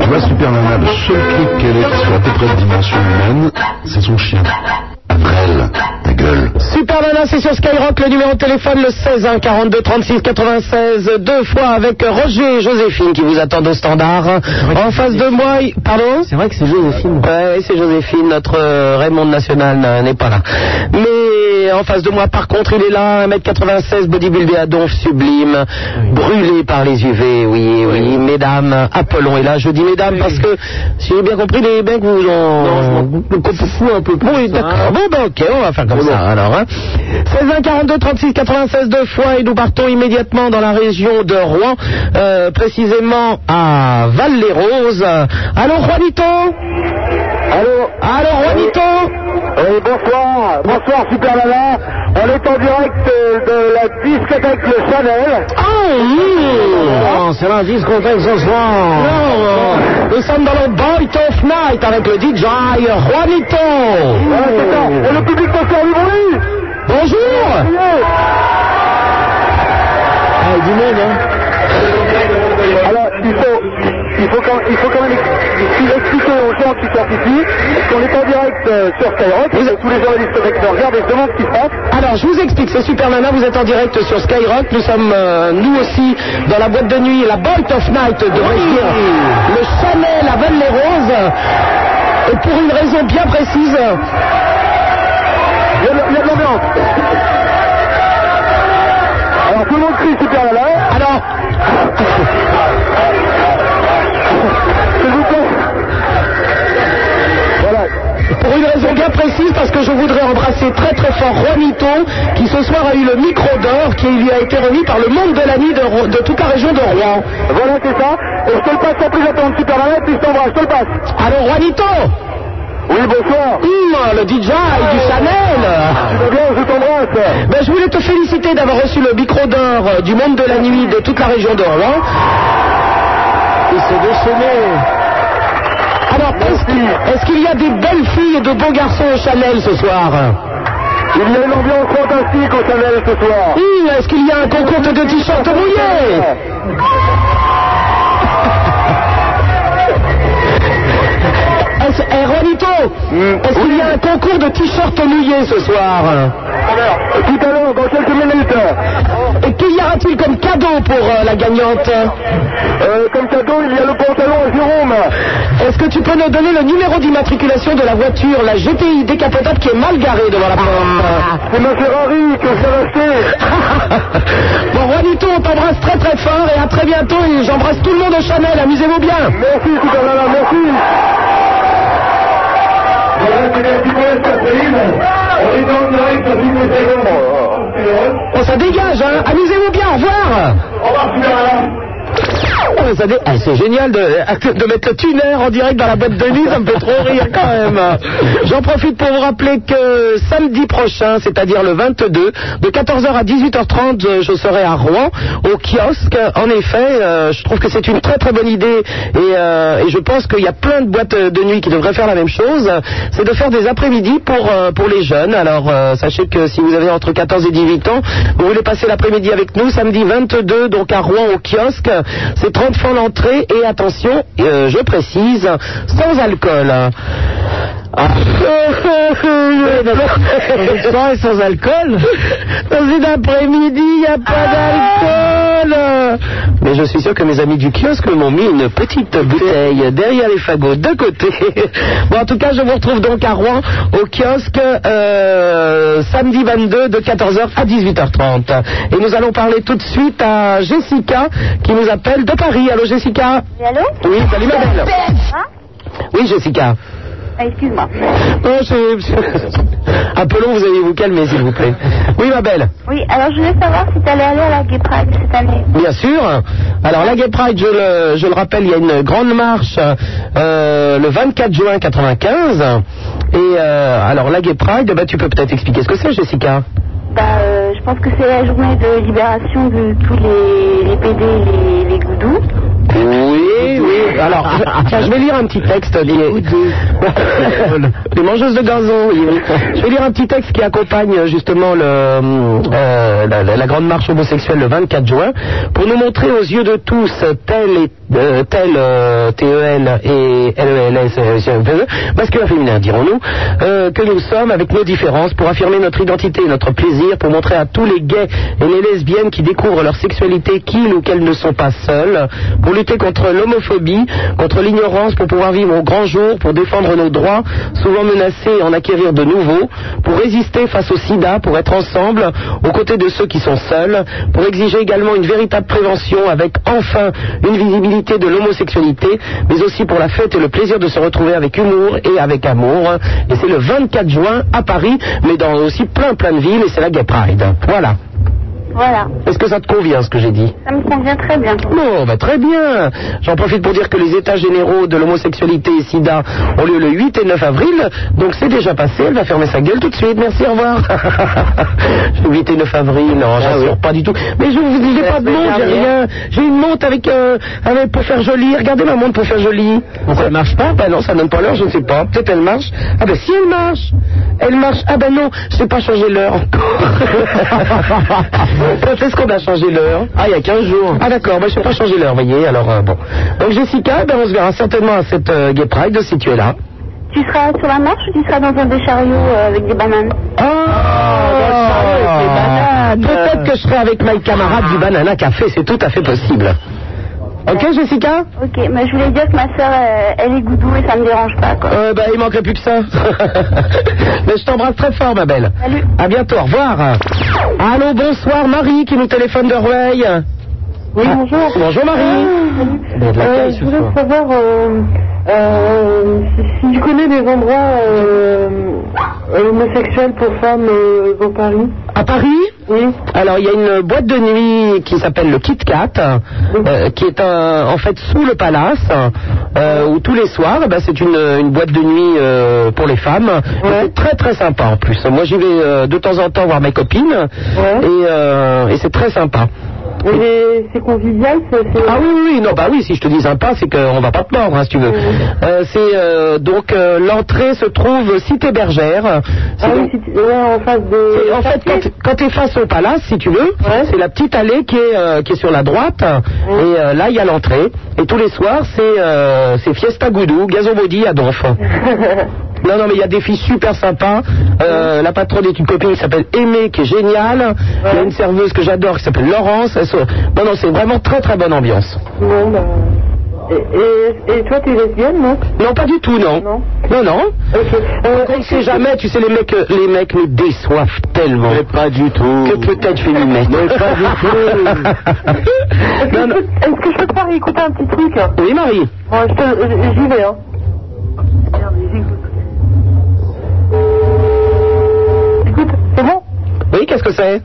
Speaker 1: Tu vois, Super Nana, le seul truc qu'elle est sur la toute près de dimension humaine, c'est son chien. Avrel, ta gueule.
Speaker 5: Super Nana, c'est sur Skyrock, le numéro de téléphone, le 16 1 42 36 96, deux fois avec Roger et Joséphine qui vous attendent au standard. En face de moi, il- pardon C'est vrai que c'est Joséphine. Ouais, c'est Joséphine, notre euh, Raymond National euh, n'est pas là. Mais en face de moi, par contre, il est là, 1m96, bodybuildé à donf, sublime, brûlé par les UV, oui, oui, mesdames, Apollon est là. Je dis mesdames parce que, si j'ai bien compris, les mecs vous ont... Non, je un peu Oui, d'accord. Bon, ben ok, on va faire comme ça, alors. Hein. 16 1 42 36 96 deux fois et nous partons immédiatement dans la région de Rouen, euh, précisément à Val-les-Roses. Allô, Juanito Allô Allô, Juanito
Speaker 28: Oui, bonsoir, bonsoir Super Nana. On est en direct euh, de la discothèque Le Chanel.
Speaker 5: Oh, c'est l'indice qu'on fait ce soir. Non, euh, nous sommes dans le Boy of Night avec le DJ Juanito. Et le public peut faire du bruit. Bonjour. Ah, du monde, hein.
Speaker 28: Alors, il faut, il faut, quand, il faut quand même ex- expliquer aux gens qui sortent ici qu'on est en direct euh, sur Skyrock et que tous les journalistes avec nous regardent et se demandent ce qui se passe.
Speaker 5: Alors, je vous explique, c'est Super Nana, vous êtes en direct sur Skyrock, nous sommes, euh, nous aussi, dans la boîte de nuit, la Bolt of Night, de dire, le Chanel à les roses et pour une raison bien précise. Il y a de l'ambiance. Alors, tout le monde crie Super Nana. Alors... S'il vous plaît. Pour une raison bien précise, parce que je voudrais embrasser très très fort Juanito, qui ce soir a eu le micro d'or qui lui a été remis par le monde de la nuit de, Ro- de toute la région de Rouen. Voilà, c'est ça. Et je te le passe en plus d'attendre Super Nana, puis je t'embrasse, je te le passe. Alors, Juanito Oui, bonsoir. le DJ du Chanel je t'embrasse. Ben, je voulais te féliciter d'avoir reçu le micro d'or euh, du monde de la nuit de toute la région de Rouen. Il s'est déchaîné. Alors, est-ce qu'il est-ce qu'il y a des belles filles et de beaux garçons au Chanel ce soir Il y a une ambiance fantastique au Chanel ce soir. est-ce qu'il y a un concours de deux t-shirts mouillés Est-ce- Eh, Juanito, est-ce qu'il y a un concours de t-shirts mouillés ce soir Tout à l'heure, dans quelques minutes. Et qu'il y aura-t-il comme cadeau pour euh, la gagnante Euh, Comme cadeau, il y a le pantalon à Jérôme. Est-ce que tu peux nous donner le numéro d'immatriculation de la voiture, la GTI décapotable qui est mal garée devant la porte Ah. C'est ma Ferrari que j'ai achetée. bon, Juanito, on t'embrasse très très fort et à très bientôt. Et j'embrasse tout le monde au Chanel. Amusez-vous bien. Merci, tout à l'heure, merci.
Speaker 28: Voilà, c'est la petite presse, c'est Yves. On est dans le direct, ça dit que c'est bon.
Speaker 5: Oh, ça dégage, hein Amusez-vous bien, au revoir Oh, mais ça dé- ah, c'est génial de, euh, de mettre le tuner en direct dans la boîte de nuit, ça me fait trop rire quand même. J'en profite pour vous rappeler que samedi prochain, c'est-à-dire le 22, de 14h à 18h30, euh, je serai à Rouen, au kiosque. En effet, euh, je trouve que c'est une très très bonne idée et, euh, et je pense qu'il y a plein de boîtes euh, de nuit qui devraient faire la même chose. euh, C'est de faire des après-midi pour, euh, pour les jeunes. Alors euh, sachez que si vous avez entre 14 et 18 ans, vous voulez passer l'après-midi avec nous, samedi 22, donc à Rouen au kiosque. C'est 30 francs l'entrée et attention, euh, je précise, sans alcool. Ah. Une soirée sans alcool Dans une après-midi, il n'y a
Speaker 10: Ah.
Speaker 5: pas d'alcool Mais je suis sûr que mes amis du kiosque m'ont mis une petite bouteille derrière les fagots, de côté. Bon, en tout cas, je vous retrouve donc à Rouen, au kiosque, euh, samedi 22, de 14h à 18h30. Et nous allons parler tout de suite à Jessica, qui nous appelle de Paris. Allô, Jessica
Speaker 10: Allô
Speaker 5: Oui, salut, Madeleine.
Speaker 10: Hein
Speaker 5: Oui, Jessica.
Speaker 10: Ah, Excuse-moi.
Speaker 5: Non, c'est- Un peu long, vous allez vous calmer, s'il vous plaît. Oui, ma belle.
Speaker 10: Oui, alors je voulais savoir si t'allais aller à la Gay Pride cette année.
Speaker 5: Bien sûr. Alors, la Gay Pride, je le, je le rappelle, il y a une grande marche euh, le 24 juin 95. Et euh, alors, la Gay Pride, ben, tu peux peut-être expliquer ce que c'est, Jessica
Speaker 10: Bah, euh, je pense que c'est la journée de libération de tous les, les PD et les, les goudous.
Speaker 5: Oui, oui. Alors, je- tiens, je vais lire un petit texte. Les, Les mangeuses de gazon, oui, oui. Je vais lire un petit texte qui accompagne euh, justement le, euh, la, la- la grande marche homosexuelle le 24 juin pour nous montrer aux yeux de tous euh, tel et euh, tel euh, TEL et LELS, euh, CMPE, masculin féminin, dirons-nous, euh, que nous sommes avec nos différences pour affirmer notre identité et notre plaisir, pour montrer à tous les gays et les lesbiennes qui découvrent leur sexualité qu'ils ou qu'elles ne sont pas seuls, pour lutter contre l'homophobie, contre l'ignorance, pour pouvoir vivre au grand jour, pour défendre nos droits, souvent menacés et en acquérir de nouveaux, pour résister face au sida, pour être ensemble, aux côtés de ceux qui sont seuls, pour exiger également une véritable prévention avec enfin une visibilité de l'homosexualité, mais aussi pour la fête et le plaisir de se retrouver avec humour et avec amour. Et c'est le 24 juin à Paris, mais dans aussi plein plein de villes, et c'est la Gay Pride. Voilà.
Speaker 10: Voilà,
Speaker 5: Est-ce que ça te convient ce que j'ai dit
Speaker 10: ça me convient très bien.
Speaker 5: Bon, bah, très bien. J'en profite pour dire que les états généraux de l'homosexualité et sida ont lieu le 8 et 9 avril. Donc c'est déjà passé. Elle va fermer sa gueule tout de suite. Merci, au revoir. le 8 et 9 avril, non, j'assure pas du tout. Mais je vous dis, j'ai pas de montre, j'ai rien. J'ai une montre avec, euh, avec- pour faire joli. Regardez ma montre pour faire joli. Pourquoi elle marche pas Ben non, ça donne pas l'heure, je ne sais pas. Peut-être elle marche. Ah ben si elle marche. Elle marche. Ah ben non, je n'ai pas changé l'heure encore. Quand est-ce qu'on a changé l'heure Ah, il y a 15 jours. Ah d'accord, ben je n'ai pas changé l'heure, vous voyez. Alors euh, bon. Donc Jessica, ben on se verra certainement à cette euh, Gay Pride si tu es là.
Speaker 10: Tu seras sur la marche ou tu seras dans un des chariots euh, avec des bananes
Speaker 5: Ah. Peut-être que je serai avec ma camarade du Banana Café, c'est tout à fait possible. Ok, Jessica
Speaker 10: Ok, mais je voulais dire que ma soeur, elle est goudou et ça me dérange pas.
Speaker 5: Euh, bah, il manquerait plus que ça. Mais je t'embrasse très fort, ma belle.
Speaker 10: Salut.
Speaker 5: À bientôt, au revoir. Allô, bonsoir, Marie qui nous téléphone de Rueil.
Speaker 11: Oui, bonjour.
Speaker 5: Bonjour, Marie.
Speaker 11: Euh, je voudrais savoir euh, euh, si, si tu connais des endroits euh, homosexuels pour femmes euh, au Paris.
Speaker 5: À Paris Oui. Alors, il y a une boîte de nuit qui s'appelle le Kit Kat, euh, qui est un- en fait sous le palace, euh, où tous les soirs, eh ben, c'est une, une boîte de nuit euh, pour les femmes. Et C'est très très sympa en plus. Moi, j'y vais euh, de temps en temps voir mes copines, et, euh, et c'est très sympa.
Speaker 11: Et c'est convivial, c'est... c'est-
Speaker 5: Ah oui, oui, oui, non, bah oui, si je te dis sympa, c'est qu'on va pas te mordre, hein, si tu veux. Euh, c'est euh, donc euh, l'entrée se trouve cité bergère. Ah oui,
Speaker 11: en face
Speaker 5: de. En fait, quand, quand t'es face au palace, si tu veux, c'est la petite allée qui est euh, qui est sur la droite. Et euh, là, il y a l'entrée. Et tous les soirs, c'est euh, c'est Fiesta Goudou, Gazobody à Donf. Non, non, mais il y a des filles super sympas. Euh, La patronne est une copine qui s'appelle Aimée, qui est géniale. Il y a une serveuse que j'adore qui s'appelle Laurence. Elles sont- Non, non, c'est vraiment très très bonne ambiance.
Speaker 11: Bon, bah, et, et, et toi, t'es lesbienne, non
Speaker 5: Non, pas du tout, non. Non, non. on ne sait jamais, tu sais, les mecs, euh, les mecs nous déçoivent tellement. Mais pas du tout. Que peut-être je vais lui mettre. Mais pas du tout.
Speaker 11: Est-ce que je peux te faire écouter un petit truc
Speaker 5: Oui, Marie.
Speaker 11: Bon, je te- euh, j'y vais, hein. Écoute, c'est bon
Speaker 5: Oui, qu'est-ce que c'est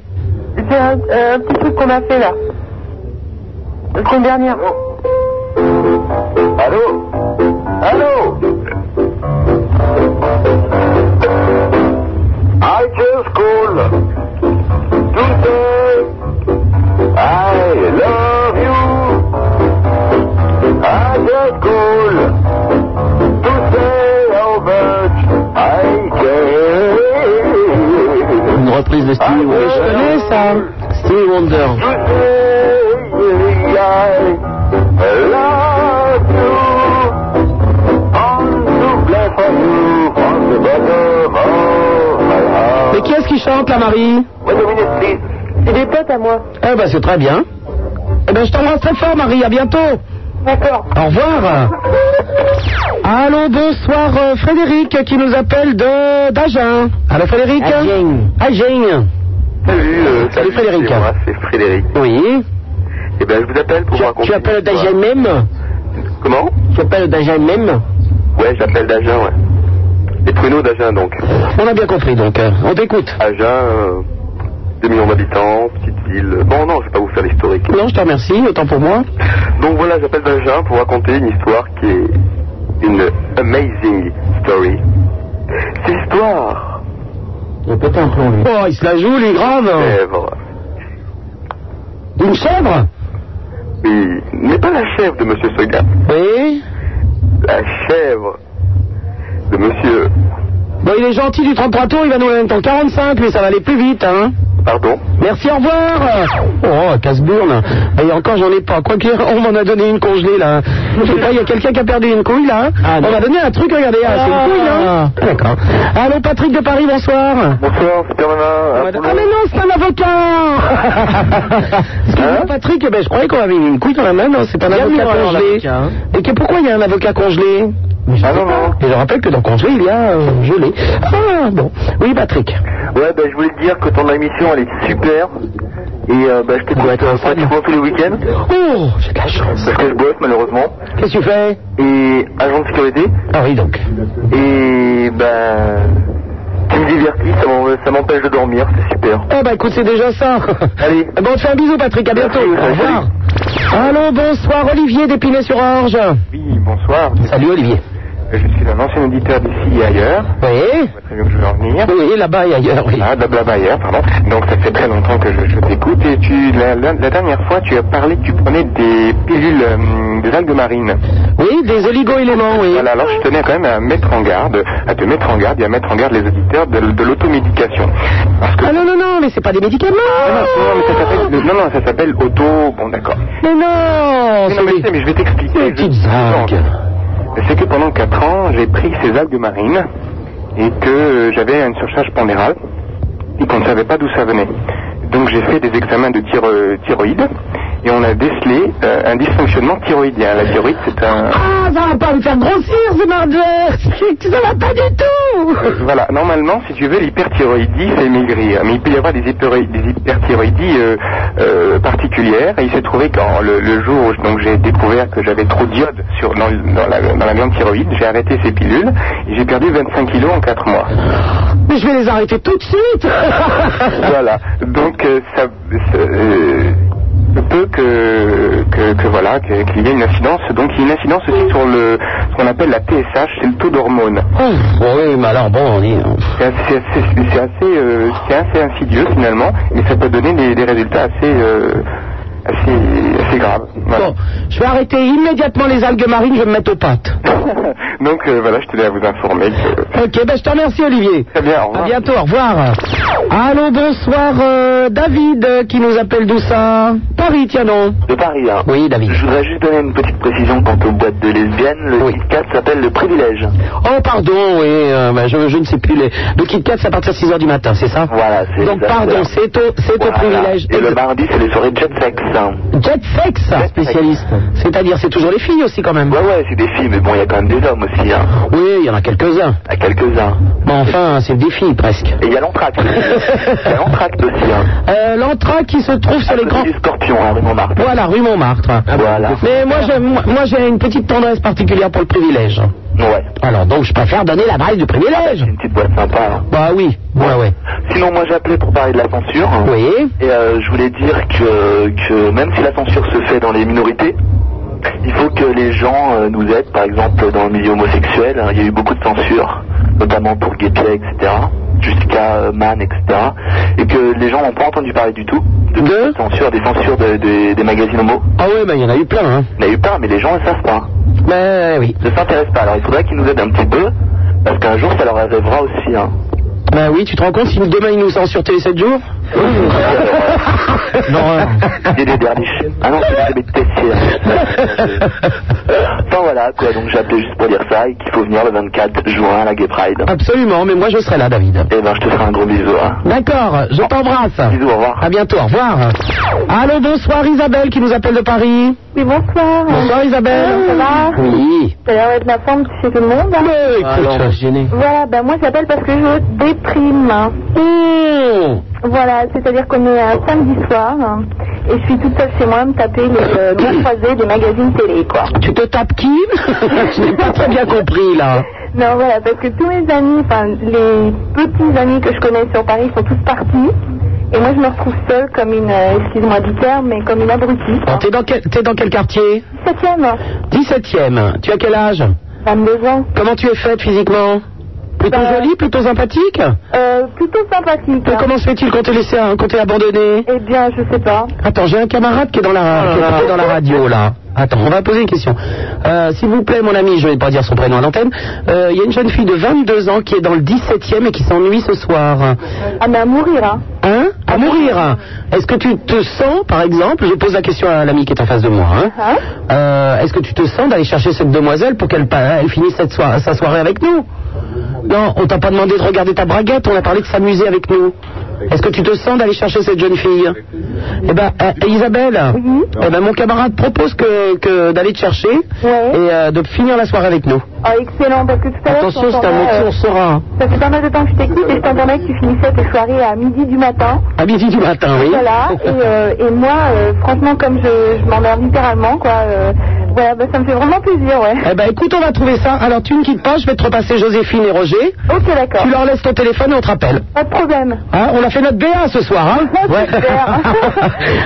Speaker 10: C'est un, un petit truc qu'on a fait là. La semaine dernière.
Speaker 7: Allô Allô I just call to say I love you. I just call to say how much I care.
Speaker 1: Une reprise
Speaker 5: Ah,
Speaker 1: de Stevie Wonder. Je connais ça. Stevie Wonder.
Speaker 5: Mais qui est-ce qui chante, la Marie
Speaker 10: C'est des potes à moi.
Speaker 5: Eh ben, c'est très bien. Eh ben, je t'embrasse très fort, Marie. À bientôt.
Speaker 10: D'accord.
Speaker 5: Au revoir. Allô, bonsoir, euh, Frédéric, qui nous appelle de d'Agen. Allô, Frédéric Agen. Agen.
Speaker 29: Salut, euh,
Speaker 5: Salut, Frédéric.
Speaker 29: c'est moi, c'est Frédéric.
Speaker 5: Oui.
Speaker 29: Eh bien, je vous appelle pour vous raconter.
Speaker 5: Tu appelles d'Agen même
Speaker 29: Comment
Speaker 5: Tu appelles d'Agen même
Speaker 29: Ouais, j'appelle d'Agen, ouais. Les pruneaux d'Agen, donc.
Speaker 5: On a bien compris, donc. euh, On t'écoute.
Speaker 29: Agen, euh, 2 millions d'habitants, petite île. Bon, non, je vais pas vous faire l'historique.
Speaker 5: Non, je te remercie, autant pour moi.
Speaker 29: Donc voilà, j'appelle d'Agen pour raconter une histoire qui est une amazing story. C'est l'histoire
Speaker 5: Il peut un plomb, lui. Oh, il se la joue, lui, grave.
Speaker 7: Euh.
Speaker 29: Chèvre.
Speaker 5: D'une chèvre
Speaker 29: Oui, mais pas la chèvre de Monsieur Segat.
Speaker 5: Oui
Speaker 29: La chèvre de Monsieur.
Speaker 5: Bon, il est gentil du 33 tours, il va nous la mettre en 45, lui, ça va aller plus vite, hein.
Speaker 29: Pardon
Speaker 5: Merci, au revoir Oh, casse-bourne Et encore, j'en ai pas. Quoi qu'il y ait- on m'en a donné une congelée, là. Je sais pas, il y a quelqu'un qui a perdu une couille, là. on m'a donné un truc, regardez, ah, c'est une couille, là. D'accord. Allô, Patrick de Paris, bonsoir.
Speaker 7: Bonsoir, Superman.
Speaker 5: Ah, mais non, c'est un avocat Excusez-moi, Patrick, eh ben, je croyais qu'on avait une couille dans la main, non, c'est un
Speaker 1: Bienvenue
Speaker 5: avocat
Speaker 1: alors,
Speaker 5: congelé.
Speaker 1: l'avocat, hein.
Speaker 5: Et que, pourquoi il y a un avocat congelé Ah non, non. Et je rappelle que dans congelé, il y a euh, gelé. Ah, bon. Oui, Patrick.
Speaker 29: Ouais, bah, je voulais te dire que ton émission, elle est super. Et euh, bah, je t'écoute euh, pratiquement tous les week-ends.
Speaker 5: Oh, j'ai de la chance.
Speaker 29: Parce que je bosse, malheureusement.
Speaker 5: Qu'est-ce que tu fais
Speaker 29: Et agent de sécurité.
Speaker 5: Ah oui, donc.
Speaker 29: Et bah,
Speaker 7: ben,
Speaker 29: tu me divertis, ça m'en- ça m'empêche de dormir, c'est super.
Speaker 5: Eh ben, écoute, c'est déjà ça.
Speaker 29: Allez.
Speaker 5: Bon, on te fait un bisou, Patrick, à bientôt. Au revoir. Allô, bonsoir, Olivier d'Épinay-sur-Orge.
Speaker 7: Oui, bonsoir.
Speaker 5: Salut, Olivier.
Speaker 7: Je suis un ancien auditeur d'ici et ailleurs.
Speaker 5: Oui.
Speaker 7: Très bien que je vais en venir.
Speaker 5: Oui, là-bas et ailleurs, oui.
Speaker 7: Ah, là-bas ailleurs, pardon. Donc ça fait très longtemps que je, je t'écoute et tu, la, la- la dernière fois, tu as parlé que tu prenais des pilules euh, des algues marines.
Speaker 5: Oui, des oligo-éléments, oui.
Speaker 7: Voilà, alors je tenais quand même à mettre en garde, à te mettre en garde et à mettre en garde les auditeurs de, de l'automédication.
Speaker 5: Ah non, non, non, mais c'est pas des médicaments.
Speaker 7: Non, mais ça s'appelle, non, non, ça s'appelle auto, bon d'accord.
Speaker 5: Mais non
Speaker 7: Mais non, mais, je sais, mais je vais t'expliquer. je- Donc, C'est que pendant 4 ans, j'ai pris ces algues marines et que euh, j'avais une surcharge pondérale et qu'on ne savait pas d'où ça venait. Donc j'ai fait des examens de thyro- thyroïde et on a décelé euh, un dysfonctionnement thyroïdien. La thyroïde, c'est un...
Speaker 5: Ah, ça va pas me faire grossir, ce mardeur. Ça va pas du tout.
Speaker 7: Voilà, normalement, si tu veux, l'hyperthyroïdie fait maigrir, mais il peut y avoir des, hyperthyroïdies des hyperthyroïdies euh, euh, particulières. Et il s'est trouvé quand le, le jour où je- donc j'ai découvert que j'avais trop d'iode sur dans, le- dans la, dans la glande thyroïde, j'ai arrêté ces pilules et j'ai perdu 25 kilos en 4 mois.
Speaker 5: Mais je vais les arrêter tout de suite.
Speaker 7: voilà, donc euh, ça ça, euh, peut que, que, que voilà que- qu'il y ait une incidence. Donc il y a une incidence aussi sur le ce qu'on appelle la TSH, c'est le taux d'hormone.
Speaker 5: oui, mais alors bon, on est...
Speaker 7: C'est assez, c'est assez- c'est assez, euh, c'est assez insidieux finalement, mais ça peut donner des, des résultats assez, euh, assez, assez graves. Voilà.
Speaker 5: Bon, je vais arrêter immédiatement les algues marines, je vais me mettre aux pattes.
Speaker 7: Donc euh, voilà, je tenais à vous informer que.
Speaker 5: Ok, ben je te remercie, Olivier.
Speaker 7: Très bien, au revoir.
Speaker 5: À bientôt, au revoir. Allô, bonsoir, euh, David, euh, qui nous appelle d'où ça Paris, tiens non.
Speaker 29: De Paris, hein.
Speaker 5: Oui, David.
Speaker 29: Je voudrais juste donner une petite précision quant aux boîtes de lesbiennes. Le Kit Kat s'appelle le privilège.
Speaker 5: Oh, pardon, oui, euh, ben, je, je ne sais plus. Les... Le Kit Kat, ça part à 6h du matin, c'est ça
Speaker 29: Voilà, c'est
Speaker 5: Donc,
Speaker 29: ça,
Speaker 5: pardon,
Speaker 29: c'est ça.
Speaker 5: c'est au, c'est au
Speaker 29: Voilà.
Speaker 5: privilège.
Speaker 29: Et le mardi, c'est les soirées jet sex. hein.
Speaker 5: Jet sex Spécialiste. C'est-à-dire, c'est toujours les filles aussi, quand même.
Speaker 29: Ouais, ouais, c'est des filles, mais bon, il y a quand même des hommes aussi. Hein.
Speaker 5: Oui, il y en a quelques-uns.
Speaker 29: À quelques-uns.
Speaker 5: Mais enfin, c'est des filles, presque.
Speaker 29: Et il y a l'entracte. Il y a l'entracte aussi. Hein.
Speaker 5: Euh, L'entraque qui se trouve sur les grands...
Speaker 29: Du scorpion, hein, rue Montmartre.
Speaker 5: Voilà, rue Montmartre.
Speaker 29: Voilà.
Speaker 5: Mais moi, j'ai- moi, moi, j'ai une petite tendresse particulière pour le privilège.
Speaker 29: Ouais.
Speaker 5: Alors donc je préfère donner la braille du privilège.
Speaker 7: Une petite boîte sympa. hein.
Speaker 5: Bah oui, ouais ouais.
Speaker 7: Sinon, moi j'appelais pour parler de la censure.
Speaker 5: Oui.
Speaker 7: Et euh, je voulais dire que, que même si la censure se fait dans les minorités, il faut que les gens euh, nous aident. Par exemple, dans le milieu homosexuel, hein, il y a eu beaucoup de censure, notamment pour Gay Play, etc., jusqu'à euh, Man, etc. Et que les gens n'ont pas entendu parler du tout de, cette censure, des censures de- de- des magazines homo.
Speaker 5: Ah ouais, bah il y en a eu plein. Hein.
Speaker 7: Il n'y en a eu pas, mais les gens ne savent pas.
Speaker 5: Ben oui.
Speaker 7: Ne s'intéressent pas. Alors il faudrait qu'ils nous aident un petit peu, parce qu'un jour ça leur arrivera aussi. Hein.
Speaker 5: Ben oui, tu te rends compte si demain ils nous censurent sur télé 7 jours
Speaker 7: Des des derniers. Ah non, c'est des tessiers. Enfin voilà, quoi. Donc j'appelais juste pour dire ça et qu'il faut venir le 24 juin à la Gay Pride.
Speaker 5: Absolument, mais moi je serai là, David.
Speaker 7: Eh ben, je te ferai un gros bisou. Hein.
Speaker 5: D'accord, je t'embrasse.
Speaker 7: Bisous, au revoir.
Speaker 5: À bientôt, au revoir. Allô, bonsoir Isabelle qui nous appelle de Paris.
Speaker 10: Oui, bonsoir.
Speaker 5: Bonsoir Isabelle.
Speaker 10: Ça va
Speaker 5: Oui.
Speaker 10: T'as l'air d'être la forme, tu sais tout le monde. hein Voilà, ben moi j'appelle parce que je déprime.
Speaker 5: Hmm.
Speaker 10: Voilà, c'est-à-dire qu'on est à samedi soir hein, et je suis toute seule chez moi à me taper les euh, bons croisés des magazines télé, quoi.
Speaker 5: Tu te tapes qui Je n'ai pas très bien compris là.
Speaker 10: Non, voilà, parce que tous mes amis, enfin les petits amis que je connais sur Paris sont tous partis. Et moi, je me retrouve seule comme une, euh, excuse-moi du terme, mais comme une abrutie.
Speaker 5: Bon, t'es dans quel t'es dans quel quartier
Speaker 10: 17e.
Speaker 5: 17e. Tu as quel âge
Speaker 10: 22 ans.
Speaker 5: Comment tu es faite physiquement Plutôt jolie, plutôt sympathique
Speaker 10: Euh, plutôt sympathique.
Speaker 5: Et comment se fait-il qu'on t'ait laissé, un- qu'on t'ait abandonné
Speaker 10: Eh bien, je sais pas.
Speaker 5: Attends, j'ai un camarade qui est dans la, qui est- qui est dans la radio là. Attends, on va poser une question. Euh, S'il vous plaît, mon ami, je ne vais pas dire son prénom à l'antenne. Euh, Il y a une jeune fille de 22 ans qui est dans le 17e et qui s'ennuie ce soir.
Speaker 10: Ah, mais à mourir, hein.
Speaker 5: Hein À mourir. Est-ce que tu te sens, par exemple, je pose la question à l'ami qui est en face de moi, hein, euh, est-ce que tu te sens d'aller chercher cette demoiselle pour qu'elle pa- elle finisse cette soir- sa soirée avec nous Non, on t'a pas demandé de regarder ta braguette, on a parlé de s'amuser avec nous. Est-ce que tu te sens d'aller chercher cette jeune fille Eh ben, euh, Isabelle, eh ben, mon camarade propose que, que d'aller te chercher et euh, de finir la soirée avec nous.
Speaker 10: Ah, excellent, parce que tout à l'heure.
Speaker 5: Attention,
Speaker 10: je
Speaker 5: c'est un
Speaker 10: t'entendais,
Speaker 5: mot
Speaker 10: euh,
Speaker 5: on saura.
Speaker 10: Ça fait pas mal de temps que je t'écoute et je t'entendais que tu finissais tes soirées à midi du matin.
Speaker 5: À midi du matin, oui.
Speaker 10: Voilà, et, euh, et moi, euh, franchement, comme je, je m'emmerde littéralement, quoi, euh, voilà, bah, ça me fait vraiment plaisir, ouais.
Speaker 5: Eh ben écoute, on va trouver ça. Alors tu ne quittes pas, je vais te repasser Joséphine et Roger.
Speaker 10: Ok, d'accord.
Speaker 5: Tu leur laisses ton téléphone et on te rappelle.
Speaker 10: Pas de problème.
Speaker 5: Hein, on a fait notre BA ce soir, hein Ouais.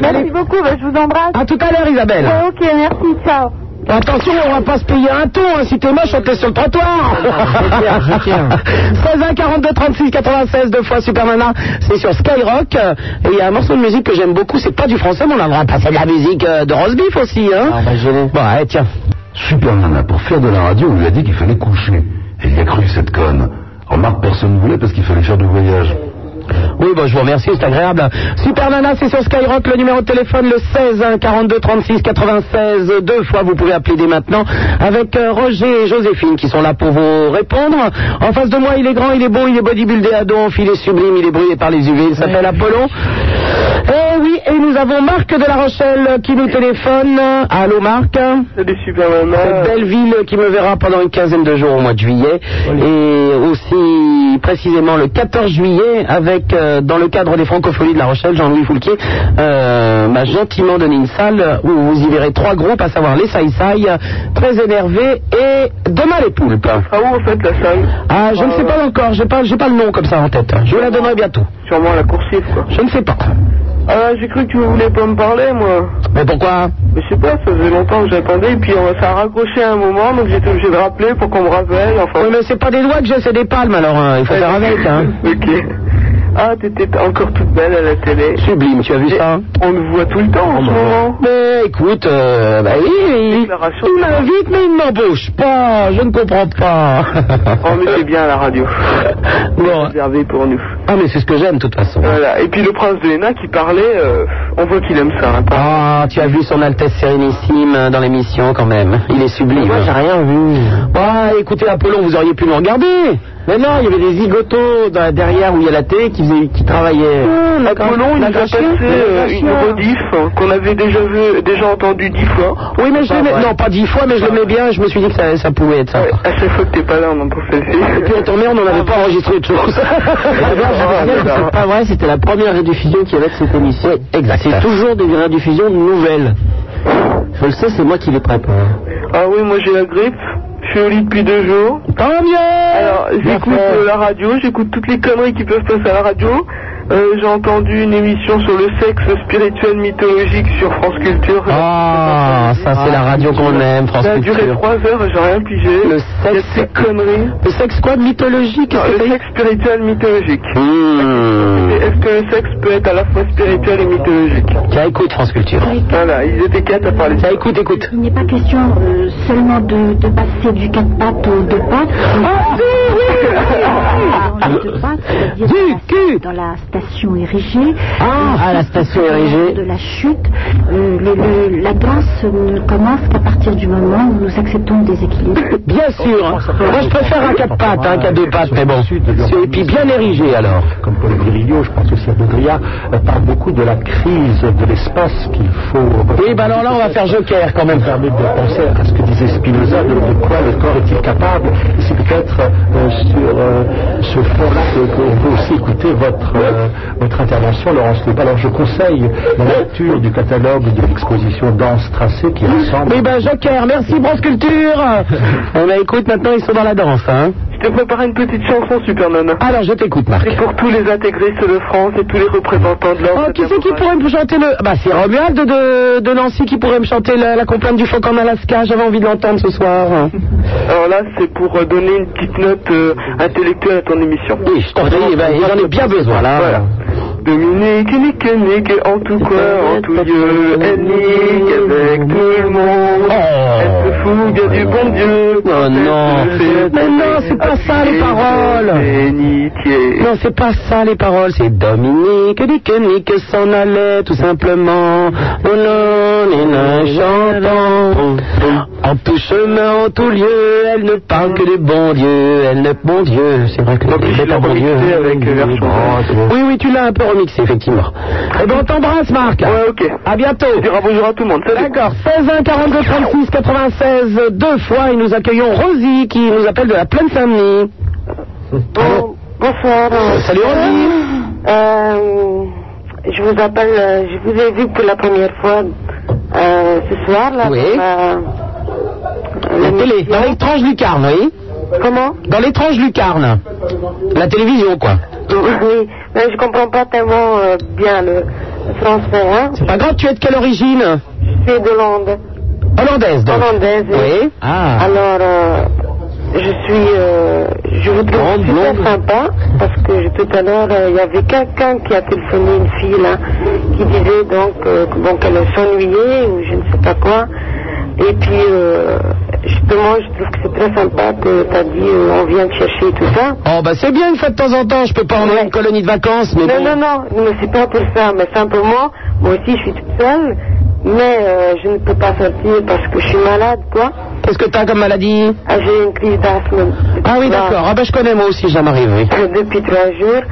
Speaker 10: Merci beaucoup, bah, je vous embrasse.
Speaker 5: À tout à l'heure, Isabelle.
Speaker 10: Ouais, ok, merci, ciao.
Speaker 5: Attention, on va pas se payer un ton, hein. si t'es moche, on te laisse sur le trottoir. 16 1 42 36 96 deux fois Supermana, c'est sur Skyrock. Euh, Et il y a un morceau de musique que j'aime beaucoup, c'est pas du français, mais on a le droit de passer de la musique euh, de roast beef aussi, hein Ah bah je Bon, allez, tiens.
Speaker 1: Super Nana, pour faire de la radio, on lui a dit qu'il fallait coucher. Et il y a cru, cette conne. Remarque, personne ne voulait parce qu'il fallait faire du voyage.
Speaker 5: Oui, bon, je vous remercie, c'est agréable. Super Nana, c'est sur Skyrock, le numéro de téléphone, le 16 1 42 36 96. Deux fois, vous pouvez appeler dès maintenant avec euh, Roger et Joséphine qui sont là pour vous répondre. En face de moi, il est grand, il est beau, il est bodybuildé à donf, il est sublime, il est brûlé par les UV, il s'appelle Apollon. Eh oui, et nous avons Marc de La Rochelle qui nous téléphone. Allô, Marc
Speaker 30: Salut Super Nana.
Speaker 5: Cette belle ville qui me verra pendant une quinzaine de jours au mois de juillet et aussi précisément le 14 juillet avec euh, dans le cadre des Francopholies de La Rochelle Jean-Louis Foulquier euh, m'a gentiment donné une salle où vous y verrez trois groupes à savoir les Saï Saï, très énervés et demain les poulpes.
Speaker 30: Ah où en fait la salle Euh.
Speaker 5: Ah je ne sais pas encore, j'ai pas j'ai pas le nom comme ça en tête. Je vous la donnerai bientôt.
Speaker 30: Sûrement la coursive quoi.
Speaker 5: Je ne sais pas.
Speaker 30: Ah j'ai cru que tu voulais pas me parler moi.
Speaker 5: Mais pourquoi
Speaker 30: Mais je sais pas, ça faisait longtemps que j'attendais et puis euh, ça a raccroché à un moment donc j'étais obligé de rappeler pour qu'on me rappelle. Eh, Enfin.
Speaker 5: Oui mais c'est pas des doigts que j'ai, c'est des palmes alors hein, il faut faire avec hein.
Speaker 30: Ok. Ah, t'étais encore toute belle à la télé.
Speaker 5: Sublime, tu as vu ça
Speaker 30: On le voit tout le temps en ce moment.
Speaker 5: hein. Mais écoute, euh, bah, oui, il, il m'invite mais il ne m'embauche pas, je ne comprends pas.
Speaker 30: Oh, mais c'est bien la radio.
Speaker 5: Bon.
Speaker 30: Réservé pour nous.
Speaker 5: Ah mais c'est ce que j'aime de toute façon.
Speaker 7: Euh,
Speaker 30: Voilà. Et puis le prince de Hénin qui parlait, euh, on voit qu'il aime ça. hein.
Speaker 5: Ah, tu as vu son Altesse Sérénissime euh, dans l'émission quand même. Il est sublime. Moi, j'ai rien vu. Ah, écoutez, Apollon, vous auriez pu nous regarder. Mais non, il y avait des zigotos dans- derrière où il y a la télé qui, faisaient- qui travaillaient.
Speaker 30: Apollon, il nous a passé euh, une rediff hein, qu'on avait déjà vu, déjà entendu dix fois.
Speaker 5: Oui, mais je l'aimais. Non, pas dix fois, mais je l'aimais bien. Je me suis dit que ça, ça pouvait être sympa.
Speaker 30: À chaque fois que t'es pas là, on en profite.
Speaker 5: Et puis, attends, merde, on n'avait pas enregistré autre chose.
Speaker 3: C'est pas vrai, c'était la première rediffusion qu'il y avait de cette émission.
Speaker 5: Exact.
Speaker 3: C'est toujours des rediffusions nouvelles. Je le sais, c'est moi qui les prépare.
Speaker 30: Ah oui, moi j'ai la grippe.
Speaker 3: Je suis au lit depuis deux jours.
Speaker 5: Tant mieux
Speaker 3: Alors, j'écoute euh, la radio, j'écoute toutes les conneries qui peuvent passer à la radio. Euh, J'ai entendu une émission sur le sexe spirituel mythologique sur France Culture.
Speaker 5: Ah, ça c'est la radio qu'on aime, France
Speaker 3: Ça a duré
Speaker 5: Culture.
Speaker 3: trois heures et j'ai rien pigé.
Speaker 5: Le
Speaker 3: Il y a de ces conneries.
Speaker 5: Le sexe quoi mythologique
Speaker 3: Le sexe spirituel mythologique. Est-ce que le sexe peut être à la fois spirituel et mythologique
Speaker 5: Tiens, écoute France Culture.
Speaker 3: Voilà, ils étaient quatre à parler.
Speaker 5: Tiens, écoute, écoute.
Speaker 11: Il n'est pas question euh, seulement de, de passer du quatre pattes au deux pattes. Ah, du cul Dans la station érigée.
Speaker 5: Ah, à la station érigée.
Speaker 11: De la chute. Euh, le- le- la danse ne commence qu'à partir du moment où nous acceptons le déséquilibre.
Speaker 5: Bien sûr. hein. Moi, je préfère un quatre pattes hein, qu'un deux pattes, mais bon. C'est- Et puis bien érigé alors.
Speaker 31: Comme Paul Virilio, je pense aussi à Baudrillard, euh, parle beaucoup de la crise de l'espace qu'il faut.
Speaker 5: Oui, ben alors là, on va faire joker quand même.
Speaker 31: permettre de penser à ce que disait Spinoza, de, de quoi le corps est-il capable. C'est peut-être euh, sur euh, ce fond-là que- qu'on peut aussi écouter votre, euh, votre intervention, Laurence Lepas. Alors je conseille la lecture du catalogue de l'exposition Danse tracée qui rassemble.
Speaker 5: Oui, ben joker, merci France Culture. On a écoute maintenant, ils sont dans la danse. Hein.
Speaker 3: Je te prépare une petite chanson, Super Nana.
Speaker 5: Alors, je t'écoute, Marc.
Speaker 3: C'est pour tous les intégristes de France et tous les représentants de l'ordre.
Speaker 5: Oh, qui c'est qui pourrait me chanter le. Bah, c'est Romuald de, de Nancy qui pourrait me chanter la, la complainte du phoque en Alaska. J'avais envie de l'entendre ce soir.
Speaker 3: Alors là, c'est pour euh, donner une petite note euh, intellectuelle à ton émission.
Speaker 5: Oui, je t'en prie, ben, j'en ai bien besoin là.
Speaker 3: Voilà. Dominique, nique, nique, en tout coin, en tout lieu, elle nique avec tout le monde. Elle se fougue du bon Dieu.
Speaker 5: Oh non. Mais non, c'est pas ça les paroles. Non, c'est pas ça les paroles. C'est Dominique, Nick, Nick s'en allait tout simplement. Non, non, et non, chantant. En tout chemin, en tout lieu, elle ne parle que du bon Dieu. Elle ne. Bon Dieu, c'est vrai que c'est un bon Dieu. Oui, oui, tu l'as un peu remixé, effectivement. Eh ben, on t'embrasse, Marc. Ouais,
Speaker 3: ok.
Speaker 5: À bientôt. Tu
Speaker 3: diras bonjour à tout le monde.
Speaker 5: D'accord. 16 1 42 36 96 deux fois et nous accueillons Rosie qui nous appelle de la plaine Saint-Denis.
Speaker 3: Ah.
Speaker 10: Bonsoir.
Speaker 5: Salut Rosie.
Speaker 10: Euh, je vous appelle, euh, je vous ai vu pour la première fois euh, ce soir là. euh,
Speaker 5: Oui.
Speaker 10: dans la-
Speaker 5: La télé, dans l'étrange lucarne, oui.
Speaker 10: Comment
Speaker 5: Dans l'étrange lucarne. La télévision, quoi.
Speaker 10: Oui, mais je comprends pas tellement euh, bien le français. Hein.
Speaker 5: C'est pas grave, tu es de quelle origine
Speaker 10: Je suis d'Hollande.
Speaker 5: Hollandaise, donc.
Speaker 10: Hollandaise. Oui.
Speaker 5: Ah.
Speaker 10: Alors, euh, je suis, euh, je vous trouve super sympa parce que je- tout à l'heure, euh, il y avait quelqu'un qui a téléphoné une fille là qui disait donc euh, que, bon qu'elle s'ennuyait ou je ne sais pas quoi. Et puis, euh, justement, je trouve que c'est très sympa que tu as dit euh, on vient te chercher et tout ça.
Speaker 5: Oh, bah c'est bien une fois de temps en temps, je peux pas en une colonie de vacances, mais
Speaker 10: non,
Speaker 5: bon.
Speaker 10: non, non, non, mais c'est pas pour ça, mais simplement, moi aussi je suis toute seule, mais euh, je ne peux pas sortir parce que je suis malade, quoi.
Speaker 5: Qu'est-ce que t'as comme maladie
Speaker 10: ah, J'ai une crise d'asthme.
Speaker 5: Ah oui, d'accord. Ah, bah je connais moi aussi, ça m'arrive, oui.
Speaker 10: Depuis trois jours.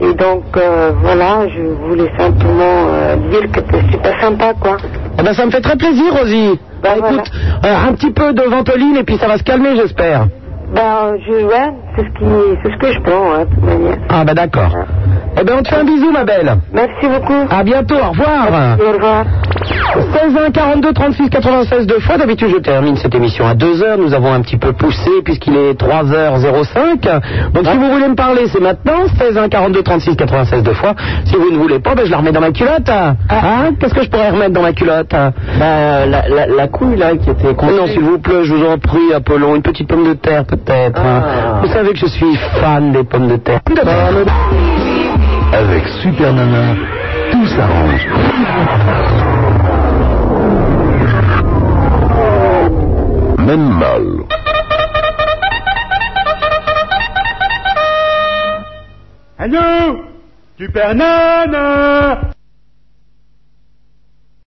Speaker 10: Et donc, euh, voilà, je voulais simplement euh, dire que c'est super sympa, quoi.
Speaker 5: Eh ben, ça me fait très plaisir, Rosie. Bah, écoute, euh, un petit peu de ventoline et puis ça va se calmer, j'espère.
Speaker 10: Ben, je, ouais, c'est ce, qui- c'est ce que je prends, hein, de toute manière.
Speaker 5: Ah, bah d'accord. Eh ben, on te fait un bisou, ma belle.
Speaker 10: Merci beaucoup.
Speaker 5: À bientôt, au revoir.
Speaker 10: au revoir.
Speaker 5: 16 1 42 36 96 deux fois. D'habitude, je termine cette émission à 2 heures. Nous avons un petit peu poussé puisqu'il est 3h05. Donc, si vous voulez me parler, c'est maintenant. 16 1 42 36 96 deux fois. Si vous ne voulez pas, ben, je la remets dans ma culotte. Hein Qu'est-ce que je pourrais remettre dans ma culotte Bah, la, couille, là, qui était Non, s'il vous plaît, je vous en prie, Apollon. Une petite pomme de terre, peut-être. hein. Vous savez que je suis fan des pommes de terre. Pomme de terre.
Speaker 1: Avec Super Nana, tout s'arrange. Même mal.
Speaker 32: Allô Super Nana